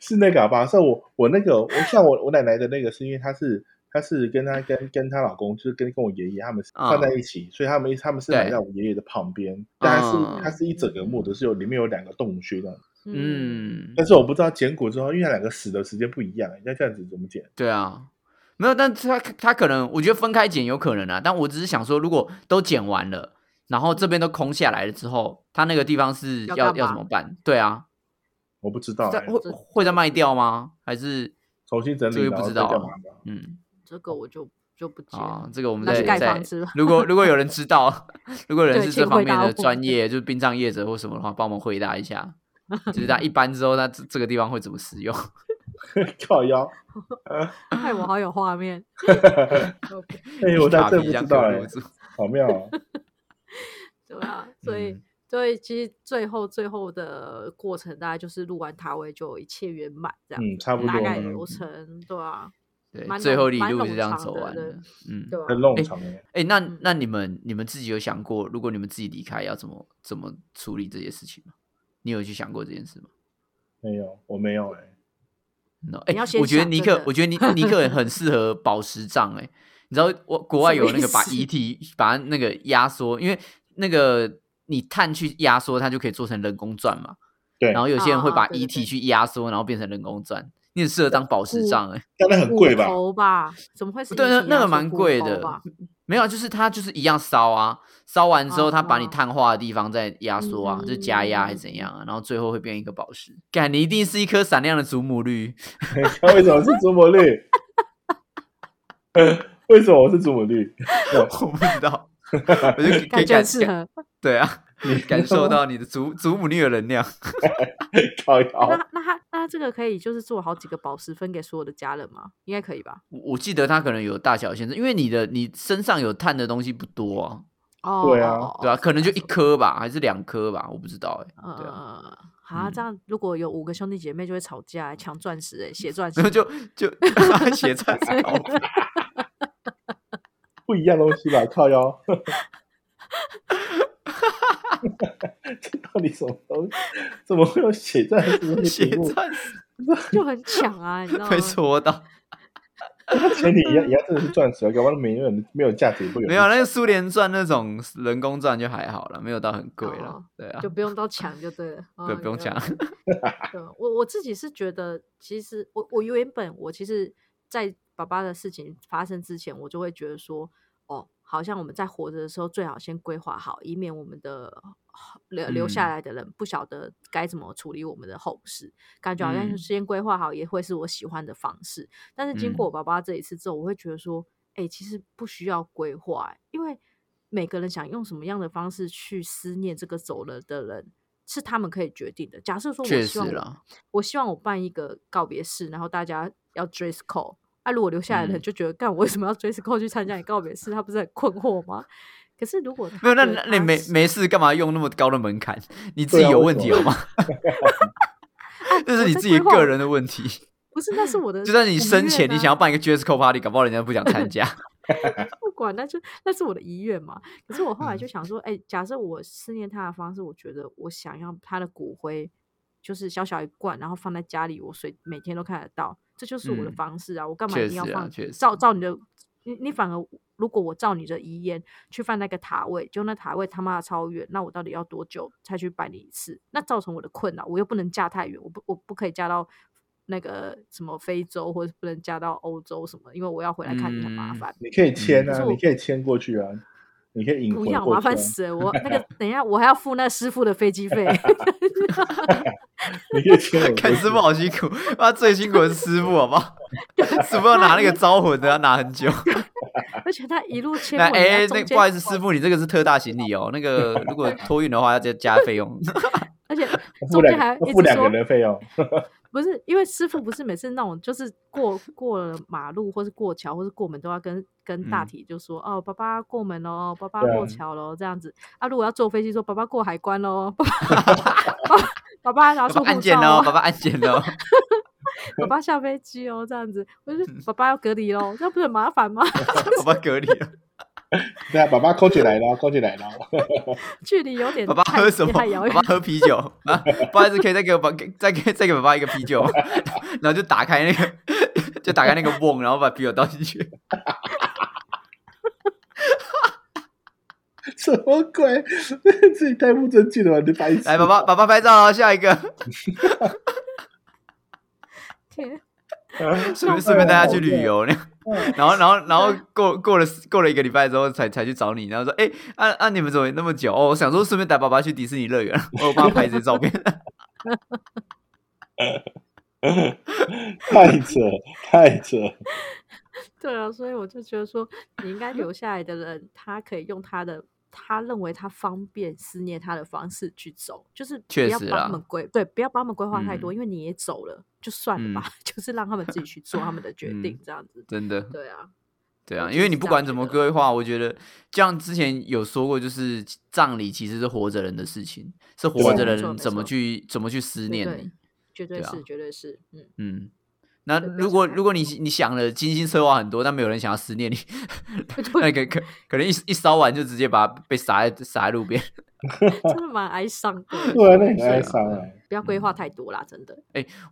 [SPEAKER 3] 是那个好吧？像我我那个我像我我奶奶的那个，是因为她是她是跟她跟跟她老公，就是跟跟我爷爷他们是
[SPEAKER 2] 嗯
[SPEAKER 3] 放在一起，所以他们他们是
[SPEAKER 2] 对
[SPEAKER 3] 买在我爷爷的旁边，但是
[SPEAKER 2] 嗯
[SPEAKER 3] 它是一整个墓的，是有里面有两个洞穴这样。
[SPEAKER 1] 嗯，
[SPEAKER 2] 嗯，
[SPEAKER 3] 但是我不知道捡骨之后，因为那两个死的时间不一样，人家这样子怎么捡？
[SPEAKER 2] 对啊，没有，但是他他可能我觉得分开剪有可能啊，但我只是想说，如果都剪完了，然后这边都空下来了之后，他那个地方是
[SPEAKER 1] 要
[SPEAKER 2] 要要
[SPEAKER 1] 干嘛
[SPEAKER 2] 怎么办？对啊，
[SPEAKER 3] 我不知道、
[SPEAKER 2] 再
[SPEAKER 3] 哎
[SPEAKER 2] 会会再卖掉吗？还是
[SPEAKER 3] 重新整
[SPEAKER 2] 这
[SPEAKER 3] 理
[SPEAKER 2] 个
[SPEAKER 3] 然
[SPEAKER 2] 不
[SPEAKER 3] 后
[SPEAKER 2] 知
[SPEAKER 3] 再
[SPEAKER 2] 道啊
[SPEAKER 3] 干嘛吧？
[SPEAKER 2] 嗯
[SPEAKER 1] 这个我就就不接了。
[SPEAKER 2] 啊，这个我们
[SPEAKER 1] 那
[SPEAKER 2] 再
[SPEAKER 1] 去盖
[SPEAKER 2] 再
[SPEAKER 1] 房子吧
[SPEAKER 2] 如果如果有人知道， 如果有人
[SPEAKER 1] 对
[SPEAKER 2] 是
[SPEAKER 1] 请
[SPEAKER 2] 这方
[SPEAKER 1] 回
[SPEAKER 2] 面
[SPEAKER 1] 答
[SPEAKER 2] 的
[SPEAKER 1] 我
[SPEAKER 2] 专业，就是殡葬业者或什么的话，帮我们回答一 下。就是他一般之后，那这这个地方会怎么使用？
[SPEAKER 3] 靠腰，
[SPEAKER 1] 害我好有画面。
[SPEAKER 3] 哎、我
[SPEAKER 2] 打
[SPEAKER 3] 在这
[SPEAKER 2] 比
[SPEAKER 3] 不
[SPEAKER 2] 一下
[SPEAKER 3] 知道
[SPEAKER 2] 可
[SPEAKER 3] 哎、
[SPEAKER 2] 入住
[SPEAKER 3] 好妙啊！
[SPEAKER 1] 对啊，所以、
[SPEAKER 2] 嗯
[SPEAKER 1] 所以其实最后最后的过程大概就是录完塔位就一切圆满这样，
[SPEAKER 3] 嗯，差不多
[SPEAKER 1] 大概
[SPEAKER 3] 了，
[SPEAKER 1] 流程对啊，
[SPEAKER 2] 对，
[SPEAKER 1] 蛮
[SPEAKER 2] 最
[SPEAKER 1] 冗
[SPEAKER 2] 后一
[SPEAKER 1] 蛮
[SPEAKER 2] 路
[SPEAKER 1] 冗
[SPEAKER 2] 是这样
[SPEAKER 1] 长
[SPEAKER 2] 走
[SPEAKER 1] 的
[SPEAKER 2] 完
[SPEAKER 1] 对
[SPEAKER 2] 的。嗯，
[SPEAKER 1] 对吧、啊
[SPEAKER 3] 很冗长哎、
[SPEAKER 2] 哎、那
[SPEAKER 1] 嗯
[SPEAKER 2] 那你们你们自己有想过，如果你们自己离开，要怎么怎么处理这些事情吗？你有去想过这件事吗
[SPEAKER 3] 没有，我没有哎、
[SPEAKER 2] ？no，哎、
[SPEAKER 1] 你要先
[SPEAKER 2] 我觉得
[SPEAKER 1] 想
[SPEAKER 2] 尼
[SPEAKER 1] 真
[SPEAKER 2] 克
[SPEAKER 1] 的，
[SPEAKER 2] 我觉得尼尼克很适合保时葬、哎，你知道我国外
[SPEAKER 1] 什么
[SPEAKER 2] 有那个
[SPEAKER 1] 意
[SPEAKER 2] 把
[SPEAKER 1] 思
[SPEAKER 2] 遗体把那个压缩，因为那个你碳去压缩，它就可以做成人工钻嘛。
[SPEAKER 3] 对
[SPEAKER 2] 然后有些人会
[SPEAKER 1] 啊
[SPEAKER 2] 把
[SPEAKER 1] 对对
[SPEAKER 2] 遗体
[SPEAKER 1] 对
[SPEAKER 2] 去压缩，然后变成人工钻。你很适合当宝石
[SPEAKER 1] 骨
[SPEAKER 2] 葬哎、
[SPEAKER 3] 当然很
[SPEAKER 1] 骨
[SPEAKER 3] 贵吧？
[SPEAKER 1] 头吧？怎么会是
[SPEAKER 2] 对，
[SPEAKER 1] 遗
[SPEAKER 2] 那
[SPEAKER 1] 体
[SPEAKER 2] 那
[SPEAKER 1] 要
[SPEAKER 2] 个
[SPEAKER 1] 是
[SPEAKER 2] 蛮
[SPEAKER 1] 骨
[SPEAKER 2] 贵
[SPEAKER 1] 头
[SPEAKER 2] 的
[SPEAKER 1] 吧，
[SPEAKER 2] 没有，啊就是它就是一样烧啊，烧完之后它把你
[SPEAKER 1] 哦
[SPEAKER 2] 碳化的地方再压缩啊，就加压还是怎
[SPEAKER 1] 嗯
[SPEAKER 2] 样啊，然后最后会变一个宝石。感你一定是一颗闪亮的祖母绿，
[SPEAKER 3] 那 为什么是祖母绿？ 为什么我是祖母绿？
[SPEAKER 2] 我不知道，我就可以
[SPEAKER 1] 感觉
[SPEAKER 2] 感
[SPEAKER 1] 很适
[SPEAKER 2] 感
[SPEAKER 1] 合。
[SPEAKER 2] 对啊，感受到你的祖祖母绿的能量。
[SPEAKER 3] 靠
[SPEAKER 1] 哎
[SPEAKER 3] 腰，
[SPEAKER 1] 那那他那他这个可以就是做好几个宝石分给所有的家人吗？应该可以吧？
[SPEAKER 2] 我我记得它可能有大小限制，因为你的你身上有碳的东西不多啊，
[SPEAKER 1] 哦，
[SPEAKER 3] 对啊
[SPEAKER 1] 哦
[SPEAKER 2] 对啊，可能就一。
[SPEAKER 1] 哦
[SPEAKER 2] 颗吧，还是两颗吧，我不知道哎、
[SPEAKER 1] 哦
[SPEAKER 2] 对啊。
[SPEAKER 1] 呃，啊，这
[SPEAKER 2] 嗯
[SPEAKER 1] 样如果有五个兄弟姐妹就会吵架，抢钻石，哎，血钻石
[SPEAKER 2] 然后，就 就写在稿子
[SPEAKER 3] 不一样东西吧？靠腰， 这到底什么东西？怎么会有血钻石这个
[SPEAKER 2] 写
[SPEAKER 3] 题目？
[SPEAKER 2] 在
[SPEAKER 1] 就很抢啊， 你知道吗
[SPEAKER 2] 被？戳到。
[SPEAKER 3] 前提人家真的是钻石啊，搞不好没有人没有价值，也不会有
[SPEAKER 2] 没有，那个苏联钻那种人工钻就还好了，没有到很贵了。
[SPEAKER 1] 哦
[SPEAKER 2] 对啊
[SPEAKER 1] 就，不用到抢就对 了，
[SPEAKER 2] 对，
[SPEAKER 1] 哦
[SPEAKER 2] 不用
[SPEAKER 1] 了
[SPEAKER 2] 讲。
[SPEAKER 1] 解对，我我自己是觉得，其实我我原本我其实，在爸爸的事情发生之前，我就会觉得说，哦，好像我们在活着的时候，最好先规划好，以免我们的留留下
[SPEAKER 2] 嗯
[SPEAKER 1] 来的人不晓得该怎么处理我们的后事，感觉好像
[SPEAKER 2] 嗯
[SPEAKER 1] 是先规划好也会是我喜欢的方式。但是经过
[SPEAKER 2] 嗯
[SPEAKER 1] 我爸爸这一次之后，我会觉得说，哎、其实不需要规划、因为每个人想用什么样的方式去思念这个走了的人，是他们可以决定的。假设说我
[SPEAKER 2] 确
[SPEAKER 1] 希
[SPEAKER 2] 实
[SPEAKER 1] 望我
[SPEAKER 2] 啦，
[SPEAKER 1] 我希望我办一个告别式，然后大家要 dress code。啊，如果留下来的人
[SPEAKER 2] 嗯
[SPEAKER 1] 就觉得，干、我为什么要 dress code 去参加你告别式？他不是很困惑吗？ 可是如果他
[SPEAKER 2] 没有，那
[SPEAKER 1] 觉得
[SPEAKER 2] 那你
[SPEAKER 1] 他
[SPEAKER 2] 没
[SPEAKER 1] 是
[SPEAKER 2] 没事干嘛用那么高的 门槛？你自己
[SPEAKER 3] 对啊
[SPEAKER 2] 有
[SPEAKER 3] 为
[SPEAKER 2] 问
[SPEAKER 3] 什
[SPEAKER 2] 题好
[SPEAKER 3] 么
[SPEAKER 2] 吗？这是
[SPEAKER 1] 我
[SPEAKER 2] 你
[SPEAKER 1] 在
[SPEAKER 2] 自己
[SPEAKER 1] 规划
[SPEAKER 2] 个
[SPEAKER 1] 我
[SPEAKER 2] 人的问题。
[SPEAKER 1] 不是，那是我的
[SPEAKER 2] 就算你
[SPEAKER 1] 遗
[SPEAKER 2] 生前
[SPEAKER 1] 愿
[SPEAKER 2] 你
[SPEAKER 1] 啊
[SPEAKER 2] 想要办一个 dress code party，搞不好人家不想参 加。
[SPEAKER 1] 不管，那就那是我的遗愿嘛。可是我后来
[SPEAKER 2] 嗯
[SPEAKER 1] 就想说，哎、假设我思念他的方式，我觉得我想要他的骨灰，就是小小一罐，然后放在家里，我随每天都看得到，这就是我的
[SPEAKER 2] 嗯
[SPEAKER 1] 方式啊，我干嘛
[SPEAKER 2] 确
[SPEAKER 1] 一定要
[SPEAKER 2] 实啊
[SPEAKER 1] 放？
[SPEAKER 2] 确
[SPEAKER 1] 照
[SPEAKER 2] 实
[SPEAKER 1] 照你的，你你反而如果我照你的遗言去放那个塔位，就那塔位他妈的超远，那我到底要多久才去拜你一次？那造成我的困扰，我又不能嫁太远，我不我不可以嫁到。那个什么非洲，或者是不能嫁到欧洲什么，因为我要回来看你很麻
[SPEAKER 2] 嗯
[SPEAKER 1] 烦。
[SPEAKER 3] 你可以签
[SPEAKER 1] 可
[SPEAKER 3] 啊，
[SPEAKER 1] 是我
[SPEAKER 3] 你可以签过去啊，你可以引
[SPEAKER 1] 不
[SPEAKER 3] 回
[SPEAKER 1] 要，
[SPEAKER 3] 过
[SPEAKER 1] 麻
[SPEAKER 3] 去啊
[SPEAKER 1] 烦死 了！我那个等一下，我还要付那师傅的飞机费。
[SPEAKER 3] 你可以签我过去。
[SPEAKER 2] 看师傅好辛苦，他最辛苦的是师傅，好 不好？师傅要拿那个招魂的，要拿很久。
[SPEAKER 1] 而且他一路牵
[SPEAKER 2] 那
[SPEAKER 1] 我，
[SPEAKER 2] 哎、
[SPEAKER 1] 人家
[SPEAKER 2] 那
[SPEAKER 1] 中
[SPEAKER 2] 不好意
[SPEAKER 1] 间，
[SPEAKER 2] 思，师傅，你这个是特大行李哦。那个 如果托运的话，要再加费用。
[SPEAKER 1] 而 且
[SPEAKER 3] 付
[SPEAKER 1] 中间
[SPEAKER 3] 两
[SPEAKER 1] 还
[SPEAKER 3] 个
[SPEAKER 1] 一
[SPEAKER 3] 付
[SPEAKER 1] 直
[SPEAKER 3] 两
[SPEAKER 1] 说
[SPEAKER 3] 个人费用，
[SPEAKER 1] 不是，因为师傅不是每次那种就是过过了马路或是过桥或是过门都要跟跟大
[SPEAKER 2] 嗯
[SPEAKER 1] 体就说、哦，爸爸过门喽，爸爸
[SPEAKER 3] 对啊
[SPEAKER 1] 过桥喽这样子。啊，如果要坐飞机说爸爸过海关喽，爸爸 爸爸爸爸拿
[SPEAKER 2] 爸
[SPEAKER 1] 出
[SPEAKER 2] 爸
[SPEAKER 1] 护
[SPEAKER 2] 按键
[SPEAKER 1] 照
[SPEAKER 2] 哦，
[SPEAKER 1] 哦
[SPEAKER 2] 爸爸按键 哦。
[SPEAKER 1] 爸爸下飞机哦这样子。我就说 爸爸要隔离喽，这样不是很麻烦吗？
[SPEAKER 2] 爸爸隔离哦了，
[SPEAKER 3] 对啊，爸爸扣起来了，扣起来了。
[SPEAKER 1] 距离有点
[SPEAKER 2] 爸爸
[SPEAKER 1] 太
[SPEAKER 2] 喝什么？
[SPEAKER 1] 太遥远
[SPEAKER 2] 爸爸。喝啤酒啊！不好意思，可以再给我爸 再给再给爸爸一个啤酒， 然后就打开那个 就打开那个瓮，然后把啤酒倒进去。
[SPEAKER 3] 什么鬼？ 自己太不尊敬了吧，你白痴！
[SPEAKER 2] 来，爸爸爸爸拍照哦，下一个
[SPEAKER 1] 天
[SPEAKER 3] 嗯，
[SPEAKER 2] 顺便顺便带他去旅游呢。然后然后然后过过了过了一个礼拜之后才才去找你，然后说哎啊啊你们怎么那么久？哦，我想说顺便带爸爸去迪士尼乐园， 我有帮他拍一些照片。
[SPEAKER 3] 太扯，太扯。
[SPEAKER 1] 对啊，所以我就觉得说，你应该留下来的人，他可以用他的他认为他方便思念他的方式去走，就是不
[SPEAKER 2] 确
[SPEAKER 1] 要
[SPEAKER 2] 实
[SPEAKER 1] 帮他
[SPEAKER 2] 啦
[SPEAKER 1] 们规对，不要帮他们规划太多，
[SPEAKER 2] 嗯
[SPEAKER 1] 因为你也走了，就算了吧， 就是让他们自己去做他们的决定，
[SPEAKER 2] 嗯
[SPEAKER 1] 这样子。
[SPEAKER 2] 真的，
[SPEAKER 1] 对啊，
[SPEAKER 2] 对
[SPEAKER 1] 我
[SPEAKER 2] 啊，
[SPEAKER 1] 就
[SPEAKER 2] 因为
[SPEAKER 1] 是
[SPEAKER 2] 你
[SPEAKER 1] 这
[SPEAKER 2] 不
[SPEAKER 1] 样
[SPEAKER 2] 管
[SPEAKER 1] 觉
[SPEAKER 2] 怎么
[SPEAKER 1] 得
[SPEAKER 2] 规划，我觉得像之前有说过，就是葬礼其实是活着人的事情，是活
[SPEAKER 3] 没
[SPEAKER 2] 着
[SPEAKER 1] 错没
[SPEAKER 2] 人怎么
[SPEAKER 1] 错
[SPEAKER 2] 去怎么去思
[SPEAKER 1] 对
[SPEAKER 2] 念
[SPEAKER 1] 对
[SPEAKER 2] 你。
[SPEAKER 1] 绝对
[SPEAKER 2] 对啊
[SPEAKER 1] 是，绝对是， 嗯，
[SPEAKER 2] 嗯，那
[SPEAKER 1] 对不要
[SPEAKER 2] 如
[SPEAKER 1] 想
[SPEAKER 2] 果
[SPEAKER 1] 太
[SPEAKER 2] 如果你你想了精心策划很多，但没有人想要 思念你，那可可可能一一烧完就直接把它被撒在撒在路边。
[SPEAKER 1] 真的蛮哀伤的。
[SPEAKER 3] 对啊，那很
[SPEAKER 1] 所以
[SPEAKER 3] 哀伤哎。
[SPEAKER 1] 不要规
[SPEAKER 2] 嗯
[SPEAKER 1] 划太多啦，真的。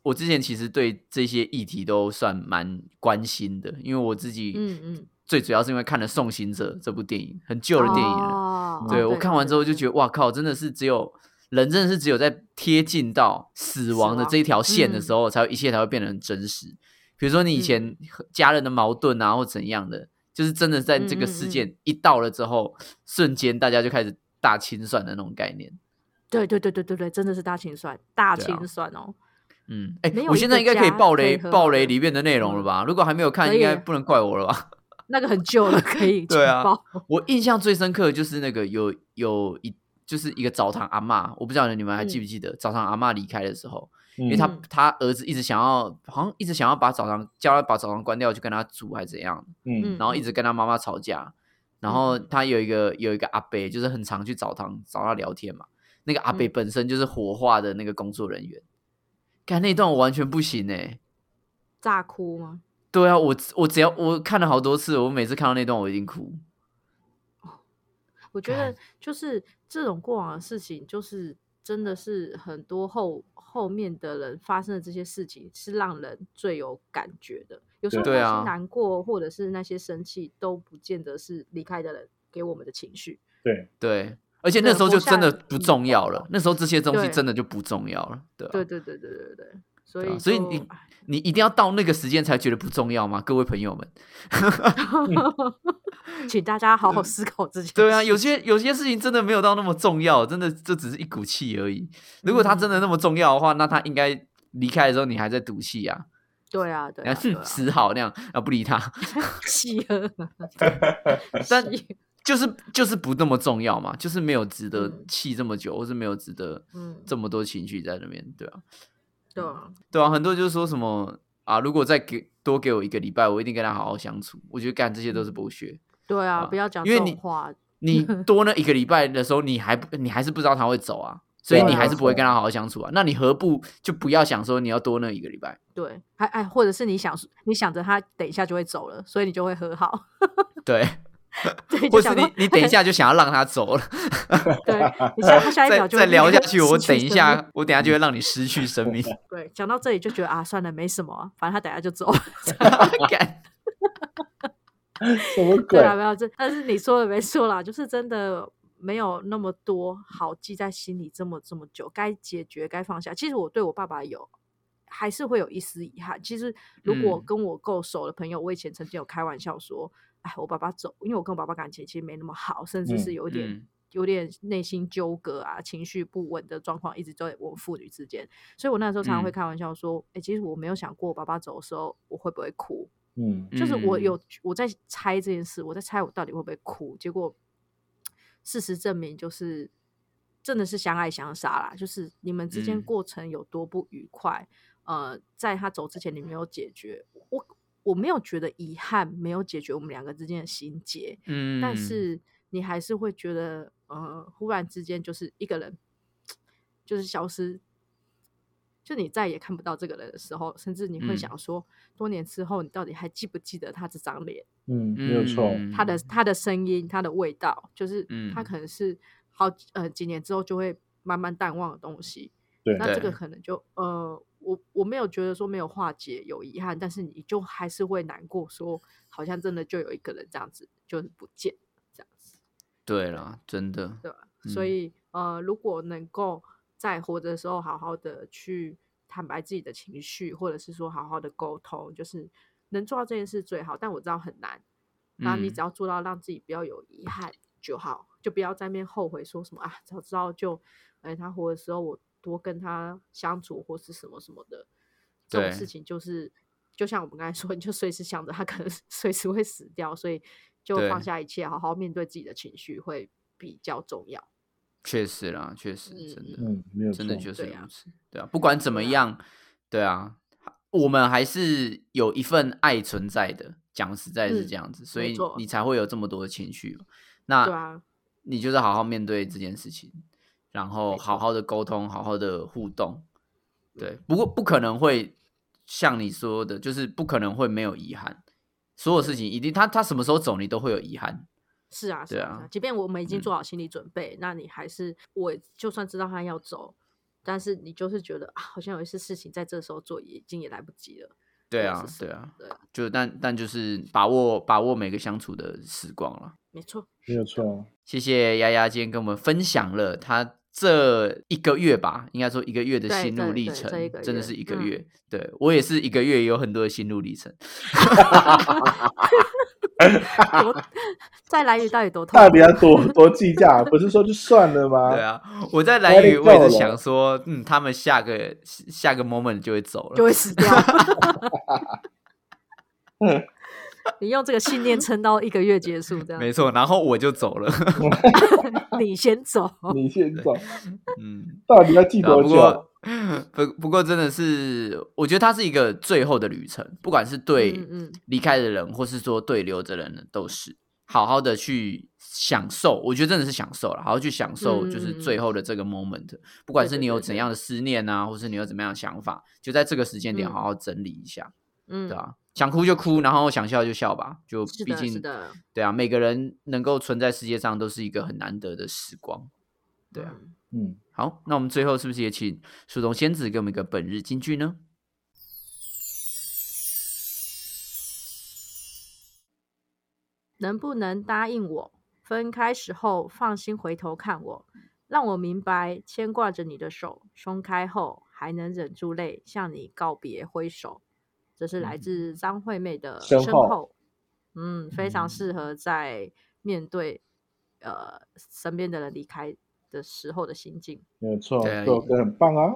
[SPEAKER 2] 我之前其实对这些议题都算蛮关心的，因为我自己
[SPEAKER 1] 嗯嗯，
[SPEAKER 2] 最主要是因为看了《送行者》这部电影，很旧的电影了。
[SPEAKER 1] 哦
[SPEAKER 2] 对我看完之后就觉
[SPEAKER 1] 得
[SPEAKER 2] 得，哇靠，真的是只有人真的是只有在贴近到死亡的
[SPEAKER 1] 亡
[SPEAKER 2] 这一条线的
[SPEAKER 1] 嗯
[SPEAKER 2] 时候，才会一切才会变得很真实。比如说你以前和家人的矛盾啊，或怎样的，就是真的在这
[SPEAKER 1] 嗯嗯
[SPEAKER 2] 个事
[SPEAKER 1] 嗯
[SPEAKER 2] 件一到了之后，瞬间大家就开始大清算的那种概念。
[SPEAKER 1] 对对对对对对，真的是大清算，大
[SPEAKER 2] 对啊
[SPEAKER 1] 清算哦。
[SPEAKER 2] 嗯，哎
[SPEAKER 1] 没，有
[SPEAKER 2] 我
[SPEAKER 1] 一
[SPEAKER 2] 现在
[SPEAKER 1] 个
[SPEAKER 2] 应该可以
[SPEAKER 1] 家
[SPEAKER 2] 爆
[SPEAKER 1] 可以
[SPEAKER 2] 雷
[SPEAKER 1] 和
[SPEAKER 2] 爆
[SPEAKER 1] 好
[SPEAKER 2] 雷
[SPEAKER 1] 的
[SPEAKER 2] 里面的内容了
[SPEAKER 1] 嗯
[SPEAKER 2] 吧？如果还没有看，
[SPEAKER 1] 可
[SPEAKER 2] 应该
[SPEAKER 1] 以
[SPEAKER 2] 不能怪我 了吧？
[SPEAKER 1] 那个很旧了，可以
[SPEAKER 2] 对
[SPEAKER 1] 去
[SPEAKER 2] 啊
[SPEAKER 1] 报
[SPEAKER 2] 我印象最深刻的就是那个有有一就是一个澡堂阿嬷，我不知道你们还记不记得、澡堂阿嬷离开的时候，
[SPEAKER 3] 因
[SPEAKER 2] 因为他、
[SPEAKER 1] 嗯
[SPEAKER 2] 他儿子一直想要，好像一直想要把澡堂叫他把澡堂关掉，去跟他住还怎样，
[SPEAKER 3] 嗯
[SPEAKER 2] 然后一直跟他妈妈吵架，然
[SPEAKER 1] 嗯
[SPEAKER 2] 后他有一个有一个阿伯，就是很常去澡堂找他聊天嘛，那个阿伯
[SPEAKER 1] 嗯
[SPEAKER 2] 本身就是火化的那个工作人员，看那一段我完全不行哎、
[SPEAKER 1] 炸哭吗？
[SPEAKER 2] 对啊，我我只要我看了好多次，我每次看到那段我一定哭，
[SPEAKER 1] 我觉得
[SPEAKER 2] 干
[SPEAKER 1] 就是这种过往的事情，就是真的是很多后后面的人发生的这些事情，是让人最有感觉的。有时候
[SPEAKER 2] 对
[SPEAKER 1] 那
[SPEAKER 2] 啊
[SPEAKER 1] 些难过或者是那些生气，都不见得是离开的人给我们的情绪。
[SPEAKER 3] 对，
[SPEAKER 2] 对，而且
[SPEAKER 1] 真的
[SPEAKER 2] 那时候就
[SPEAKER 1] 活下
[SPEAKER 2] 真的
[SPEAKER 1] 来
[SPEAKER 2] 不
[SPEAKER 1] 嗯
[SPEAKER 2] 重要了，那时候这些东西
[SPEAKER 1] 对
[SPEAKER 2] 真的就不重要了，对啊
[SPEAKER 1] 对对对对对对，所
[SPEAKER 2] 对啊
[SPEAKER 1] 以
[SPEAKER 2] 所以
[SPEAKER 1] 就
[SPEAKER 2] 你
[SPEAKER 1] 哎
[SPEAKER 2] 你一定要到那个时间才觉得不重要吗？各位朋友们，
[SPEAKER 1] 请大家好好思考自己。
[SPEAKER 2] 嗯对啊，有些有些事情真的没有到那么重要，真的这只是一股气而已。如果它真的那么重要
[SPEAKER 1] 嗯
[SPEAKER 2] 的话，那它应该离开的时候你还在赌气啊，
[SPEAKER 1] 对啊对
[SPEAKER 2] 然
[SPEAKER 1] 啊，
[SPEAKER 2] 后
[SPEAKER 1] 对啊
[SPEAKER 2] 哼死好那样啊不理他，
[SPEAKER 1] 气了，
[SPEAKER 2] 但
[SPEAKER 1] 气
[SPEAKER 2] 就是就是不那么重要嘛，就是没有值得
[SPEAKER 1] 嗯
[SPEAKER 2] 气这么久，或是没有值得
[SPEAKER 1] 嗯，
[SPEAKER 2] 这么多情绪在那边，对啊，
[SPEAKER 1] 对啊，
[SPEAKER 2] 对啊，很多就是说什么啊，如果再给多给我一个礼拜，我一定跟他好好相处。我觉得干这些都
[SPEAKER 1] 嗯
[SPEAKER 2] 是剥削。
[SPEAKER 1] 对啊，
[SPEAKER 2] 啊
[SPEAKER 1] 不要讲
[SPEAKER 2] 因为
[SPEAKER 1] 这种
[SPEAKER 2] 你
[SPEAKER 1] 话，
[SPEAKER 2] 你多那一个礼拜的时候，你还不你还是不知道他会走啊，所以
[SPEAKER 1] 对啊
[SPEAKER 2] 你还是不会跟他好好相处啊。那你何不就不要想说你要多那一个礼 拜？
[SPEAKER 1] 对，还哎，或者是你想你想着他等一下就会走了，所以你就会和好，
[SPEAKER 2] 对，
[SPEAKER 1] 对，就
[SPEAKER 2] 或
[SPEAKER 1] 是想
[SPEAKER 2] 你
[SPEAKER 1] 说
[SPEAKER 2] 你等一下就想要让他 走了，
[SPEAKER 1] 对，你下他下一
[SPEAKER 2] 再
[SPEAKER 1] 秒就
[SPEAKER 2] 再
[SPEAKER 1] 会
[SPEAKER 2] 聊下去，我
[SPEAKER 1] 失去
[SPEAKER 2] 等一
[SPEAKER 1] 生命。
[SPEAKER 2] 下，我等一下就会让你失去 生命。
[SPEAKER 1] 对，讲到这里就觉得啊，算了，没什么啊、反正他等下就走。
[SPEAKER 2] 干
[SPEAKER 3] 什么
[SPEAKER 1] 对
[SPEAKER 3] 鬼？
[SPEAKER 1] 啊，没有这，但是你说的没错啦，就是真的没有那么多好记在心里这么这么久，该解决该放下。其实我对我爸爸有还是会有一丝遗憾。其实如果
[SPEAKER 2] 嗯
[SPEAKER 1] 跟我够熟的朋友，我以前曾经有开玩笑说，哎，我爸爸走，因为我跟我爸爸感情其实没那么好，甚至是
[SPEAKER 3] 嗯
[SPEAKER 1] 有点、
[SPEAKER 2] 嗯
[SPEAKER 1] 有点内心纠葛啊，情绪不稳的状况一直都在我们父女之间，所以我那时候常常会
[SPEAKER 2] 嗯
[SPEAKER 1] 开玩笑说，哎、其实我没有想过我爸爸走的时候我会不会哭，
[SPEAKER 3] 嗯
[SPEAKER 1] 就是我
[SPEAKER 2] 嗯
[SPEAKER 1] 有我在猜这件事，我在猜我到底会不会哭。结果事实证明，就是真的是相爱相杀啦，就是你们之间
[SPEAKER 2] 嗯
[SPEAKER 1] 过程有多不愉快，呃，在他走之前你没有解决，我我没有觉得遗憾，没有解决我们两个之间的心结，
[SPEAKER 2] 嗯，
[SPEAKER 1] 但是你还是会觉得，呃，忽然之间就是一个人，就是消失，就你再也看不到这个人的时候，甚至你会
[SPEAKER 2] 嗯
[SPEAKER 1] 想说，多年之后你到底还记不记得他这张脸、
[SPEAKER 3] 嗯，没有错，
[SPEAKER 2] 嗯
[SPEAKER 1] 他的他的声音、他的味道，就是他
[SPEAKER 2] 嗯
[SPEAKER 1] 可能是好几呃几年之后就会慢慢淡忘的东西。
[SPEAKER 3] 对
[SPEAKER 1] 那这个
[SPEAKER 2] 对
[SPEAKER 1] 可能就呃，我我没有觉得说没有化解有遗憾，但是你就还是会难过说好像真的就有一个人这样子就是不见这样子。
[SPEAKER 2] 对了，真的，
[SPEAKER 1] 对啊吧？所
[SPEAKER 2] 嗯
[SPEAKER 1] 以呃，如果能够在活着的时候好好的去坦白自己的情绪，或者是说好好的沟通，就是能做到这件事最好。但我知道很难，那你
[SPEAKER 2] 嗯
[SPEAKER 1] 只要做到让自己不要有遗憾就好，就不要在那边后悔说什么啊，早知道就哎他活的时候我多跟他相处或是什么什么的，这种
[SPEAKER 2] 对
[SPEAKER 1] 事情就是。就像我们刚才说，你就随时想着他可能随时会死掉，所以就放
[SPEAKER 2] 对
[SPEAKER 1] 下一切，好好面对自己的情绪会比较重要。
[SPEAKER 2] 确实啦，确实
[SPEAKER 1] 嗯
[SPEAKER 2] 真的。
[SPEAKER 3] 嗯，没有错
[SPEAKER 2] 真，的就是
[SPEAKER 1] 对
[SPEAKER 2] 如
[SPEAKER 1] 啊
[SPEAKER 2] 此，对啊，不管怎么
[SPEAKER 1] 对啊
[SPEAKER 2] 样，对啊，我们还是有一份爱存在的。讲实在是
[SPEAKER 1] 嗯
[SPEAKER 2] 这样子，所
[SPEAKER 1] 没
[SPEAKER 2] 以
[SPEAKER 1] 错
[SPEAKER 2] 你才会有这么多的情绪嘛。那
[SPEAKER 1] 对啊，
[SPEAKER 2] 你就是好好面对这件事情，然后
[SPEAKER 1] 没
[SPEAKER 2] 好
[SPEAKER 1] 错
[SPEAKER 2] 好的沟通，好好的互动。对
[SPEAKER 1] 嗯，
[SPEAKER 2] 不过不可能会像你说的，就是不可能会没有遗憾。所有事情一定，他他什么时候走，你都会有遗憾。
[SPEAKER 1] 是啊，是
[SPEAKER 2] 对
[SPEAKER 1] 啊，是
[SPEAKER 2] 啊
[SPEAKER 1] 啊即便我们已经
[SPEAKER 2] 嗯
[SPEAKER 1] 做好心理准备，那你还是我就算知道他要走，但是你就是觉得啊，好像有一些事情在这时候做已经也来不及了。
[SPEAKER 2] 对
[SPEAKER 1] 是
[SPEAKER 2] 啊
[SPEAKER 1] 是，
[SPEAKER 2] 对啊，
[SPEAKER 1] 对，
[SPEAKER 2] 就但但就是把握把握每个相处的时光了。
[SPEAKER 1] 没 错，
[SPEAKER 3] 没有错，
[SPEAKER 2] 谢谢丫丫今天跟我们分享了她这一个月吧，应该说一个月的
[SPEAKER 1] 对
[SPEAKER 2] 心路
[SPEAKER 1] 对
[SPEAKER 2] 历
[SPEAKER 1] 对
[SPEAKER 2] 程
[SPEAKER 1] 这一个，
[SPEAKER 2] 真的
[SPEAKER 1] 月
[SPEAKER 2] 是一个
[SPEAKER 1] 嗯
[SPEAKER 2] 月。对我也是一个月，也有很多的心路历程。
[SPEAKER 1] 多在蓝宇到底多痛
[SPEAKER 3] 到
[SPEAKER 1] 苦
[SPEAKER 3] 底要多 多计较？啊不是说就算了吗？
[SPEAKER 2] 对啊，我在
[SPEAKER 3] 压
[SPEAKER 2] 蓝
[SPEAKER 3] 力
[SPEAKER 2] 宇，我也
[SPEAKER 3] 够
[SPEAKER 2] 是
[SPEAKER 3] 了
[SPEAKER 2] 想说，嗯，他们下个下个 moment 就会走
[SPEAKER 1] 就
[SPEAKER 2] 了。
[SPEAKER 1] 会死 掉？你用这个信念撑到一个月结束，这样
[SPEAKER 2] 没错，然后我就走了。
[SPEAKER 1] 你先走，
[SPEAKER 3] 你先走，
[SPEAKER 2] 嗯，
[SPEAKER 3] 到底要记
[SPEAKER 2] 对啊
[SPEAKER 3] 多
[SPEAKER 2] 不
[SPEAKER 3] 久？
[SPEAKER 2] 过不不过真的是，我觉得它是一个最后的旅程，不管是对
[SPEAKER 1] 嗯嗯
[SPEAKER 2] 离开的人，或是说对留着人，都是好好的去享受。我觉得真的是享受了，好好去享受，就是
[SPEAKER 1] 嗯嗯嗯
[SPEAKER 2] 最后的这个 moment，、不管是你有怎样的思念啊，或是你有怎么样的想法，就在这个时间点
[SPEAKER 1] 嗯
[SPEAKER 2] 好好整理一下，
[SPEAKER 1] 嗯，
[SPEAKER 2] 对啊，想哭就哭，然后想笑就笑吧，就是毕
[SPEAKER 1] 的，是
[SPEAKER 2] 竟
[SPEAKER 1] 的，
[SPEAKER 2] 对啊，每个人能够存在世界上都是一个很难得的时光，对啊。
[SPEAKER 1] 嗯。
[SPEAKER 3] 嗯，
[SPEAKER 2] 好，那我们最后是不是也请树洞仙子给我们一个本日金句呢？
[SPEAKER 1] 能不能答应我，分开时候放心回头看我，让我明白牵挂着你的手，松开后还能忍住泪向你告别挥手。这是来
[SPEAKER 2] 嗯
[SPEAKER 1] 自张惠妹的
[SPEAKER 3] 身
[SPEAKER 1] 身
[SPEAKER 3] 后
[SPEAKER 1] 后，嗯，非常适
[SPEAKER 2] 嗯
[SPEAKER 1] 合在面对呃身边的人离开的时候的心境。
[SPEAKER 3] 没有错，
[SPEAKER 2] 对啊
[SPEAKER 3] 这首歌很棒啊，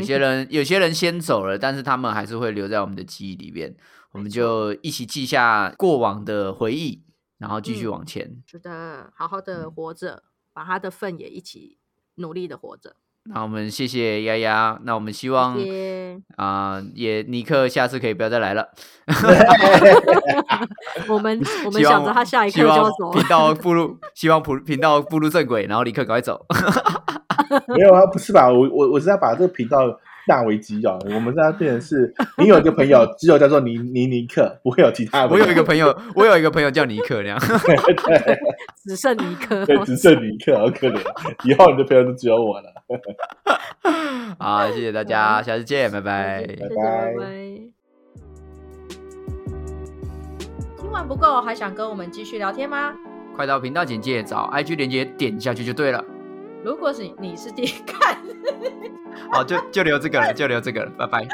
[SPEAKER 2] 些人有些人先走了，但是他们还是会留在我们的记忆里面，我们
[SPEAKER 1] 没
[SPEAKER 2] 就一起记下过往的回忆，然后继续
[SPEAKER 1] 嗯
[SPEAKER 2] 往前。
[SPEAKER 1] 觉得好好的
[SPEAKER 2] 嗯
[SPEAKER 1] 活着，把他的份也一起努力的活着。
[SPEAKER 2] 那我们谢谢丫丫，那我们希望
[SPEAKER 1] 谢谢
[SPEAKER 2] 啊、也尼克下次可以不要再来了。
[SPEAKER 1] 我 们我们
[SPEAKER 2] 希望
[SPEAKER 1] 想着他下一刻
[SPEAKER 2] 希
[SPEAKER 1] 就
[SPEAKER 2] 望
[SPEAKER 1] 要走了
[SPEAKER 2] 频。道步入，希望普频道步入正轨，然后尼克赶快走。
[SPEAKER 3] 没有啊，不是吧？我我我是要把这个频道大危机哦。我们现在变 成是，你有一个朋友只有叫做尼尼尼克，不会有其他的。
[SPEAKER 2] 我有一个朋友，我有一个朋友叫尼克，那 样
[SPEAKER 1] 只剩一颗，
[SPEAKER 3] 对，只剩尼克，好可怜。以后你的朋友就只有我了。
[SPEAKER 2] 好，啊谢谢大家，下次见，拜拜。
[SPEAKER 1] 谢谢拜拜。听完不够，还想跟我们继续聊天吗？
[SPEAKER 2] 快到频道简介找 IG 连接点下去就对了。
[SPEAKER 1] 如果是你是第一看，
[SPEAKER 2] 好，就就留这个了，就留这个了，拜拜。